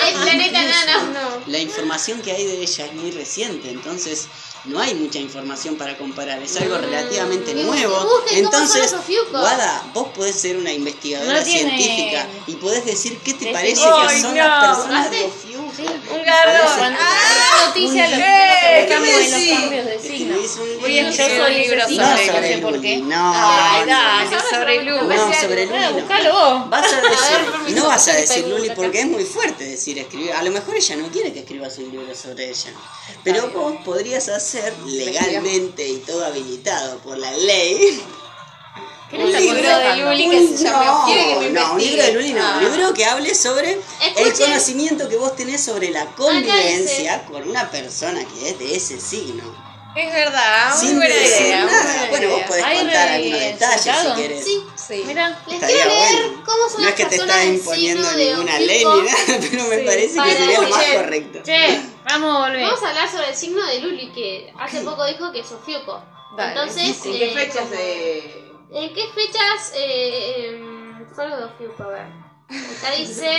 Speaker 1: El planeta nana.
Speaker 3: No.
Speaker 2: La información que hay de ella es muy reciente, entonces no hay mucha información para comparar, es algo relativamente
Speaker 1: Y
Speaker 2: nuevo.
Speaker 1: busquen cómo
Speaker 2: entonces,
Speaker 1: son los ofiucos.
Speaker 2: Guada, vos podés ser una investigadora
Speaker 4: No tiene-
Speaker 2: científica y podés decir qué te
Speaker 4: Decir-
Speaker 2: parece que
Speaker 4: ¡Ay,
Speaker 2: son
Speaker 4: no!
Speaker 2: las personas de
Speaker 1: Hace-
Speaker 2: Ofiuco.
Speaker 4: Un gardón.
Speaker 2: Parece-
Speaker 4: Ah, noticia lo que
Speaker 5: ¿qué me
Speaker 4: cambios de
Speaker 5: decís?
Speaker 4: los cambios de signo.
Speaker 2: Escribís un
Speaker 3: Voy a
Speaker 2: libro
Speaker 4: Yo
Speaker 3: escribir
Speaker 4: soy
Speaker 3: un libro
Speaker 4: ese signo,
Speaker 2: no
Speaker 3: sobre
Speaker 4: no
Speaker 2: sobre
Speaker 4: sé por
Speaker 2: Luli,
Speaker 4: qué.
Speaker 2: no,
Speaker 3: Ay,
Speaker 2: no, no.
Speaker 3: dale, sobre Luli.
Speaker 2: No, sobre
Speaker 4: Ah,
Speaker 2: Luli. no.
Speaker 4: Buscalo vos.
Speaker 2: Vas a decir,
Speaker 1: permiso,
Speaker 2: no vas a
Speaker 1: porque
Speaker 2: decir
Speaker 1: tengo
Speaker 2: Luli
Speaker 1: acá.
Speaker 2: porque es muy fuerte decir escribir. A lo mejor ella no quiere que escribas un libro sobre ella. Pero vos podrías hacer legalmente y todo habilitado por la ley.
Speaker 4: ¿Qué
Speaker 2: Un
Speaker 4: le está
Speaker 2: libro
Speaker 4: contando?
Speaker 3: de Luli que
Speaker 2: Un-
Speaker 3: se llama
Speaker 6: Quiere que
Speaker 2: No,
Speaker 6: me
Speaker 2: no, un
Speaker 6: investigue.
Speaker 2: libro de Luli no,
Speaker 3: Ah.
Speaker 2: un libro que hable sobre el
Speaker 1: Escuchen.
Speaker 2: conocimiento que vos tenés sobre la convivencia con una persona que es de ese signo.
Speaker 3: Es verdad, muy
Speaker 2: Sin
Speaker 3: buena
Speaker 2: decir
Speaker 3: idea. muy
Speaker 2: nada.
Speaker 3: buena
Speaker 2: Bueno, vos
Speaker 3: idea.
Speaker 2: podés
Speaker 4: Hay
Speaker 2: contar
Speaker 4: re-
Speaker 2: algunos detalles si
Speaker 4: resultado.
Speaker 2: querés.
Speaker 1: Sí.
Speaker 3: Sí.
Speaker 4: Mirá.
Speaker 1: Les
Speaker 2: Estaría
Speaker 1: quiero leer
Speaker 2: bueno.
Speaker 1: cómo son
Speaker 2: No
Speaker 1: las
Speaker 2: es que te
Speaker 1: personas
Speaker 2: estás
Speaker 1: del
Speaker 2: imponiendo
Speaker 1: signo de
Speaker 2: ninguna
Speaker 1: Ofiuco.
Speaker 2: ley ni nada, pero me parece que
Speaker 1: Para
Speaker 2: sería lo más
Speaker 1: escuchen.
Speaker 2: correcto.
Speaker 4: Che, vamos a volver.
Speaker 1: Vamos a hablar sobre el signo de Luli, que hace poco dijo que es Ofiuco.
Speaker 3: Dale.
Speaker 1: Entonces,
Speaker 5: ¿En qué
Speaker 1: eh,
Speaker 5: fechas de...?
Speaker 1: ¿En qué fechas eh, em, son los de Ofiuco? A ver. Acá dice.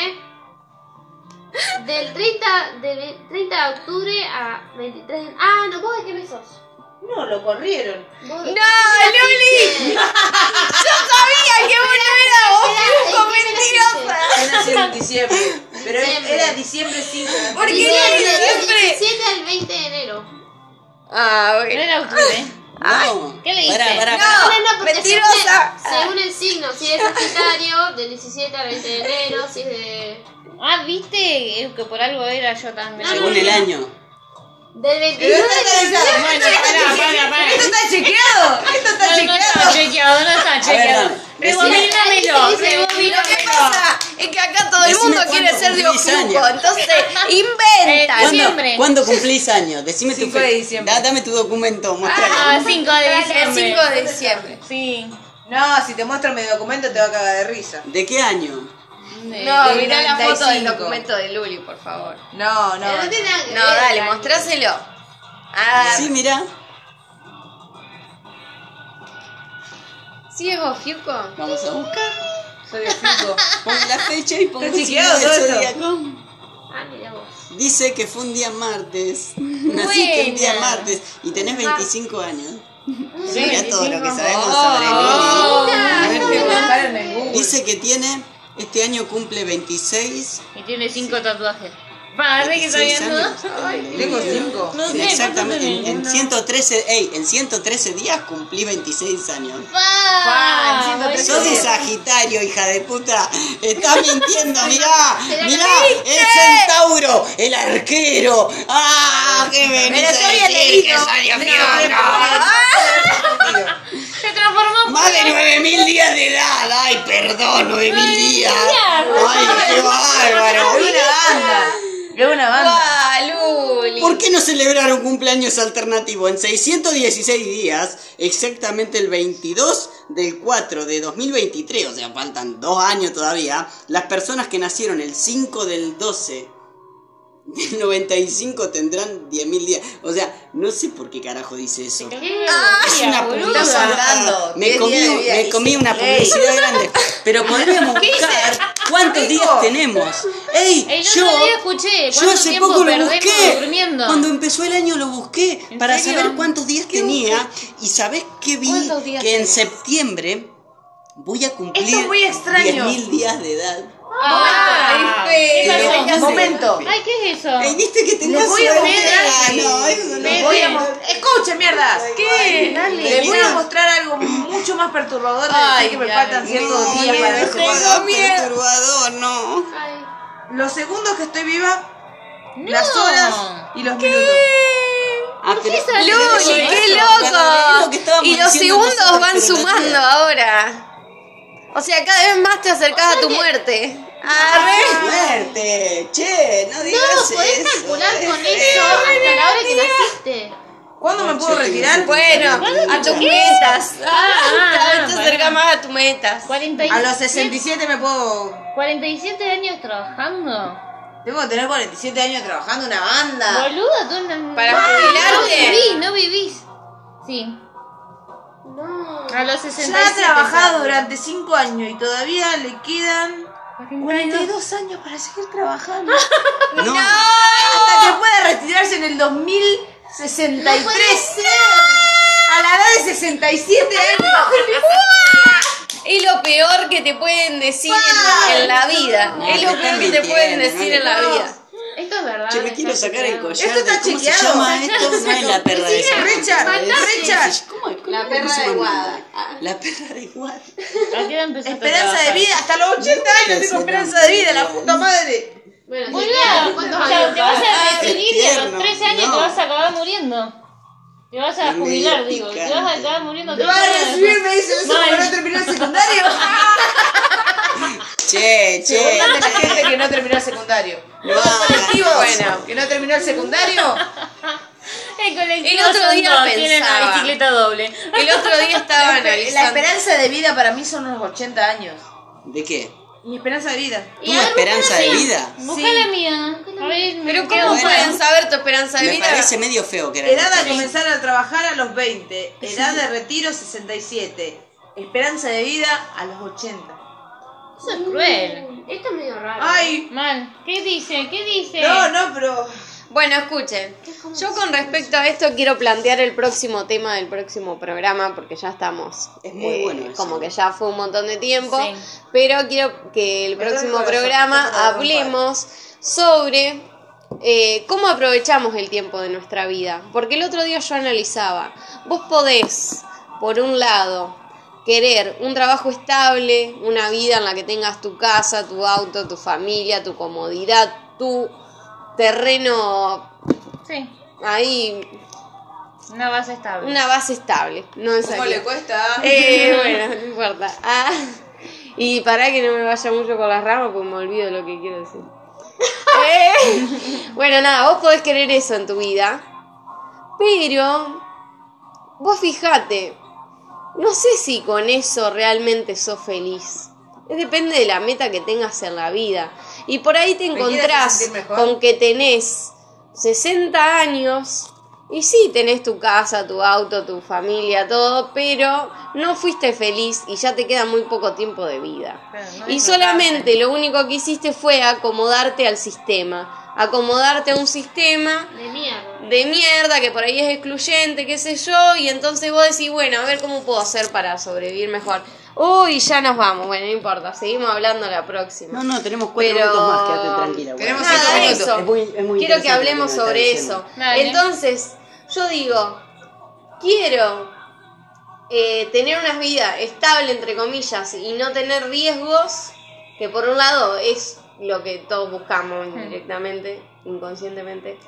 Speaker 1: Del 30, del 30 de octubre a 23 de... Ah, no, ¿cómo de qué mes sos?
Speaker 5: No, lo corrieron.
Speaker 1: Vos-
Speaker 3: ¡No, Luli! ¡Yo sabía que vos no eras vos,
Speaker 1: Espera,
Speaker 3: Fusco,
Speaker 1: espera,
Speaker 3: mentirosa!
Speaker 5: Él nació en diciembre. Pero él-
Speaker 1: Diciembre.
Speaker 5: era diciembre 5.
Speaker 3: ¿Por qué
Speaker 1: Diciembre,
Speaker 3: no era
Speaker 1: del
Speaker 3: siempre?
Speaker 1: 17 al 20 de enero.
Speaker 3: Ah,
Speaker 4: No
Speaker 3: bueno.
Speaker 4: era ¿eh? octubre.
Speaker 2: No.
Speaker 4: ¿Qué le hice?
Speaker 2: Pará, pará,
Speaker 3: No.
Speaker 2: pará.
Speaker 1: porque
Speaker 3: mentirosa.
Speaker 1: según el- Según el signo, si es Sagitario, del 17 al 20 de enero, si es de.
Speaker 4: Ah, viste Eh, que por algo era yo también.
Speaker 1: No, no,
Speaker 2: Según el año.
Speaker 1: Del
Speaker 5: Pero
Speaker 1: 29
Speaker 5: está
Speaker 1: de
Speaker 5: analizado.
Speaker 4: Bueno, pará, pará, pará.
Speaker 5: Esto está chequeado. Esto
Speaker 4: No,
Speaker 5: está
Speaker 4: no está
Speaker 5: chequeado.
Speaker 4: chequeado, no está chequeado.
Speaker 2: dame.
Speaker 4: Rebobinamelo,
Speaker 1: Decime-
Speaker 3: ¿Qué
Speaker 4: rebobinamelo.
Speaker 3: pasa? Es que acá todo el
Speaker 2: Decime
Speaker 3: mundo
Speaker 2: cuándo
Speaker 3: quiere ser de
Speaker 2: cumplís
Speaker 3: Ocupo,
Speaker 2: años.
Speaker 3: entonces
Speaker 4: Eh,
Speaker 3: inventan.
Speaker 4: ¿cuándo?
Speaker 2: ¿Cuándo,
Speaker 4: Diciembre.
Speaker 2: ¿Cuándo cumplís años? Decime tu
Speaker 5: 5 de
Speaker 2: fe-
Speaker 5: diciembre.
Speaker 2: Da- dame tu documento, mostralo.
Speaker 4: Ah, 5 de
Speaker 3: El 5
Speaker 4: diciembre.
Speaker 3: de diciembre.
Speaker 4: Sí.
Speaker 5: No, si te muestro mi documento te va a cagar de risa.
Speaker 2: ¿De qué año?
Speaker 3: No,
Speaker 5: del
Speaker 3: mirá la foto del
Speaker 5: 95.
Speaker 3: documento de Luli, por favor.
Speaker 5: No, no.
Speaker 1: Pero no tiene nada que
Speaker 3: No,
Speaker 1: ver,
Speaker 3: dale,
Speaker 1: Dani.
Speaker 3: mostráselo. Ah,
Speaker 2: Sí, mirá.
Speaker 3: ¿sí es Ofiuco?
Speaker 2: Vamos a buscar.
Speaker 5: Soy fijo.
Speaker 2: Pongo la fecha y pongo
Speaker 5: Está
Speaker 2: el
Speaker 5: chequeado
Speaker 2: signo del
Speaker 5: todo esto.
Speaker 2: zodiaco.
Speaker 1: Ah, mira vos.
Speaker 2: Dice que fue un día martes. Naciste un día
Speaker 4: Buena.
Speaker 2: martes y
Speaker 1: Ah.
Speaker 2: tenés 25 años.
Speaker 4: Sí,
Speaker 2: Mirá todo lo que
Speaker 4: 25.
Speaker 2: sabemos sobre
Speaker 5: Oh,
Speaker 1: Mira,
Speaker 2: Ah.
Speaker 5: a ver, te
Speaker 1: mira.
Speaker 5: buscaron en Google.
Speaker 2: Lili. Dice que tiene, este año cumple 26,
Speaker 4: Y tiene 5 tatuajes. Parece que
Speaker 2: 26
Speaker 4: sabiendo.
Speaker 2: años.
Speaker 5: Tengo cinco.
Speaker 4: No
Speaker 2: En
Speaker 4: sé,
Speaker 2: Exactamente, en, en
Speaker 4: ninguno.
Speaker 2: 113, ey, en 113 días cumplí 26 años.
Speaker 4: Pa,
Speaker 5: Pa,
Speaker 4: bueno.
Speaker 2: Sos de Sagitario, hija de puta. Estás mintiendo, mirá,
Speaker 1: la
Speaker 2: mirá, el centauro, el arquero. ¡Ah! ¡Qué venís
Speaker 3: Pero yo
Speaker 2: a
Speaker 3: había
Speaker 2: decir que
Speaker 3: leído.
Speaker 2: salió
Speaker 5: No,
Speaker 2: Fiona?
Speaker 4: Se transformó en
Speaker 2: Más de 9000 días de edad. Ay, perdón, 9000 días. Ay, qué
Speaker 5: pero
Speaker 2: bárbaro.
Speaker 5: es una banda. Es una banda.
Speaker 3: ¡Ah, Luli!
Speaker 2: ¿Por qué no celebrar un cumpleaños alternativo? En 616 días, exactamente el 22 del 4 de 2023, o sea, faltan dos años todavía, las personas que nacieron el 5 del 12 del 95 tendrán 10.000 días. O sea, no sé por qué carajo dice eso.
Speaker 5: Ah,
Speaker 2: Es una publicidad.
Speaker 5: hablando,
Speaker 2: Me
Speaker 5: diez
Speaker 2: comí,
Speaker 5: días de vida,
Speaker 2: me
Speaker 5: dice.
Speaker 2: comí una
Speaker 5: Ey.
Speaker 2: publicidad grande. Pero podríamos buscar cuántos días tenemos. ¡Ey!
Speaker 4: El otro
Speaker 2: yo
Speaker 4: día escuché
Speaker 2: yo
Speaker 4: cuánto
Speaker 2: hace
Speaker 4: tiempo
Speaker 2: poco lo
Speaker 4: perdemos
Speaker 2: busqué.
Speaker 4: durmiendo.
Speaker 2: Cuando empezó el año lo busqué
Speaker 4: ¿En
Speaker 2: para
Speaker 4: serio?
Speaker 2: saber cuántos días tenía. Y sabés qué vi
Speaker 3: ¿Cuántos días
Speaker 2: que en
Speaker 3: tenés?
Speaker 2: septiembre voy a cumplir
Speaker 5: Esto es muy extraño.
Speaker 2: 10.000 días de edad.
Speaker 4: Ah,
Speaker 3: ¿Qué
Speaker 2: Pero-
Speaker 3: pasó?
Speaker 5: Un momento.
Speaker 4: Ay, ¿qué es eso?
Speaker 2: Ey, ¿Viste que tengo
Speaker 5: Les voy a
Speaker 2: suerte?
Speaker 5: mostrar.
Speaker 2: Ah, no, eso no.
Speaker 5: Les voy a mostrar. Escuchen, mierdas.
Speaker 4: ¿Qué?
Speaker 5: Les voy a mostrar algo mucho más perturbador de
Speaker 3: Ay,
Speaker 5: decir que me
Speaker 3: ya,
Speaker 5: faltan ciertos
Speaker 2: No,
Speaker 5: días
Speaker 2: no,
Speaker 5: para este
Speaker 2: no,
Speaker 5: ser
Speaker 2: no,
Speaker 5: jugador.
Speaker 2: perturbador, no.
Speaker 1: Ay.
Speaker 5: Los segundos que estoy viva, las horas y los minutos.
Speaker 2: Ah, pero-
Speaker 3: Luli,
Speaker 2: pero-
Speaker 3: qué
Speaker 2: pero es lo que
Speaker 3: loco.
Speaker 2: estábamos
Speaker 3: Y los
Speaker 2: diciendo
Speaker 3: segundos
Speaker 2: nosotros,
Speaker 3: van
Speaker 2: pero no
Speaker 3: sumando
Speaker 2: tiene-
Speaker 3: ahora. O sea, cada vez más te acercás a tu muerte. Ah, Arre.
Speaker 2: Muerte, che, no digas
Speaker 1: No,
Speaker 2: eso.
Speaker 1: podés calcular con
Speaker 2: eh.
Speaker 1: eso hasta la hora que naciste.
Speaker 5: ¿Cuándo me puedo
Speaker 2: Sí,
Speaker 5: retirar?
Speaker 3: ah, Bueno, a tus metas.
Speaker 4: ah,
Speaker 3: Cada vez te
Speaker 4: pará.
Speaker 3: acercás más a tus metas.
Speaker 4: 40 y-
Speaker 5: A los 67 me puedo.
Speaker 4: 47 años trabajando.
Speaker 5: Tengo que tener 47 años trabajando en una banda.
Speaker 4: Boluda, tú no.
Speaker 3: Para
Speaker 4: no, No
Speaker 3: jubilarte.
Speaker 4: vivís, no vivís. Sí.
Speaker 1: No.
Speaker 4: A los
Speaker 5: Ya
Speaker 4: 60.
Speaker 5: ha trabajado durante 5 años y todavía le quedan 42 años para seguir trabajando.
Speaker 2: No,
Speaker 5: Hasta que pueda retirarse en el 2063. a la edad de 67 años.
Speaker 3: Es lo peor que te pueden decir en, en la vida.
Speaker 2: No,
Speaker 3: Es lo
Speaker 2: te
Speaker 3: peor
Speaker 2: están
Speaker 3: que te pueden
Speaker 2: mintiendo,
Speaker 3: decir
Speaker 2: no
Speaker 3: en la
Speaker 2: le-
Speaker 3: vida.
Speaker 1: Esto es verdad.
Speaker 2: che, me
Speaker 1: está
Speaker 2: quiero sacar el
Speaker 1: chequeado.
Speaker 2: collar.
Speaker 5: Esto está
Speaker 2: de- ¿Cómo se
Speaker 5: chequeado.
Speaker 2: llama esto? No es la perra de
Speaker 1: Mira,
Speaker 5: Richard,
Speaker 1: fantástico.
Speaker 5: Richard.
Speaker 2: ¿Cómo es?
Speaker 1: La perra de Guada.
Speaker 2: La perra de Guada.
Speaker 4: ¿A qué edad empezaste
Speaker 5: Esperanza
Speaker 4: a
Speaker 5: de vida, hasta los 80 años tengo esperanza de vida, la puta madre.
Speaker 1: Bueno, sí,
Speaker 4: Boluda,
Speaker 1: ¿cuántos
Speaker 4: o sea,
Speaker 1: años?
Speaker 4: te vas a
Speaker 2: Ay,
Speaker 4: recibir y a
Speaker 2: tierno.
Speaker 4: los 13 años
Speaker 2: No.
Speaker 4: te vas a acabar muriendo. Te vas a
Speaker 2: Es medio
Speaker 4: jubilar, digo. Te vas a
Speaker 2: picante.
Speaker 4: acabar muriendo.
Speaker 5: ¿Te vas a recibir? Me dicen eso
Speaker 4: Mal.
Speaker 5: porque no terminó el secundario.
Speaker 2: Che, che.
Speaker 5: Segunda de la gente que no terminó el secundario.
Speaker 2: No,
Speaker 5: Colectivos
Speaker 3: Bueno.
Speaker 5: que no terminó el secundario.
Speaker 4: El colectivo
Speaker 3: El otro
Speaker 4: son
Speaker 3: día
Speaker 4: dos, tienen la
Speaker 3: pensaba.
Speaker 4: bicicleta doble.
Speaker 3: El otro día estaba
Speaker 5: La
Speaker 3: analizando.
Speaker 5: esperanza de vida para mí son unos 80 años.
Speaker 2: ¿De qué?
Speaker 5: Mi esperanza de vida.
Speaker 2: ¿Tu esperanza de vida?
Speaker 4: Busca la mía. A ver,
Speaker 3: Pero ¿cómo
Speaker 4: me quedo
Speaker 3: pueden saber tu esperanza de
Speaker 2: Me
Speaker 3: vida?
Speaker 2: parece medio feo que era.
Speaker 5: Edad a comenzar a trabajar a los 20. Edad de retiro 67. Esperanza de vida a los 80.
Speaker 4: Eso es cruel.
Speaker 1: Esto es medio raro.
Speaker 5: Ay,
Speaker 4: Mal. ¿Qué dice? ¿Qué dice?
Speaker 5: no, no, pero.
Speaker 3: Bueno, escuchen. Yo con respecto a esto quiero plantear el próximo tema del próximo programa porque ya estamos. eh,
Speaker 2: Es muy bueno eso.
Speaker 3: Como que ya fue un montón de tiempo.
Speaker 4: Sí.
Speaker 3: Pero quiero que el
Speaker 6: Me
Speaker 3: próximo
Speaker 6: rompe el corazón, me
Speaker 3: programa
Speaker 6: rompe el corazón.
Speaker 3: hablemos sobre eh, cómo aprovechamos el tiempo de nuestra vida. Porque el otro día yo analizaba. Vos podés, por un lado, querer un trabajo estable, una vida en la que tengas tu casa, tu auto, tu familia, tu comodidad, tu terreno
Speaker 4: Sí,
Speaker 3: ahí,
Speaker 4: una base estable.
Speaker 3: una base estable. No me
Speaker 6: ¿Cómo
Speaker 3: salía.
Speaker 6: le cuesta?
Speaker 3: Eh, bueno, no importa. Ah, y para que no me vaya mucho con las ramas, porque me olvido lo que quiero decir. Eh, bueno, nada, vos podés querer eso en tu vida, pero vos fijate, no sé si con eso realmente sos feliz. Es Depende de la meta que tengas en la vida. Y por ahí te
Speaker 6: ¿Me quieres
Speaker 3: encontrás
Speaker 6: sentir mejor?
Speaker 3: con que tenés 60 años y sí tenés tu casa, tu auto, tu familia, todo, pero no fuiste feliz y ya te queda muy poco tiempo de vida.
Speaker 4: Claro, no
Speaker 3: Y
Speaker 4: disfrutaste.
Speaker 6: ¿eh?
Speaker 3: solamente lo único que hiciste fue acomodarte al sistema. Acomodarte a un sistema
Speaker 1: De mierda.
Speaker 3: de mierda que por ahí es excluyente, qué sé yo, y entonces vos decís, bueno, a ver cómo puedo hacer para sobrevivir mejor. Uy, ya nos vamos, bueno, no importa, seguimos hablando la próxima.
Speaker 2: No, no, tenemos cuatro
Speaker 3: Pero-
Speaker 2: minutos más, quédate tranquila. güey.
Speaker 6: Tenemos
Speaker 3: Nada,
Speaker 6: cinco
Speaker 3: de
Speaker 6: minutos.
Speaker 3: eso.
Speaker 2: Es muy- es muy
Speaker 3: quiero
Speaker 2: interesante
Speaker 3: que hablemos
Speaker 2: lo que me
Speaker 3: sobre
Speaker 2: está
Speaker 3: eso.
Speaker 2: diciendo.
Speaker 4: Dale.
Speaker 3: Entonces, yo digo, quiero eh, tener una vida estable, entre comillas, y no tener riesgos, que por un lado es lo que todos
Speaker 6: Hmm.
Speaker 3: buscamos indirectamente, inconscientemente.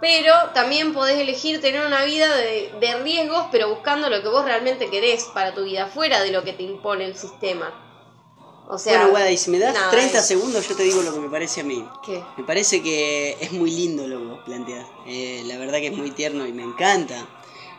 Speaker 3: Pero también podés elegir tener una vida de, de riesgos, pero buscando lo que vos realmente querés para tu vida, fuera de lo que te impone el sistema. O sea,
Speaker 2: Bueno, Guada, y si me das
Speaker 3: nada,
Speaker 2: 30
Speaker 3: es-
Speaker 2: segundos, yo te digo lo que me parece a mí.
Speaker 3: ¿Qué?
Speaker 2: Me parece que es muy lindo lo que vos planteás. Eh, la verdad que es muy tierno y me encanta.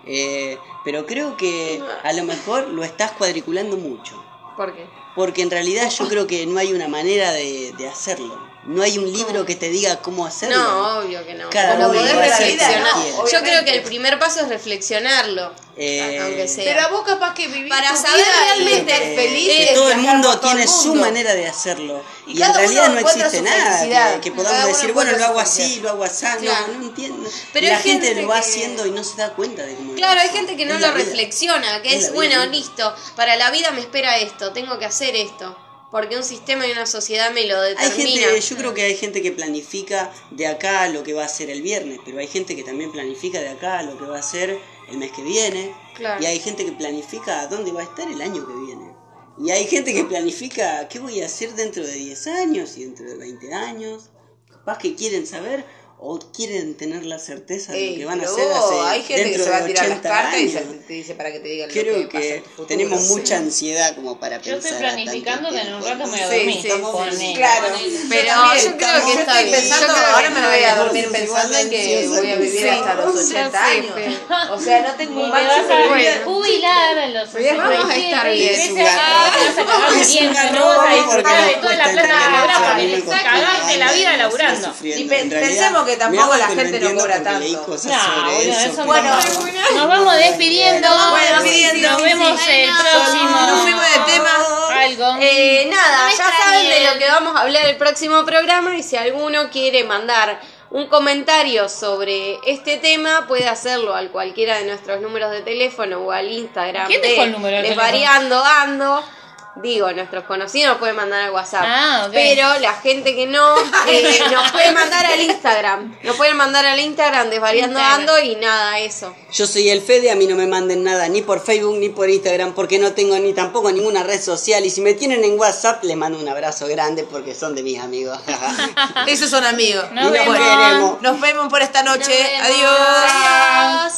Speaker 2: Eh, pero creo que a lo mejor lo estás cuadriculando mucho.
Speaker 3: ¿Por qué?
Speaker 2: Porque en realidad yo creo que no hay una manera de, de hacerlo. No hay un libro que te diga cómo hacerlo.
Speaker 3: No, obvio que no.
Speaker 2: Cada
Speaker 3: Pero
Speaker 2: uno
Speaker 3: podés
Speaker 2: va a hacer
Speaker 3: reflexionar.
Speaker 2: lo que quiere.
Speaker 3: Yo creo que
Speaker 6: Obviamente.
Speaker 3: el primer paso es reflexionarlo.
Speaker 2: Eh,
Speaker 3: aunque sea.
Speaker 6: Pero a vos capaz que vivís
Speaker 3: Para
Speaker 6: tu
Speaker 3: saber
Speaker 6: vida y
Speaker 3: realmente
Speaker 6: estar
Speaker 2: eh,
Speaker 6: feliz.
Speaker 2: que
Speaker 6: es
Speaker 2: todo el
Speaker 6: viajar
Speaker 2: mundo
Speaker 6: por todo el
Speaker 2: tiene su
Speaker 6: mundo.
Speaker 2: manera de hacerlo.
Speaker 6: Y
Speaker 2: Y, en
Speaker 6: cada uno
Speaker 2: realidad no
Speaker 6: encuentra
Speaker 2: existe
Speaker 6: su
Speaker 2: nada que,
Speaker 6: felicidad.
Speaker 2: que
Speaker 6: Cada
Speaker 2: podamos
Speaker 6: uno
Speaker 2: decir, bueno, lo
Speaker 6: encuentra
Speaker 2: hago
Speaker 6: su
Speaker 2: así,
Speaker 6: felicidad.
Speaker 2: lo hago así.
Speaker 3: Claro.
Speaker 2: No, no entiendo.
Speaker 3: Pero
Speaker 2: Y la
Speaker 3: hay
Speaker 2: gente,
Speaker 3: gente
Speaker 2: lo va
Speaker 3: que-
Speaker 2: haciendo y no se da cuenta de cómo lo
Speaker 3: Claro, hay
Speaker 2: hace.
Speaker 3: gente que no
Speaker 2: Es la
Speaker 3: lo
Speaker 2: vida.
Speaker 3: reflexiona, que
Speaker 2: Es
Speaker 3: es,
Speaker 2: la
Speaker 3: bueno,
Speaker 2: vida.
Speaker 3: listo, para la vida me espera esto, tengo que hacer esto, porque un sistema y una sociedad me lo
Speaker 2: Hay
Speaker 3: determina.
Speaker 2: gente, yo creo que hay gente que planifica de acá a lo que va a ser el viernes, pero hay gente que también planifica de acá a lo que va a ser el mes que viene.
Speaker 3: Claro.
Speaker 2: Y hay gente que planifica a dónde va a estar el año que viene. Y hay gente que planifica qué voy a hacer dentro de 10 años y dentro de 20 años. Capaz que quieren saber o quieren tener la certeza de
Speaker 5: Ey,
Speaker 2: lo que van a
Speaker 5: pero
Speaker 2: hacer
Speaker 5: vos,
Speaker 2: hace-
Speaker 5: hay gente que
Speaker 2: dentro
Speaker 5: se va
Speaker 2: de
Speaker 5: a tirar las
Speaker 2: 80
Speaker 5: cartas y se-
Speaker 2: años.
Speaker 5: te dice para que te digan
Speaker 2: Creo
Speaker 5: lo que, pasa en
Speaker 2: que
Speaker 5: tu futuro.
Speaker 2: tenemos
Speaker 5: Sí.
Speaker 2: mucha ansiedad como para
Speaker 4: Yo estoy
Speaker 2: pensar a tanto
Speaker 4: planificando que en un rato
Speaker 2: tiempo.
Speaker 4: me voy a
Speaker 5: Sí,
Speaker 4: dormir.
Speaker 5: sí,
Speaker 4: Ponele.
Speaker 6: Claro.
Speaker 3: Pero yo creo que está
Speaker 6: estoy
Speaker 3: bien.
Speaker 6: pensando,
Speaker 3: Yo creo
Speaker 5: ahora
Speaker 3: que
Speaker 5: me voy a
Speaker 2: no,
Speaker 5: dormir
Speaker 2: no,
Speaker 5: pensando en que
Speaker 2: no,
Speaker 5: voy a
Speaker 2: no,
Speaker 5: vivir
Speaker 2: sí,
Speaker 5: hasta los
Speaker 3: ya
Speaker 5: 80
Speaker 3: sé,
Speaker 5: años.
Speaker 3: pero-
Speaker 5: O sea, no tengo
Speaker 4: Me
Speaker 5: un margen
Speaker 4: vas
Speaker 5: de
Speaker 4: a
Speaker 5: vida.
Speaker 4: jubilar a los
Speaker 5: Pero vamos a
Speaker 4: 67,
Speaker 3: estar bien.
Speaker 4: y
Speaker 2: Es un
Speaker 4: ves a-
Speaker 2: garrón.
Speaker 4: vas a cagar
Speaker 2: Es un
Speaker 4: bien,
Speaker 2: garrón,
Speaker 4: pero vas a
Speaker 2: porque
Speaker 4: disfrutar de toda la
Speaker 2: cuesta
Speaker 4: plata
Speaker 2: entender
Speaker 4: que habrá
Speaker 2: mucho,
Speaker 4: para
Speaker 2: a mí me
Speaker 4: disfrutar,
Speaker 2: cuesta
Speaker 4: cagarte la vida
Speaker 2: entender,
Speaker 4: laburando.
Speaker 2: estoy sufriendo.
Speaker 5: Y pe-
Speaker 2: En realidad,
Speaker 5: pensemos que
Speaker 2: me
Speaker 5: tampoco
Speaker 2: hago
Speaker 5: la
Speaker 2: que
Speaker 5: gente no
Speaker 2: entiendo
Speaker 5: cobra
Speaker 2: porque leí
Speaker 5: tanto.
Speaker 2: cosas
Speaker 4: No,
Speaker 2: sobre
Speaker 4: boludo,
Speaker 2: eso,
Speaker 4: eso
Speaker 2: pero-
Speaker 5: Bueno,
Speaker 4: Nos vamos despidiendo.
Speaker 3: Nos vamos
Speaker 4: Nos
Speaker 3: despidiendo, sí,
Speaker 4: vemos
Speaker 1: sí.
Speaker 4: el
Speaker 1: Bueno,
Speaker 4: próximo.
Speaker 5: nos fuimos de tema.
Speaker 4: Algo.
Speaker 3: Eh, nada,
Speaker 1: No me
Speaker 3: ya
Speaker 1: extrañen.
Speaker 3: saben de lo que vamos a hablar el próximo programa y si alguno quiere mandar un comentario sobre este tema puede hacerlo al cualquiera de nuestros números de teléfono o al Instagram
Speaker 4: ¿Quién
Speaker 3: de
Speaker 4: dejó el número de teléfono?
Speaker 3: Desvariando Ando. Digo, nuestros conocidos pueden mandar al WhatsApp.
Speaker 4: Ah, ok.
Speaker 3: Pero la gente que no, eh, nos puede mandar al Instagram. Nos pueden mandar al Instagram Desvariando
Speaker 4: Instagram.
Speaker 3: Ando y nada, eso.
Speaker 2: Yo soy el Fede, a mí no me manden nada ni por Facebook ni por Instagram porque no tengo ni tampoco ninguna red social y si me tienen en WhatsApp les mando un abrazo grande porque son de mis amigos.
Speaker 5: Esos son amigos.
Speaker 4: Nos
Speaker 2: Y
Speaker 5: Bueno,
Speaker 2: nos queremos.
Speaker 5: nos vemos por esta noche.
Speaker 1: Nos vemos.
Speaker 5: Adiós.
Speaker 1: Adiós.